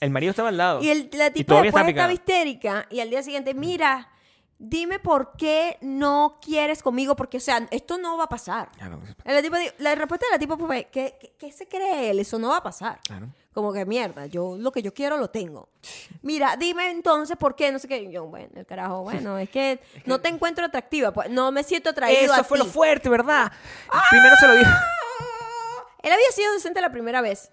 Speaker 2: El marido estaba al lado.
Speaker 1: Y el, la tipa
Speaker 2: todavía
Speaker 1: después
Speaker 2: está
Speaker 1: estaba
Speaker 2: picada.
Speaker 1: histérica y al día siguiente, mira, dime por qué no quieres conmigo, porque, o sea, esto no va a pasar.
Speaker 2: Claro,
Speaker 1: La, tipa di- la respuesta de la tipa fue, ¿qué, qué, qué se cree él? Eso no va a pasar.
Speaker 2: claro.
Speaker 1: Como que mierda, yo lo que yo quiero lo tengo. Mira, dime entonces por qué, no sé qué. Y yo, bueno, el carajo, bueno, es
Speaker 2: [LAUGHS]
Speaker 1: que no te encuentro atractiva, pues no me siento atraído
Speaker 2: Eso
Speaker 1: a
Speaker 2: fue
Speaker 1: ti. ¡Ah!
Speaker 2: lo fuerte, ¿verdad? Primero se
Speaker 1: [LAUGHS]
Speaker 2: lo dijo.
Speaker 1: Él había sido decente la primera vez.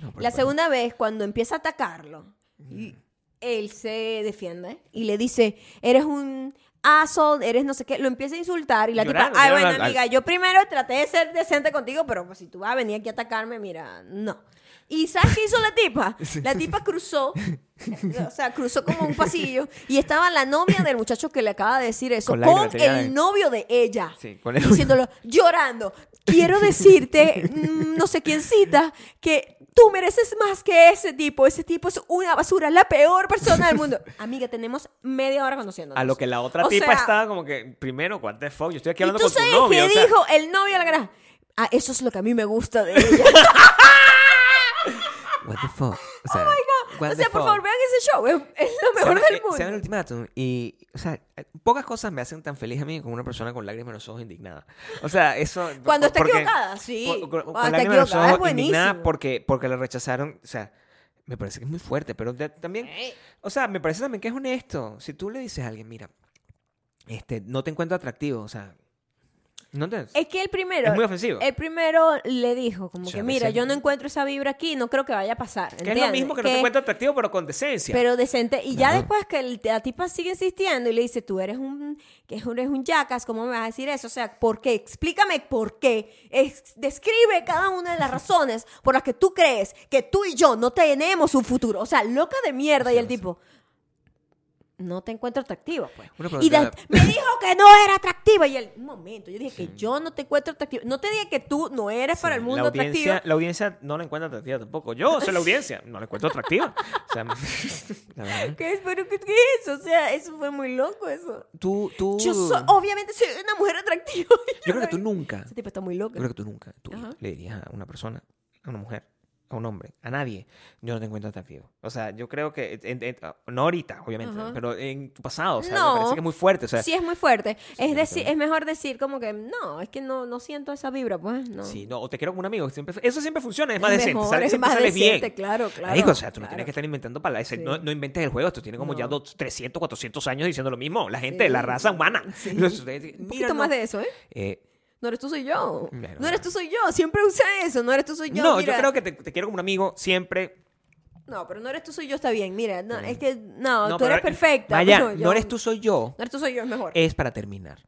Speaker 2: No, pero-
Speaker 1: La segunda vez, cuando empieza a atacarlo, y él se defiende y le dice, eres un asshole, eres no sé qué, lo empieza a insultar y la
Speaker 2: Llorar,
Speaker 1: tipa, ay,
Speaker 2: llorar
Speaker 1: bueno,
Speaker 2: al- al-
Speaker 1: amiga, yo primero traté de ser decente contigo, pero pues, si tú vas a venir aquí a atacarme, mira, no. ¿Y sabes qué hizo la tipa?
Speaker 2: [LAUGHS]
Speaker 1: La tipa cruzó, o sea, cruzó como un pasillo y estaba la novia del muchacho que le acaba de decir eso,
Speaker 2: Con
Speaker 1: con,
Speaker 2: la gretería de-
Speaker 1: el novio de ella,
Speaker 2: Sí, con el-
Speaker 1: diciéndolo, llorando,
Speaker 2: [LAUGHS]
Speaker 1: quiero decirte, mm, no sé quién cita, que tú mereces más que ese tipo. Ese tipo es una basura, la peor persona del
Speaker 2: [LAUGHS]
Speaker 1: mundo. Amiga, tenemos media hora conociéndonos.
Speaker 2: A lo que la otra
Speaker 1: O
Speaker 2: tipa
Speaker 1: sea-
Speaker 2: estaba como que, primero, what the fuck, yo estoy aquí
Speaker 1: ¿Y
Speaker 2: hablando
Speaker 1: tú
Speaker 2: con tu
Speaker 1: sabes
Speaker 2: novia.
Speaker 1: qué
Speaker 2: o sea,
Speaker 1: dijo el novio de la gran? Ah, eso es lo que a mí me gusta de ella.
Speaker 2: [LAUGHS] What the fuck. O sea, what
Speaker 1: Oh o
Speaker 2: the
Speaker 1: sea, por
Speaker 2: fuck.
Speaker 1: favor, vean ese show. Es, es lo
Speaker 2: Se
Speaker 1: mejor
Speaker 2: llama-
Speaker 1: del
Speaker 2: eh, Se llama el
Speaker 1: mundo.
Speaker 2: ultimátum. Y, o sea, eh, pocas cosas me hacen tan feliz a mí como una persona con lágrimas en los ojos indignada. O sea, eso.
Speaker 1: [LAUGHS] Cuando está
Speaker 2: porque-
Speaker 1: equivocada, sí.
Speaker 2: por- con- con
Speaker 1: Cuando está
Speaker 2: lágrimas en los
Speaker 1: equivocada,
Speaker 2: ojos,
Speaker 1: es
Speaker 2: indignada
Speaker 1: buenísimo.
Speaker 2: porque, porque la rechazaron. O sea, me parece que es muy fuerte, pero de- también. O sea, me parece también que es honesto. Si tú le dices a alguien, mira, este, no te encuentro atractivo, o sea. No te.
Speaker 1: Es que el primero.
Speaker 2: Es muy ofensivo.
Speaker 1: El primero le dijo, como
Speaker 2: O sea,
Speaker 1: que,
Speaker 2: a
Speaker 1: mira,
Speaker 2: veces-
Speaker 1: yo no encuentro esa vibra aquí, no creo que vaya a pasar.
Speaker 2: que es lo mismo que no
Speaker 1: encuentro
Speaker 2: te encuentro atractivo, pero con decencia.
Speaker 1: Pero decente. Y ya
Speaker 2: Claro.
Speaker 1: después que el- la tipa sigue insistiendo y le dice, tú eres un, que eres un yacas, ¿cómo me vas a decir eso? O sea, ¿por qué? Explícame por qué. Es- describe cada una de las razones por las que tú crees que tú y yo no tenemos un futuro. O sea, loca de mierda. Y el tipo, no te encuentro atractiva, pues.
Speaker 2: Una
Speaker 1: Y
Speaker 2: pregunta-
Speaker 1: da-
Speaker 2: [LAUGHS]
Speaker 1: me dijo que no era atractiva. Y él, un momento, yo dije que yo no te encuentro atractiva. No te dije que tú no eres para el mundo
Speaker 2: la audiencia,
Speaker 1: atractiva.
Speaker 2: La audiencia no la encuentra atractiva tampoco. Yo soy la audiencia, no la encuentro atractiva. O sea, [LAUGHS] la verdad.
Speaker 1: ¿Qué, pero, ¿qué, qué es? O sea, eso fue muy loco, eso.
Speaker 2: Tú, tú.
Speaker 1: Yo soy, obviamente soy una mujer atractiva.
Speaker 2: Uh.
Speaker 1: [LAUGHS]
Speaker 2: yo creo que tú nunca,
Speaker 1: Ese tipo está muy
Speaker 2: yo
Speaker 1: loco.
Speaker 2: creo que tú nunca, tú
Speaker 1: Ajá.
Speaker 2: le dirías a una persona, a una mujer, a un hombre, a nadie, yo no te encuentro atractivo. O sea, yo creo que, en- en- no ahorita, obviamente,
Speaker 1: Ajá.
Speaker 2: pero en tu pasado, o sea,
Speaker 1: No.
Speaker 2: me parece que es muy fuerte. O sea,
Speaker 1: sí, es muy fuerte. es,
Speaker 2: yo
Speaker 1: decir,
Speaker 2: creo.
Speaker 1: es mejor decir como que no, es que no, no siento esa vibra, pues no.
Speaker 2: Sí, no, o te quiero como un amigo. siempre- eso siempre funciona, es más
Speaker 1: Es
Speaker 2: decente.
Speaker 1: mejor,
Speaker 2: sale-
Speaker 1: es
Speaker 2: siempre
Speaker 1: más
Speaker 2: sales
Speaker 1: decente,
Speaker 2: bien.
Speaker 1: claro, claro,
Speaker 2: Marico, o sea, tú no
Speaker 1: claro.
Speaker 2: tienes que estar inventando palabras.
Speaker 1: Sí.
Speaker 2: No, no inventes el juego, esto tiene como ya
Speaker 1: No.
Speaker 2: dos- 300, 400 años diciendo lo mismo. La gente,
Speaker 1: Sí.
Speaker 2: la raza humana.
Speaker 1: [LAUGHS] Sí.
Speaker 2: Los- eh,
Speaker 1: Un
Speaker 2: mira,
Speaker 1: poquito
Speaker 2: no.
Speaker 1: más de eso, ¿eh?
Speaker 2: Eh,
Speaker 1: No eres tú, soy yo.
Speaker 2: Bueno,
Speaker 1: no eres tú, soy yo. Siempre usa eso. No eres tú, soy yo.
Speaker 2: no,
Speaker 1: mira.
Speaker 2: yo creo que te, te quiero como un amigo siempre.
Speaker 1: No, pero no eres tú, soy yo, está bien. Mira, no, es que no,
Speaker 2: No,
Speaker 1: tú
Speaker 2: pero- eh,
Speaker 1: eres perfecta.
Speaker 2: Maya,
Speaker 1: bueno, [LAUGHS] yo-
Speaker 2: no eres tú, soy yo.
Speaker 1: No eres tú, soy yo, es mejor.
Speaker 2: Es para terminar.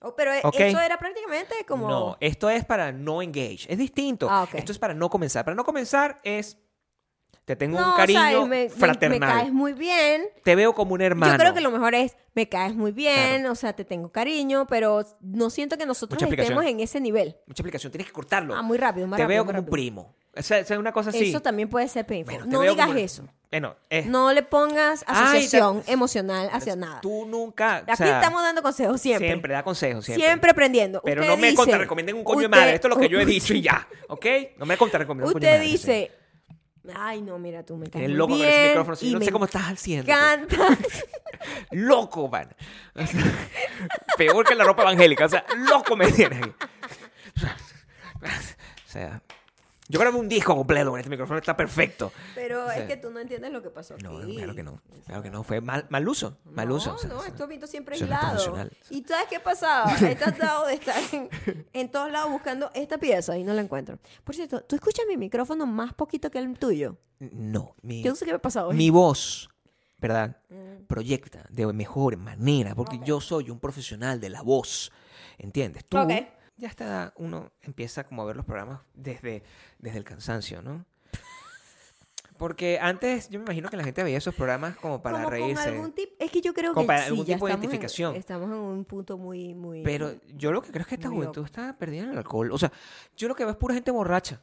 Speaker 1: Oh, pero eh,
Speaker 2: ok.
Speaker 1: eso era prácticamente como.
Speaker 2: No, esto es para no engage. Es distinto.
Speaker 1: Ah, ok.
Speaker 2: Esto es para no comenzar. Para no comenzar es. Te tengo
Speaker 1: No,
Speaker 2: un cariño
Speaker 1: ¿sabes? Me- me-
Speaker 2: fraternal.
Speaker 1: me caes muy bien.
Speaker 2: Te veo como un hermano.
Speaker 1: Yo creo que lo mejor es, me caes muy bien, o sea, te tengo cariño, pero no siento que nosotros
Speaker 2: Mucha aplicación.
Speaker 1: estemos en ese nivel.
Speaker 2: Mucha aplicación, tienes que cortarlo.
Speaker 1: Ah, muy rápido, más
Speaker 2: te
Speaker 1: rápido,
Speaker 2: veo
Speaker 1: más
Speaker 2: como un
Speaker 1: rápido.
Speaker 2: primo. O sea, o sea, una cosa así.
Speaker 1: Eso también puede ser painful.
Speaker 2: Bueno, te
Speaker 1: no
Speaker 2: veo
Speaker 1: digas
Speaker 2: como-
Speaker 1: eso.
Speaker 2: Bueno, eh, es,
Speaker 1: No le pongas
Speaker 2: Ay, te-
Speaker 1: asociación emocional hacia nada.
Speaker 2: tú nunca. o
Speaker 1: Aquí
Speaker 2: sea,
Speaker 1: estamos dando consejos siempre.
Speaker 2: Siempre, da consejos, siempre.
Speaker 1: Siempre, aprendiendo.
Speaker 2: Pero
Speaker 1: Usted
Speaker 2: no me
Speaker 1: dice-
Speaker 2: contrarrecomienden un coño de
Speaker 1: usted-
Speaker 2: madre. Esto es lo que yo he dicho y ya. ¿Ok? No me contrarrecomienden un coño de
Speaker 1: Usted
Speaker 2: madre.
Speaker 1: dice, ay, no, mira, tú me caes
Speaker 2: Eres
Speaker 1: muy
Speaker 2: loco con
Speaker 1: bien.
Speaker 2: ese micrófono. sí,
Speaker 1: y
Speaker 2: no
Speaker 1: me
Speaker 2: sé cómo estás haciendo. pues".
Speaker 1: encanta.
Speaker 2: [LAUGHS] Loco, van. [LAUGHS] Peor que la ropa evangélica. O sea, loco me tienes aquí. [LAUGHS] O sea, yo grabé un disco completo con este micrófono. Está perfecto.
Speaker 1: Pero
Speaker 2: O sea,
Speaker 1: es que tú no entiendes lo que pasó
Speaker 2: No,
Speaker 1: aquí.
Speaker 2: claro que no. Claro que no. Fue mal, mal uso. Mal
Speaker 1: no,
Speaker 2: uso. o sea,
Speaker 1: no,
Speaker 2: o sea,
Speaker 1: esto visto siempre
Speaker 2: eso no es
Speaker 1: aislado.
Speaker 2: profesional.
Speaker 1: ¿Y tú sabes qué pasaba?
Speaker 2: [LAUGHS]
Speaker 1: He tratado de estar en, en todos lados buscando esta pieza y no la encuentro. Por cierto, ¿tú escuchas mi micrófono más poquito que el tuyo?
Speaker 2: No. Mi,
Speaker 1: Yo no sé qué me ha pasado hoy.
Speaker 2: mi voz, ¿verdad?
Speaker 1: Mm.
Speaker 2: Proyecta de mejor manera. Porque yo soy un profesional de la voz. ¿Entiendes? Tú.
Speaker 1: Ok.
Speaker 2: Ya está, uno empieza como a ver los programas desde, desde el cansancio, ¿no? Porque antes yo me imagino que la gente veía esos programas como para
Speaker 1: Como
Speaker 2: reírse.
Speaker 1: Con algún tip- es que yo creo
Speaker 2: Como
Speaker 1: que
Speaker 2: para
Speaker 1: sí,
Speaker 2: algún
Speaker 1: ya
Speaker 2: tipo de
Speaker 1: estamos en-
Speaker 2: identificación.
Speaker 1: estamos en un punto muy, muy...
Speaker 2: Pero yo lo que creo es que esta
Speaker 1: Muy
Speaker 2: juventud está perdida en el alcohol. O sea, yo lo que veo es pura gente borracha.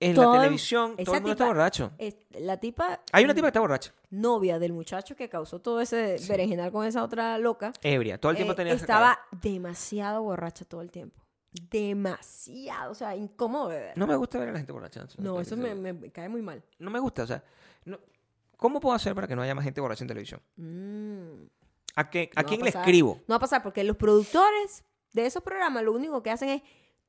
Speaker 2: En
Speaker 1: Todo-
Speaker 2: la televisión,
Speaker 1: esa
Speaker 2: todo el mundo está
Speaker 1: tipa- Mm.
Speaker 2: borracho.
Speaker 1: es- la tipa...
Speaker 2: Hay una tipa que está borracha.
Speaker 1: Novia del muchacho que causó todo ese berenjenal con esa otra loca.
Speaker 2: Ebria. Todo el tiempo
Speaker 1: eh,
Speaker 2: tenía.
Speaker 1: estaba demasiado borracha todo el tiempo. Demasiado. O sea, incómodo de ver.
Speaker 2: No me gusta ver a la gente borracha.
Speaker 1: No, eso me, me cae muy mal.
Speaker 2: No me gusta. O sea, no- ¿cómo puedo hacer para que no haya más gente borracha en televisión?
Speaker 1: Mm.
Speaker 2: ¿A, qué- a
Speaker 1: No va
Speaker 2: quién
Speaker 1: a
Speaker 2: le
Speaker 1: pasar.
Speaker 2: escribo?
Speaker 1: No va a pasar porque los productores de esos programas lo único que hacen es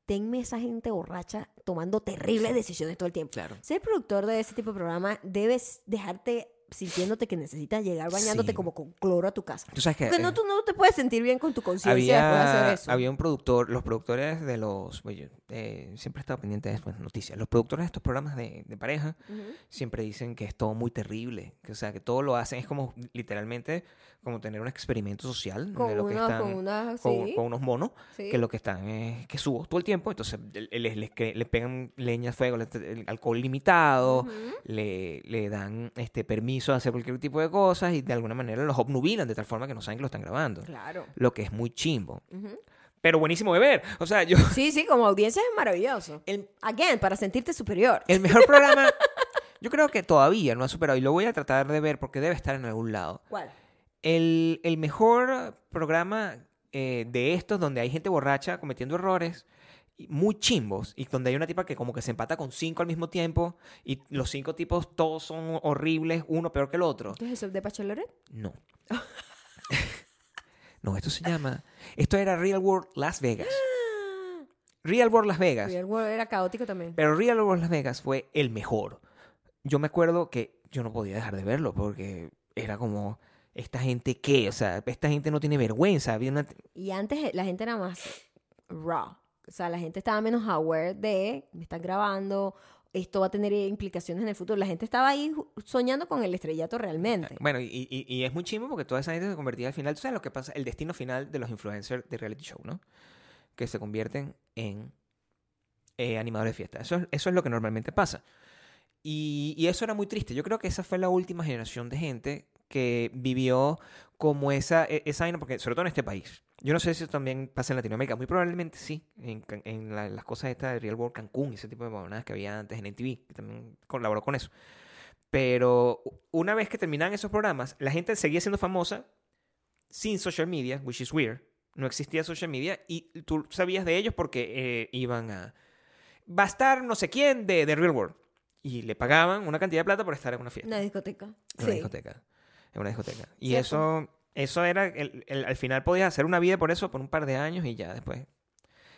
Speaker 1: tenme esa gente borracha tomando terribles decisiones todo el tiempo.
Speaker 2: Claro.
Speaker 1: Ser productor de ese tipo de programa debes dejarte sintiéndote que necesitas llegar bañándote
Speaker 2: Sí.
Speaker 1: como con cloro a tu casa.
Speaker 2: Tú sabes que.
Speaker 1: Porque no,
Speaker 2: eh,
Speaker 1: tú no te puedes sentir bien con tu conciencia después de hacer
Speaker 2: había,
Speaker 1: eso.
Speaker 2: había un productor, los productores de los. oye, eh, siempre he estado pendiente de estas noticias. Los productores de estos programas de, de pareja
Speaker 1: Ujú.
Speaker 2: siempre dicen que es todo muy terrible. Que, o sea, que todo lo hacen. Es como literalmente como tener un experimento social.
Speaker 1: Con
Speaker 2: de lo que
Speaker 1: una-
Speaker 2: están,
Speaker 1: con una-
Speaker 2: con-
Speaker 1: sí.
Speaker 2: con unos monos.
Speaker 1: Sí.
Speaker 2: que lo que están es que subo todo el tiempo, entonces le- le- les, les cre- le pegan leña al fuego, le- el alcohol limitado, le, le dan este permiso de hacer cualquier tipo de cosas y de alguna manera los obnubilan de tal forma que no saben que lo están grabando,
Speaker 1: Claro.
Speaker 2: lo que es muy chimbo.
Speaker 1: Ujú.
Speaker 2: pero buenísimo de ver. O sea, yo...
Speaker 1: Sí, sí, como audiencia es maravilloso.
Speaker 2: El-
Speaker 1: Again, para sentirte superior.
Speaker 2: El mejor programa, yo creo que todavía no ha superado y lo voy a tratar de ver porque debe estar en algún lado.
Speaker 1: ¿Cuál?
Speaker 2: El, el mejor programa eh, de estos donde hay gente borracha cometiendo errores y muy chimbos y donde hay una tipa que como que se empata con cinco al mismo tiempo y los cinco tipos todos son horribles, uno peor que el otro.
Speaker 1: ¿Qué es eso? ¿De Bachelorette?
Speaker 2: No. no, esto se llama... Esto era Real World Las Vegas. Real World Las Vegas.
Speaker 1: Real World era caótico también.
Speaker 2: Pero Real World Las Vegas fue el mejor. Yo me acuerdo que yo no podía dejar de verlo porque era como, ¿esta gente qué? O sea, esta gente no tiene vergüenza. Había una-
Speaker 1: Y antes eh, la gente era más raw. O sea, la gente estaba menos aware de, me están grabando, esto va a tener implicaciones en el futuro. La gente estaba ahí ju- soñando con el estrellato realmente.
Speaker 2: Bueno, y, y- y es muy chimo porque toda esa gente se convertía al final, tú sabes lo que pasa, el destino final de los influencers de reality show, ¿no? Que se convierten en eh, animadores de fiesta. Eso es, eso es lo que normalmente pasa. Y, y eso era muy triste. Yo creo que esa fue la última generación de gente que vivió como esa, e- esa vaina, porque sobre todo en este país. Yo no sé si eso también pasa en Latinoamérica, muy probablemente sí, en, Can- en la- las cosas estas de Real World Cancún, ese tipo de monedas que había antes en NTV, que también colaboró con eso. Pero una vez que terminaban esos programas, la gente seguía siendo famosa sin social media, which is weird. No existía social media y tú sabías de ellos porque eh, iban a... Va a estar no sé quién de, de Real World. Y le pagaban una cantidad de plata por estar en una fiesta.
Speaker 1: Una discoteca.
Speaker 2: En una
Speaker 1: Sí.
Speaker 2: discoteca. En una discoteca. Y
Speaker 1: Cierto.
Speaker 2: eso, eso era, el- el- al final podías hacer una vida por eso por un par de años y ya después.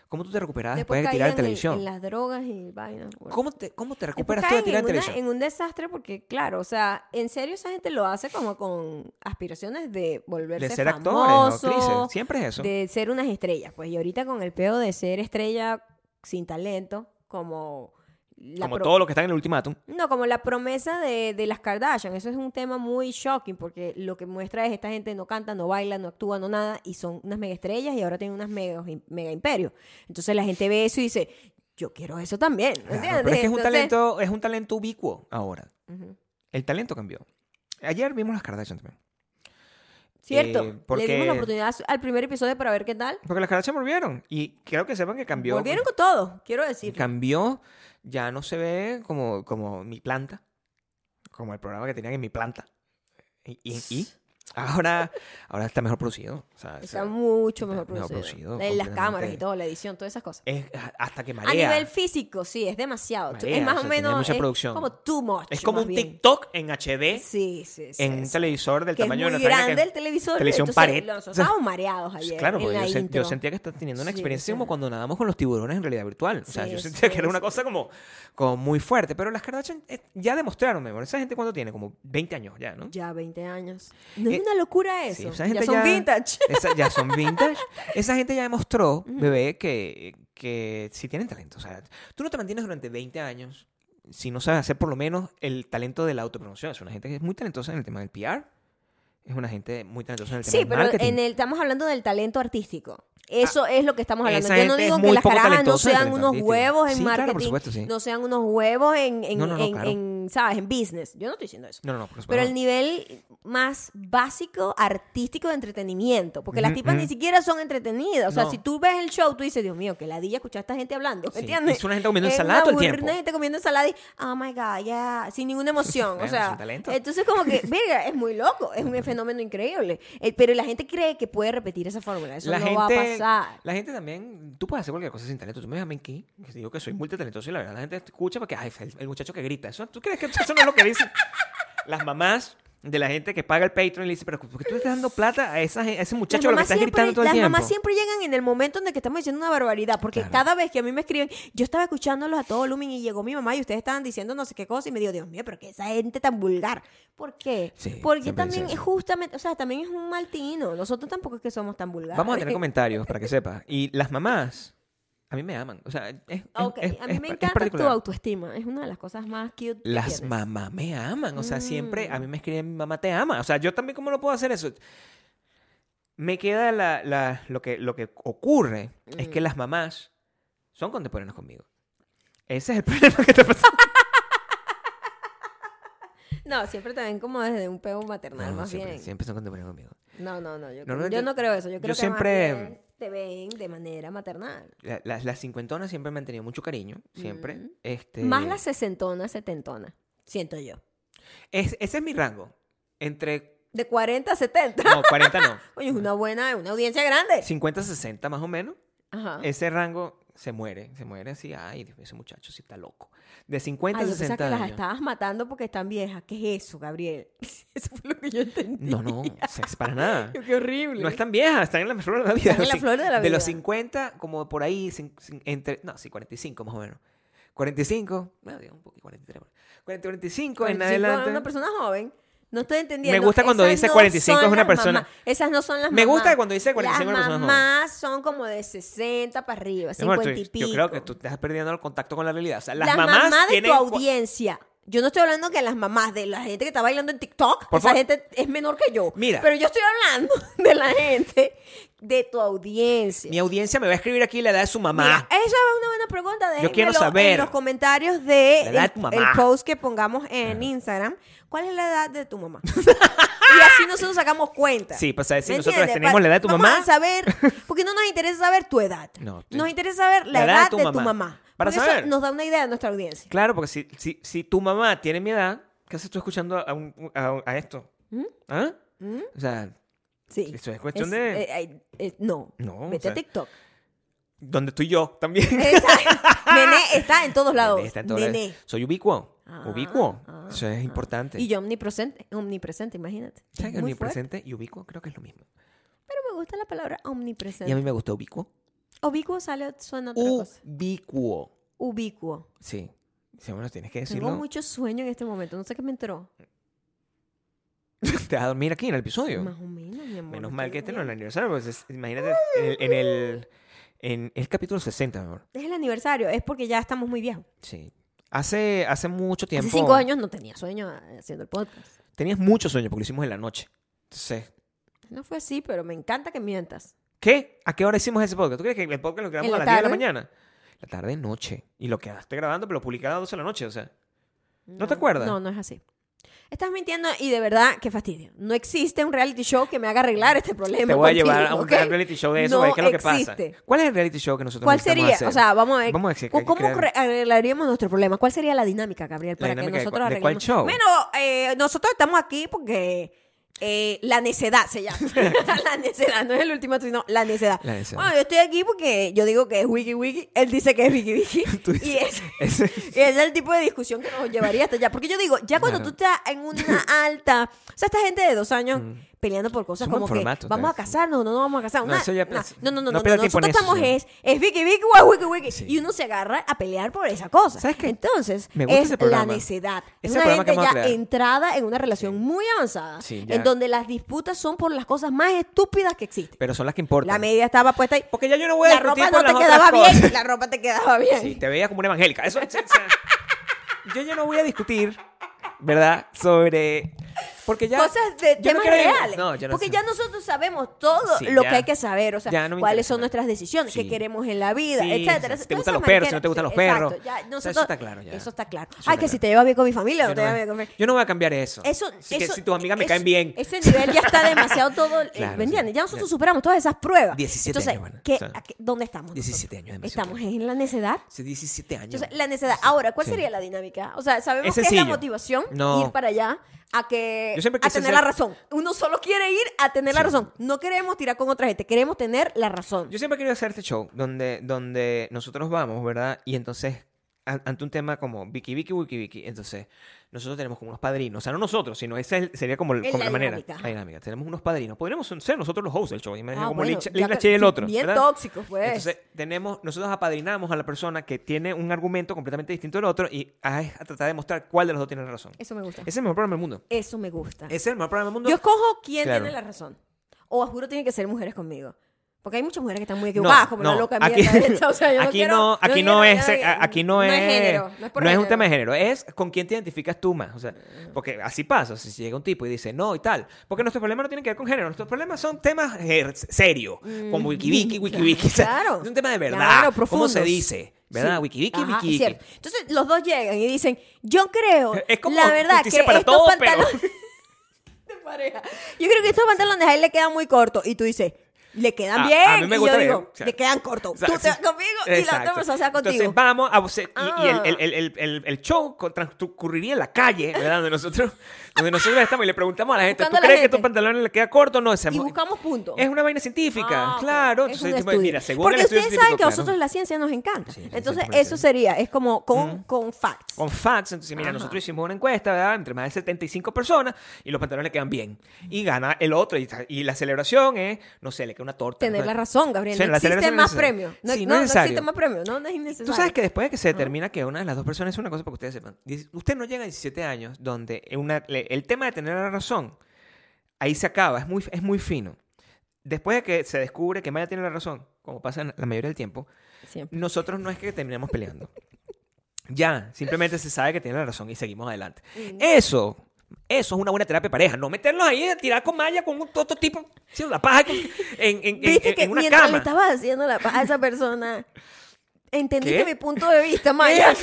Speaker 2: ¿Cómo tú te recuperabas Ah, después, de
Speaker 1: caían
Speaker 2: tirar
Speaker 1: en-
Speaker 2: televisión?
Speaker 1: En, las drogas y vainas. bueno.
Speaker 2: ¿Cómo, te, ¿Cómo te
Speaker 1: Después
Speaker 2: recuperas tú de
Speaker 1: caen
Speaker 2: tirar
Speaker 1: en, una-
Speaker 2: televisión?
Speaker 1: en un desastre porque, claro, o sea, en serio esa gente lo hace como con aspiraciones de volverse
Speaker 2: De ser actores o
Speaker 1: famoso,
Speaker 2: actrices. Siempre es eso.
Speaker 1: de ser unas estrellas. Pues y ahorita con el peo de ser estrella sin talento, como... La
Speaker 2: Como
Speaker 1: pro-
Speaker 2: todo lo que está en el ultimátum.
Speaker 1: No, como la promesa de, de las Kardashian. Eso es un tema muy shocking porque lo que muestra es esta gente no canta, no baila, no actúa, no nada y son unas mega estrellas y ahora tienen unas mega, mega imperios. Entonces la gente ve eso y dice, yo quiero eso también. ¿me
Speaker 2: Claro,
Speaker 1: entiendes?
Speaker 2: pero es que es un
Speaker 1: Entonces-
Speaker 2: talento, es un talento ubicuo ahora.
Speaker 1: Ujú.
Speaker 2: El talento cambió. Ayer vimos las Kardashian también.
Speaker 1: Cierto.
Speaker 2: eh, porque-
Speaker 1: Le dimos la oportunidad al primer episodio para ver qué tal.
Speaker 2: Porque las Kardashian volvieron. Y creo que sepan que cambió.
Speaker 1: Volvieron con todo, quiero decir.
Speaker 2: Cambió. Ya no se ve como, como mi planta. Como el programa que tenían en mi planta. Y, y- y ahora, ahora está mejor producido. O sea,
Speaker 1: Está
Speaker 2: se-
Speaker 1: mucho mejor
Speaker 2: mejor
Speaker 1: producido.
Speaker 2: producido,
Speaker 1: En las
Speaker 2: completamente.
Speaker 1: cámaras y todo, la edición, todas esas cosas.
Speaker 2: es hasta que
Speaker 1: A
Speaker 2: marea.
Speaker 1: nivel físico, sí, es demasiado.
Speaker 2: Marea,
Speaker 1: es más
Speaker 2: o
Speaker 1: o,
Speaker 2: sea, tenía
Speaker 1: menos
Speaker 2: mucha
Speaker 1: es
Speaker 2: producción.
Speaker 1: como too much.
Speaker 2: es como
Speaker 1: más
Speaker 2: un
Speaker 1: bien.
Speaker 2: TikTok en HD.
Speaker 1: Sí, sí, sí.
Speaker 2: en un
Speaker 1: sí.
Speaker 2: televisor del
Speaker 1: que es muy
Speaker 2: tamaño de nuestra
Speaker 1: grande
Speaker 2: que-
Speaker 1: el televisor.
Speaker 2: televisión
Speaker 1: entonces,
Speaker 2: pared.
Speaker 1: Nosotros
Speaker 2: O sea,
Speaker 1: estábamos mareados ayer.
Speaker 2: Pues Claro,
Speaker 1: en
Speaker 2: porque
Speaker 1: la
Speaker 2: yo, sen- yo
Speaker 1: intro.
Speaker 2: sentía que estaba teniendo una
Speaker 1: Sí,
Speaker 2: experiencia
Speaker 1: o sea.
Speaker 2: como cuando nadábamos con los tiburones en realidad virtual. O sea,
Speaker 1: Sí,
Speaker 2: yo sentía
Speaker 1: sí,
Speaker 2: que era una
Speaker 1: sí.
Speaker 2: cosa como, como muy fuerte. Pero las Kardashian eh, ya demostraron, mi amor. ¿Esa gente cuánto tiene? Como 20 años ya, ¿no?
Speaker 1: Ya 20 años. No es
Speaker 2: Eh,
Speaker 1: una locura
Speaker 2: Sí,
Speaker 1: eso.
Speaker 2: esa
Speaker 1: ya
Speaker 2: gente
Speaker 1: son vintage.
Speaker 2: esa- ya son vintage.
Speaker 1: [LAUGHS]
Speaker 2: Esa gente ya demostró, bebé, que, que sí tienen talento. O sea, tú no te mantienes durante 20 años si no sabes hacer por lo menos el talento de la autopromoción. Es una gente que es muy talentosa en el tema del PR. Es una gente muy talentosa en el tema
Speaker 1: Sí,
Speaker 2: del
Speaker 1: pero
Speaker 2: marketing. Ah,
Speaker 1: en el, estamos hablando del talento artístico. Eso es lo que estamos hablando.
Speaker 2: esa
Speaker 1: Yo no
Speaker 2: gente es
Speaker 1: digo que
Speaker 2: muy
Speaker 1: las
Speaker 2: poco
Speaker 1: carajas no
Speaker 2: talentosa en el
Speaker 1: sean
Speaker 2: talento
Speaker 1: unos
Speaker 2: artístico.
Speaker 1: huevos en
Speaker 2: Sí, claro, por
Speaker 1: marketing,
Speaker 2: supuesto, sí.
Speaker 1: no sean unos huevos en, en-
Speaker 2: No, no, no,
Speaker 1: en-
Speaker 2: claro.
Speaker 1: en, ¿sabes? En business. Yo no estoy diciendo eso.
Speaker 2: No, no, no, por supuesto.
Speaker 1: Pero el nivel más básico artístico de entretenimiento, porque las
Speaker 2: Ujú,
Speaker 1: tipas
Speaker 2: ujú.
Speaker 1: ni siquiera son entretenidas. O sea,
Speaker 2: No.
Speaker 1: si tú ves el show, tú dices, Dios mío, que ladilla escuchar a esta gente hablando.
Speaker 2: Sí,
Speaker 1: ¿Entiendes?
Speaker 2: es una gente comiendo
Speaker 1: Es
Speaker 2: ensalada
Speaker 1: una
Speaker 2: todo el
Speaker 1: aburrida
Speaker 2: tiempo.
Speaker 1: gente comiendo ensalada y, oh my God, yeah, sin ninguna emoción. o
Speaker 2: Bueno,
Speaker 1: sea,
Speaker 2: sin talento.
Speaker 1: entonces como
Speaker 2: [LAUGHS]
Speaker 1: que, verga, es muy loco, es un fenómeno increíble. Eh, pero la gente cree que puede repetir esa fórmula, eso no va a pasar.
Speaker 2: La gente también, tú puedes hacer cualquier cosa sin talento. Tú me llamas aquí, que digo que soy multitalentoso y la verdad la gente escucha porque, ay, el, el muchacho que grita. Eso, ¿Tú crees que eso no es lo que
Speaker 1: [LAUGHS]
Speaker 2: dicen las mamás de la gente que paga el Patreon y le dicen, pero ¿por qué tú le estás dando plata a, esa, gen- a ese
Speaker 1: Las,
Speaker 2: muchacho a lo que
Speaker 1: mamás
Speaker 2: está
Speaker 1: siempre,
Speaker 2: gritando todo el
Speaker 1: las
Speaker 2: tiempo?
Speaker 1: mamás siempre llegan en el momento en el que estamos diciendo una barbaridad, porque
Speaker 2: Claro.
Speaker 1: cada vez que a mí me escriben, yo estaba escuchándolos a todo volumen y llegó mi mamá y ustedes estaban diciendo no sé qué cosa y me digo, Dios mío, pero que esa gente tan vulgar. ¿Por qué?
Speaker 2: Sí,
Speaker 1: porque
Speaker 2: siempre dicen
Speaker 1: también es
Speaker 2: eso.
Speaker 1: justamente, o sea, también es un maltino. Nosotros tampoco es que somos tan vulgares.
Speaker 2: Vamos a tener comentarios para que sepas. Y las mamás, a mí me aman. O sea, es, es-
Speaker 1: Ok,
Speaker 2: es-
Speaker 1: a mí
Speaker 2: es-
Speaker 1: me
Speaker 2: es
Speaker 1: encanta tu
Speaker 2: particular.
Speaker 1: autoestima. Es una de las cosas más cute. que
Speaker 2: Las
Speaker 1: tienes. Mm.
Speaker 2: mamás me aman, o sea, siempre a mí me escriben mi mamá te ama, o sea, yo también cómo no puedo hacer eso. Me queda la, la- lo, que, lo que ocurre es
Speaker 1: Mm.
Speaker 2: que las mamás son contemporáneas conmigo. Ese es el [LAUGHS] problema que te pasa.
Speaker 1: No, siempre te ven como desde un pego maternal, más
Speaker 2: siempre,
Speaker 1: bien.
Speaker 2: siempre son contemporáneas conmigo.
Speaker 1: No, no, no. Yo,
Speaker 2: Normalmente-
Speaker 1: yo no creo eso. Yo, creo
Speaker 2: Yo
Speaker 1: que más
Speaker 2: siempre,
Speaker 1: bien- te ven de manera maternal.
Speaker 2: La- las, las cincuentonas siempre me han tenido mucho cariño, siempre.
Speaker 1: Mm.
Speaker 2: Este,
Speaker 1: Más la sesentona, setentona, siento yo.
Speaker 2: es- ese es mi rango.
Speaker 1: [LAUGHS]
Speaker 2: Entre...
Speaker 1: De 40 a 70.
Speaker 2: No, 40 no.
Speaker 1: [LAUGHS] Oye, es una buena, una audiencia grande.
Speaker 2: 50, 60 más o menos.
Speaker 1: Ajá.
Speaker 2: Ese rango se muere, se muere así. Ay, Dios mío, ese muchacho sí está loco. De 50
Speaker 1: Ay,
Speaker 2: a
Speaker 1: Ah, yo pensaba
Speaker 2: 60
Speaker 1: que las
Speaker 2: años.
Speaker 1: estabas matando porque están viejas. ¿Qué es eso, Gabriel? [LAUGHS] eso fue lo que yo entendí.
Speaker 2: No, no, o sea, es para
Speaker 1: [LAUGHS]
Speaker 2: nada.
Speaker 1: Qué horrible.
Speaker 2: No están viejas, están en la flor de la vida.
Speaker 1: Están en la
Speaker 2: Sí,
Speaker 1: flor de la
Speaker 2: De los
Speaker 1: vida.
Speaker 2: 50, como por ahí, cin- cin- entre, no, sí, 45 más o menos. 45, no, ah, digo, un poquito, 43, 40, 45 en
Speaker 1: 45
Speaker 2: adelante.
Speaker 1: Es una persona joven. No estoy entendiendo.
Speaker 2: Me gusta cuando
Speaker 1: Esas
Speaker 2: dice
Speaker 1: no
Speaker 2: 45 es
Speaker 1: son
Speaker 2: una
Speaker 1: las
Speaker 2: persona-
Speaker 1: mamás. Esas no son las
Speaker 2: Me gusta
Speaker 1: mamás.
Speaker 2: cuando dice 45 es una
Speaker 1: Las
Speaker 2: persona joven.
Speaker 1: mamás son como de 60 para arriba,
Speaker 2: Mi amor,
Speaker 1: 50 y
Speaker 2: tú-
Speaker 1: pico.
Speaker 2: Yo creo que tú estás perdiendo el contacto con la realidad. O sea, las,
Speaker 1: Las
Speaker 2: mamás
Speaker 1: mamás de tu
Speaker 2: tienen cua-
Speaker 1: audiencia. Yo no estoy hablando que las mamás de la gente que está bailando en TikTok,
Speaker 2: Por
Speaker 1: esa
Speaker 2: favor.
Speaker 1: gente es menor que yo.
Speaker 2: Mira.
Speaker 1: Pero yo estoy hablando [LAUGHS] de la gente de tu audiencia.
Speaker 2: Mi audiencia me va a escribir aquí la edad de su mamá.
Speaker 1: Mira, esa es una buena pregunta. Déjenmelo
Speaker 2: quiero saber.
Speaker 1: en los comentarios de
Speaker 2: La
Speaker 1: el,
Speaker 2: edad de tu mamá.
Speaker 1: el post que pongamos en Instagram. ¿Cuál es la edad de tu
Speaker 2: [LAUGHS]
Speaker 1: mamá? y así nosotros sacamos cuenta.
Speaker 2: Sí, pues, a ver si
Speaker 1: ¿Me
Speaker 2: nosotros
Speaker 1: entiendes?
Speaker 2: tenemos
Speaker 1: Pa-
Speaker 2: la edad de tu
Speaker 1: vamos
Speaker 2: mamá.
Speaker 1: a
Speaker 2: [LAUGHS]
Speaker 1: saber, porque no nos interesa saber tu edad.
Speaker 2: No, tú-
Speaker 1: nos interesa saber la, edad, de tu mamá.
Speaker 2: Para
Speaker 1: Porque
Speaker 2: saber.
Speaker 1: eso nos da una idea de nuestra audiencia.
Speaker 2: Claro, porque si, si, si tu mamá tiene mi edad, ¿qué haces tú escuchando a, un- a- a esto?
Speaker 1: ¿Mm?
Speaker 2: ¿Ah? O sea,
Speaker 1: Sí.
Speaker 2: Eso es cuestión de-
Speaker 1: eh, ay, eh, no.
Speaker 2: No, o
Speaker 1: Vete
Speaker 2: sea-
Speaker 1: a TikTok. [LAUGHS]
Speaker 2: donde estoy yo también.
Speaker 1: Exacto. Nene está en todos lados.
Speaker 2: Nene, está en todas
Speaker 1: Nene.
Speaker 2: las- Soy ubicuo.
Speaker 1: Ah,
Speaker 2: ubicuo.
Speaker 1: ah,
Speaker 2: Eso es
Speaker 1: ah.
Speaker 2: importante.
Speaker 1: Y yo omnipresente, omnipresente, imagínate.
Speaker 2: ¿Sabes que
Speaker 1: Muy fuerte.
Speaker 2: omnipresente y ubicuo creo que es lo mismo?
Speaker 1: Pero me gusta la palabra omnipresente.
Speaker 2: Y a mí Uh. me gusta ubicuo.
Speaker 1: Ubicuo sale, suena otra cosa.
Speaker 2: Ubicuo.
Speaker 1: Ubicuo.
Speaker 2: Sí. Sí, bueno, tienes que
Speaker 1: Tengo
Speaker 2: decirlo.
Speaker 1: mucho sueño en este momento. No sé qué me enteró.
Speaker 2: [LAUGHS] Te vas a dormir aquí en el episodio.
Speaker 1: Más o menos, mi amor.
Speaker 2: Menos
Speaker 1: no
Speaker 2: mal
Speaker 1: estoy
Speaker 2: que este no es el
Speaker 1: durmiendo.
Speaker 2: aniversario. Pues es- imagínate en el, en el, en el capítulo 60, mi amor.
Speaker 1: Es el aniversario. Es porque ya estamos muy viejos.
Speaker 2: Sí. Hace, hace mucho tiempo.
Speaker 1: Hace cinco años no tenía sueño eh, haciendo el podcast.
Speaker 2: Tenías mucho sueño porque lo hicimos en la noche. Entonces,
Speaker 1: No fue así, pero me encanta que mientas.
Speaker 2: ¿qué? ¿A qué hora hicimos ese podcast? ¿Tú crees que el podcast lo grabamos
Speaker 1: ¿En la
Speaker 2: a las 10 de la
Speaker 1: tarde?
Speaker 2: mañana? La tarde, noche. Y lo quedaste grabando, pero lo publicaba a las 12 de la noche, o sea. ¿No te acuerdas?
Speaker 1: No, no es así. Estás mintiendo y de verdad, qué fastidio. No existe un reality show que me haga arreglar este problema.
Speaker 2: Te voy a llevar a
Speaker 1: contigo,
Speaker 2: un
Speaker 1: ¿ok?
Speaker 2: reality show de eso, a
Speaker 1: No
Speaker 2: ver qué es lo que pasa.
Speaker 1: existe.
Speaker 2: ¿Cuál es el reality show que nosotros
Speaker 1: ¿Cuál
Speaker 2: necesitamos
Speaker 1: sería?
Speaker 2: hacer?
Speaker 1: O sea, vamos a ver.
Speaker 2: Vamos a decir que hay que
Speaker 1: ¿Cómo
Speaker 2: crear- [LAUGHS]
Speaker 1: corre- arreglaríamos nuestro problema? ¿Cuál sería la dinámica, Gabriel, para que
Speaker 2: dinámica de
Speaker 1: nosotros
Speaker 2: cua- de cuál
Speaker 1: arreglemos?
Speaker 2: show?
Speaker 1: Bueno, eh, nosotros estamos aquí porque eh, la necedad se
Speaker 2: [LAUGHS]
Speaker 1: llama. la necedad, no es el último, sino la necedad.
Speaker 2: La necedad.
Speaker 1: Bueno, yo estoy aquí porque yo digo que es Wiki Wiki, él dice que es Wiki Wiki.
Speaker 2: [LAUGHS] Tú dices-
Speaker 1: y es.
Speaker 2: Ese-
Speaker 1: Y ese es el tipo de discusión que nos llevaría hasta allá. Porque yo digo, ya cuando
Speaker 2: Claro. Mm.
Speaker 1: tú estás en una alta. O sea, esta gente de dos años peleando por cosas
Speaker 2: Es un buen
Speaker 1: como que
Speaker 2: formato,
Speaker 1: vamos a
Speaker 2: ¿sabes?
Speaker 1: casarnos, no, no vamos a casar.
Speaker 2: No,
Speaker 1: una-
Speaker 2: eso ya
Speaker 1: una-
Speaker 2: pens-
Speaker 1: no, no, no,
Speaker 2: no
Speaker 1: no,
Speaker 2: pierdas
Speaker 1: no,
Speaker 2: tiempo en
Speaker 1: Nosotros
Speaker 2: eso,
Speaker 1: estamos
Speaker 2: sí.
Speaker 1: es, es Vicky Vicky, guau, Wiki Wiki.
Speaker 2: Sí.
Speaker 1: Y uno se agarra a pelear por esa cosa.
Speaker 2: ¿Sabes qué?
Speaker 1: Entonces,
Speaker 2: Me gusta
Speaker 1: es
Speaker 2: ese programa.
Speaker 1: la necedad. Es
Speaker 2: Ese
Speaker 1: una
Speaker 2: programa que
Speaker 1: gente
Speaker 2: vamos a
Speaker 1: ya
Speaker 2: crear.
Speaker 1: entrada en una relación muy avanzada,
Speaker 2: Sí, ya.
Speaker 1: en donde las disputas son por las cosas más estúpidas que existen.
Speaker 2: Pero son las que importan.
Speaker 1: La media estaba puesta ahí.
Speaker 2: Porque ya yo no voy a
Speaker 1: La
Speaker 2: discutir
Speaker 1: ropa
Speaker 2: por
Speaker 1: no te
Speaker 2: las otras
Speaker 1: quedaba
Speaker 2: cosas.
Speaker 1: bien. La ropa te quedaba bien.
Speaker 2: Sí, te veía como una evangélica. Eso, o sea, yo ya no voy a discutir, ¿verdad? Sobre. Porque ya.
Speaker 1: cosas de
Speaker 2: yo
Speaker 1: temas
Speaker 2: no quiero-
Speaker 1: reales.
Speaker 2: No, yo no
Speaker 1: porque
Speaker 2: sé.
Speaker 1: ya nosotros sabemos todo
Speaker 2: Sí,
Speaker 1: lo
Speaker 2: ya.
Speaker 1: que hay que saber, o sea,
Speaker 2: Ya no me
Speaker 1: cuáles
Speaker 2: interesa
Speaker 1: son
Speaker 2: nada.
Speaker 1: nuestras decisiones,
Speaker 2: Sí.
Speaker 1: qué queremos en la vida,
Speaker 2: Sí,
Speaker 1: etcétera.
Speaker 2: si te
Speaker 1: Todas esas
Speaker 2: gustan los perros, si
Speaker 1: mariqueras.
Speaker 2: no te gustan los
Speaker 1: exacto,
Speaker 2: perros.
Speaker 1: ya
Speaker 2: O sea, eso
Speaker 1: nosotros-
Speaker 2: está claro, ya.
Speaker 1: Eso está claro.
Speaker 2: Eso
Speaker 1: Ay,
Speaker 2: está
Speaker 1: que si
Speaker 2: claro.
Speaker 1: te llevas bien con mi familia,
Speaker 2: Yo
Speaker 1: no
Speaker 2: no,
Speaker 1: te llevas bien con mi
Speaker 2: [LAUGHS] voy,
Speaker 1: familia.
Speaker 2: yo no voy a cambiar eso.
Speaker 1: Eso,
Speaker 2: Así que
Speaker 1: eso-
Speaker 2: si tus amigas me
Speaker 1: eso-
Speaker 2: caen bien.
Speaker 1: Ese nivel ya está demasiado todo. eh,
Speaker 2: Claro,
Speaker 1: ¿Me entiendes?
Speaker 2: sí.
Speaker 1: Ya nosotros
Speaker 2: Ya.
Speaker 1: superamos todas esas pruebas.
Speaker 2: 17
Speaker 1: Entonces,
Speaker 2: años, bueno,
Speaker 1: ¿qué-
Speaker 2: o sea,
Speaker 1: a qué- ¿dónde estamos? nosotros?
Speaker 2: 17 años, demasiado
Speaker 1: Estamos en la necedad.
Speaker 2: Hace 17 años.
Speaker 1: Entonces, la necedad. Ahora, ¿cuál
Speaker 2: Sí.
Speaker 1: sería la dinámica? O sea,
Speaker 2: Es
Speaker 1: sabemos que es la
Speaker 2: sencillo.
Speaker 1: motivación
Speaker 2: No.
Speaker 1: ir para allá a que
Speaker 2: Yo siempre
Speaker 1: a
Speaker 2: quise
Speaker 1: tener
Speaker 2: ser-
Speaker 1: la razón. Uno solo quiere ir a tener la
Speaker 2: Sí.
Speaker 1: razón. No queremos tirar con otra gente, queremos tener la razón.
Speaker 2: Yo siempre he querido hacer este show donde, donde nosotros vamos, ¿verdad? Y entonces, a- ante un tema como Vicky, Vicky, Wiki, Vicky, entonces nosotros tenemos como unos padrinos. O sea, no nosotros, sino esa es- sería como, el-
Speaker 1: Es
Speaker 2: como
Speaker 1: la
Speaker 2: la, manera.
Speaker 1: dinámica, ajá.
Speaker 2: La dinámica. Tenemos unos padrinos. Podríamos ser nosotros los hosts del show. Imagínate
Speaker 1: Ah,
Speaker 2: como
Speaker 1: bueno,
Speaker 2: Licha-
Speaker 1: ya
Speaker 2: Licha
Speaker 1: que-
Speaker 2: y el
Speaker 1: sí,
Speaker 2: otro.
Speaker 1: Bien
Speaker 2: ¿verdad?
Speaker 1: tóxicos, pues.
Speaker 2: Entonces, tenemos, nosotros apadrinamos a la persona que tiene un argumento completamente distinto del otro y a, a tratar de mostrar cuál de los dos tiene la razón. Ese
Speaker 1: Eso me gusta.
Speaker 2: es el mejor programa del mundo.
Speaker 1: Eso me gusta.
Speaker 2: Ese es el mejor programa del mundo.
Speaker 1: Yo escojo quién
Speaker 2: Claro.
Speaker 1: tiene la razón. O a juro tienen que ser mujeres conmigo. Porque hay muchas mujeres que están muy equivocadas, como la loca mía.
Speaker 2: aquí,
Speaker 1: O sea, yo
Speaker 2: aquí
Speaker 1: quiero-
Speaker 2: no,
Speaker 1: yo
Speaker 2: aquí
Speaker 1: quiero
Speaker 2: no es,
Speaker 1: nada
Speaker 2: eh,
Speaker 1: que-
Speaker 2: aquí no es,
Speaker 1: género. No es, por
Speaker 2: no es un
Speaker 1: género. Mm.
Speaker 2: tema de género, es con quién te identificas tú más, o sea, porque así pasa, si llega un tipo y dice no y tal, porque nuestros problemas no tienen que ver con género, nuestros problemas son temas eh, serios, como wiki wiki, wiki
Speaker 1: [LAUGHS]
Speaker 2: wiki, o sea,
Speaker 1: Mm. claro.
Speaker 2: es un tema de verdad,
Speaker 1: Claro,
Speaker 2: cómo se
Speaker 1: profundos.
Speaker 2: dice, ¿verdad?
Speaker 1: Sí.
Speaker 2: Wiki wiki,
Speaker 1: Ajá,
Speaker 2: wiki, wiki.
Speaker 1: cierto. Entonces los dos llegan y dicen, yo creo,
Speaker 2: Es como
Speaker 1: la verdad que
Speaker 2: justicia para
Speaker 1: estos [LAUGHS]
Speaker 2: todos, pero-
Speaker 1: pantalones de pareja, yo creo que estos pantalones a él le quedan muy cortos y tú dices, Le quedan
Speaker 2: A-
Speaker 1: bien.
Speaker 2: a mí me
Speaker 1: y
Speaker 2: gusta
Speaker 1: yo
Speaker 2: bien,
Speaker 1: digo,
Speaker 2: o sea,
Speaker 1: le quedan cortos.
Speaker 2: O sea,
Speaker 1: Tú
Speaker 2: sí,
Speaker 1: te vas conmigo y la
Speaker 2: exacto.
Speaker 1: otra persona se va contigo.
Speaker 2: Entonces vamos a... se- y- Y,
Speaker 1: Ah.
Speaker 2: el, el- el- el- el show con- transcurriría en la calle, ¿verdad? Donde nosotros, donde nosotros estamos y le preguntamos a la gente,
Speaker 1: Buscando a
Speaker 2: ¿tú
Speaker 1: la
Speaker 2: crees que
Speaker 1: gente.
Speaker 2: tu pantalón le queda corto o no? Esa-
Speaker 1: y buscamos puntos.
Speaker 2: Es una vaina científica,
Speaker 1: Ah, ok.
Speaker 2: claro.
Speaker 1: Es
Speaker 2: Entonces,
Speaker 1: un
Speaker 2: tipo,
Speaker 1: estudio.
Speaker 2: mira, según
Speaker 1: Porque
Speaker 2: el estudio
Speaker 1: ustedes saben
Speaker 2: científico,
Speaker 1: que a
Speaker 2: claro.
Speaker 1: nosotros la ciencia nos encanta.
Speaker 2: Sí, sí,
Speaker 1: Entonces,
Speaker 2: siempre
Speaker 1: eso
Speaker 2: parece.
Speaker 1: sería, es como con, con facts.
Speaker 2: con facts. Entonces, mira,
Speaker 1: Ajá.
Speaker 2: nosotros hicimos una encuesta, ¿verdad? Entre más de 75 personas y los pantalones le quedan bien. Y gana el otro. Y, y la celebración es, no sé, le queda una torta.
Speaker 1: Tener
Speaker 2: ¿no?
Speaker 1: la razón, Gabriel.
Speaker 2: O sea,
Speaker 1: no
Speaker 2: la
Speaker 1: existe
Speaker 2: celebración
Speaker 1: más
Speaker 2: es
Speaker 1: premio.
Speaker 2: necesaria.
Speaker 1: No,
Speaker 2: Sí,
Speaker 1: no,
Speaker 2: no
Speaker 1: no
Speaker 2: es
Speaker 1: existe
Speaker 2: necesario.
Speaker 1: más premio. No, no es innecesario.
Speaker 2: Tú sabes que después de que se determina que una de las dos personas es una cosa para que ustedes sepan. dice, Usted no llega a 17 años donde una- le- el tema de tener la razón, ahí se acaba, es muy, es muy fino. Después de que se descubre que Maya tiene la razón, como pasa en la mayoría del tiempo,
Speaker 1: Siempre.
Speaker 2: nosotros no es que terminemos peleando. ya, simplemente se sabe que tiene la razón y seguimos adelante.
Speaker 1: Mm.
Speaker 2: Eso, eso es una buena terapia de pareja. No meternos ahí a tirar con malla con un otro tipo, haciendo la paja con- en, en- en-
Speaker 1: Viste
Speaker 2: en-
Speaker 1: que
Speaker 2: Eh, en una
Speaker 1: mientras le
Speaker 2: cama.
Speaker 1: estabas haciendo la paz a esa
Speaker 2: [LAUGHS]
Speaker 1: persona, entendiste
Speaker 2: ¿Qué?
Speaker 1: mi punto de vista,
Speaker 2: [LAUGHS]
Speaker 1: Maya.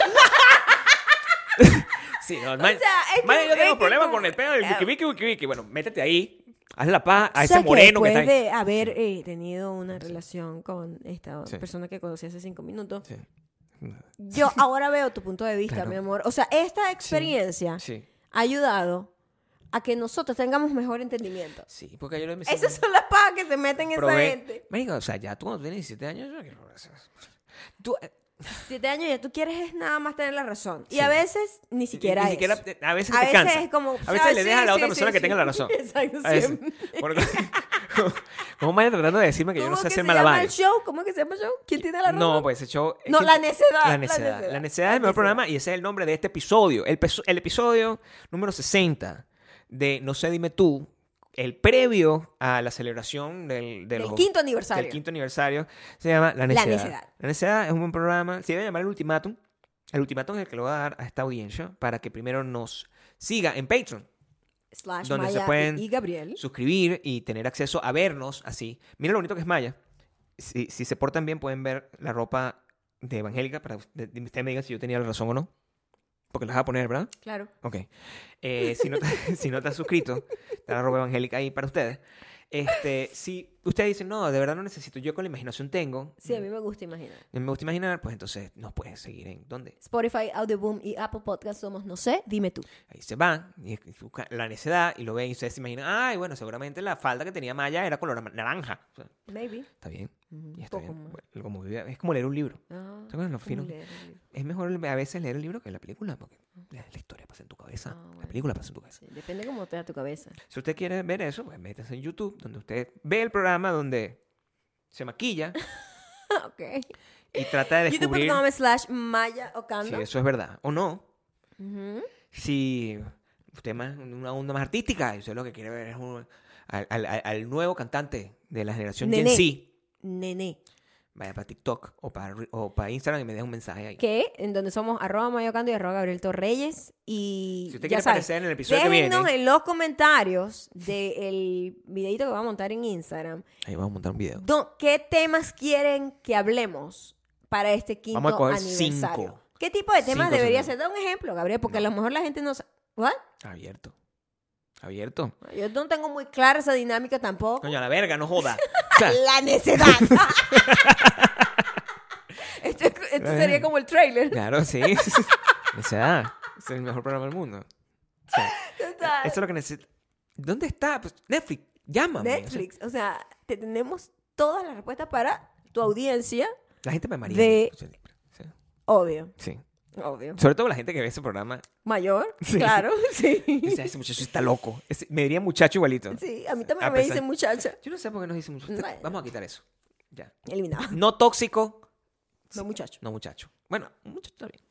Speaker 2: Sí, no, Maya,
Speaker 1: sea, es
Speaker 2: Maya,
Speaker 1: que-
Speaker 2: yo
Speaker 1: es
Speaker 2: tengo
Speaker 1: que
Speaker 2: problemas
Speaker 1: como-
Speaker 2: con el pedo del
Speaker 1: Ah.
Speaker 2: wiki wiki wiki. Bueno, métete ahí, haz la paja
Speaker 1: [LAUGHS]
Speaker 2: a
Speaker 1: O sea,
Speaker 2: ese moreno que
Speaker 1: después
Speaker 2: está ahí.
Speaker 1: de haber eh, tenido una relación con esta
Speaker 2: Sí.
Speaker 1: persona que conocí hace cinco minutos,
Speaker 2: Sí,
Speaker 1: yo ahora veo tu punto de vista,
Speaker 2: Claro.
Speaker 1: mi amor. O sea, esta experiencia
Speaker 2: sí,
Speaker 1: ha ayudado a que nosotros tengamos mejor entendimiento.
Speaker 2: sí, porque yo lo empecé.
Speaker 1: Esas son las pajas que se meten en esa gente.
Speaker 2: Marico, o sea, ya tú cuando tienes 17 años, yo quiero- Tú, eh,
Speaker 1: Siete años ya tú quieres es nada más tener la razón. Y
Speaker 2: Sí.
Speaker 1: a veces ni siquiera
Speaker 2: ni
Speaker 1: es.
Speaker 2: siquiera te- a veces
Speaker 1: A
Speaker 2: te
Speaker 1: veces
Speaker 2: cansa.
Speaker 1: es como,
Speaker 2: a veces
Speaker 1: ah,
Speaker 2: le
Speaker 1: sí,
Speaker 2: dejas a la
Speaker 1: sí,
Speaker 2: otra
Speaker 1: sí,
Speaker 2: persona que
Speaker 1: sí.
Speaker 2: tenga la razón.
Speaker 1: [LAUGHS] Exacto,
Speaker 2: A veces.
Speaker 1: siempre.
Speaker 2: Porque- [LAUGHS] ¿Cómo Maya tratando de decirme que yo no
Speaker 1: ¿Cómo
Speaker 2: sé
Speaker 1: que
Speaker 2: hacer
Speaker 1: se llama el
Speaker 2: malabares?
Speaker 1: show? ¿Cómo que se llama el show? ¿Quién tiene la razón?
Speaker 2: No, pues ese show.
Speaker 1: No,
Speaker 2: ¿quién-
Speaker 1: la necedad,
Speaker 2: La
Speaker 1: la
Speaker 2: necedad.
Speaker 1: necedad.
Speaker 2: La necedad es el mejor programa y ese es el nombre de este episodio. El, peso- el episodio número 60 de No sé, dime tú. El previo a la celebración del, de
Speaker 1: Del
Speaker 2: los-
Speaker 1: quinto aniversario.
Speaker 2: del quinto aniversario se llama La Necedad. La
Speaker 1: Necedad.
Speaker 2: Necedad, es un buen programa. Se debe llamar El Ultimátum. El ultimátum es el que le voy a dar a esta audiencia para que primero nos siga en Patreon
Speaker 1: Slash
Speaker 2: donde se
Speaker 1: Maya
Speaker 2: pueden-
Speaker 1: y y Gabriel.
Speaker 2: suscribir y tener acceso a vernos así. Mira lo bonito que es Maya. Si, si se portan bien, pueden ver la ropa de Evangélica para de- de- ustedes me digan si yo tenía la razón o no. Porque las va a poner, ¿verdad?
Speaker 1: Claro.
Speaker 2: Ok. Eh, si, no te, [LAUGHS] si no te has suscrito, está la ropa evangélica ahí para ustedes. Este, si ustedes dicen, no, de verdad no necesito, yo con la imaginación tengo.
Speaker 1: Sí, a mí me gusta imaginar.
Speaker 2: Me gusta imaginar, pues entonces nos puedes seguir en dónde.
Speaker 1: Spotify, Audioboom y Apple Podcast somos No sé, dime tú.
Speaker 2: Ahí se van, y es- busca la necedad, y lo ven, y ustedes se imaginan, ay, bueno, seguramente la falda que tenía Maya era color ama- naranja. O sea,
Speaker 1: Maybe.
Speaker 2: Está bien.
Speaker 1: Ujú,
Speaker 2: Mm, Ya está
Speaker 1: poco
Speaker 2: bien.
Speaker 1: más.
Speaker 2: Bueno, como vivía- es como leer un libro.
Speaker 1: Ah,
Speaker 2: ¿Te acuerdas
Speaker 1: ¿cómo
Speaker 2: lo fino?
Speaker 1: leer un libro?
Speaker 2: Es mejor a veces leer el libro que la película, porque la la historia pasa en tu cabeza.
Speaker 1: Ah,
Speaker 2: La
Speaker 1: bueno.
Speaker 2: película pasa en tu cabeza.
Speaker 1: Sí, depende cómo te da tu
Speaker 2: [LAUGHS]
Speaker 1: cabeza.
Speaker 2: Si usted quiere ver eso, pues métase en YouTube, donde usted ve el programa donde se maquilla
Speaker 1: Ah, ok.
Speaker 2: y
Speaker 1: [LAUGHS]
Speaker 2: trata de descubrir
Speaker 1: YouTube.com slash Maya
Speaker 2: si
Speaker 1: Ocando.
Speaker 2: eso es verdad o no.
Speaker 1: Ujú.
Speaker 2: Si usted más una onda más artística, y usted lo que quiere ver es un- al, al- al- al nuevo cantante de la generación Gen
Speaker 1: Nené.
Speaker 2: Z,
Speaker 1: Nene.
Speaker 2: vaya para TikTok o para, o para Instagram y me deja un mensaje ahí.
Speaker 1: que en donde somos arroba mayocando y arroba Gabriel Torreyes y
Speaker 2: Si
Speaker 1: ya
Speaker 2: usted quiere
Speaker 1: saben,
Speaker 2: aparecer en el episodio que viene,
Speaker 1: déjenos en los comentarios del videito que va a montar en Instagram
Speaker 2: ahí vamos a montar un video.
Speaker 1: do- qué temas quieren que hablemos para este quinto
Speaker 2: Vamos a coger
Speaker 1: aniversario
Speaker 2: cinco.
Speaker 1: qué tipo de temas
Speaker 2: Cinco
Speaker 1: debería ser
Speaker 2: segundos.
Speaker 1: da un ejemplo Gabriel porque a lo mejor la gente no sabe ¿What?
Speaker 2: Abierto. Abierto.
Speaker 1: yo no tengo muy clara esa dinámica tampoco
Speaker 2: Coño, a la verga, no [LAUGHS] joda. O sea,
Speaker 1: la necedad
Speaker 2: [LAUGHS]
Speaker 1: [LAUGHS] esto, esto sería como el [LAUGHS] trailer
Speaker 2: claro, sí. Esa edad. Es el mejor programa del mundo. O sea,
Speaker 1: Total.
Speaker 2: eso es lo que necesito. ¿Dónde está? Pues, Netflix, llámame. O sea,
Speaker 1: Netflix. O sea, te tenemos todas las respuestas para tu audiencia.
Speaker 2: la gente me maría.
Speaker 1: De-
Speaker 2: O sea, sí,
Speaker 1: Obvio,
Speaker 2: sí.
Speaker 1: obvio.
Speaker 2: Sobre todo la gente que ve ese programa.
Speaker 1: Mayor,
Speaker 2: Sí.
Speaker 1: claro, [LAUGHS]
Speaker 2: O
Speaker 1: sí.
Speaker 2: sea, ese muchacho está loco. Ese- me diría muchacho igualito.
Speaker 1: Sí, a mí también
Speaker 2: A
Speaker 1: me
Speaker 2: pesar-
Speaker 1: dicen muchacha.
Speaker 2: Yo no sé por qué nos dicen muchacho.
Speaker 1: Bueno.
Speaker 2: Vamos a quitar eso. Ya.
Speaker 1: Eliminado.
Speaker 2: No tóxico,
Speaker 1: No muchacho.
Speaker 2: no muchacho. Bueno, un muchacho está bien.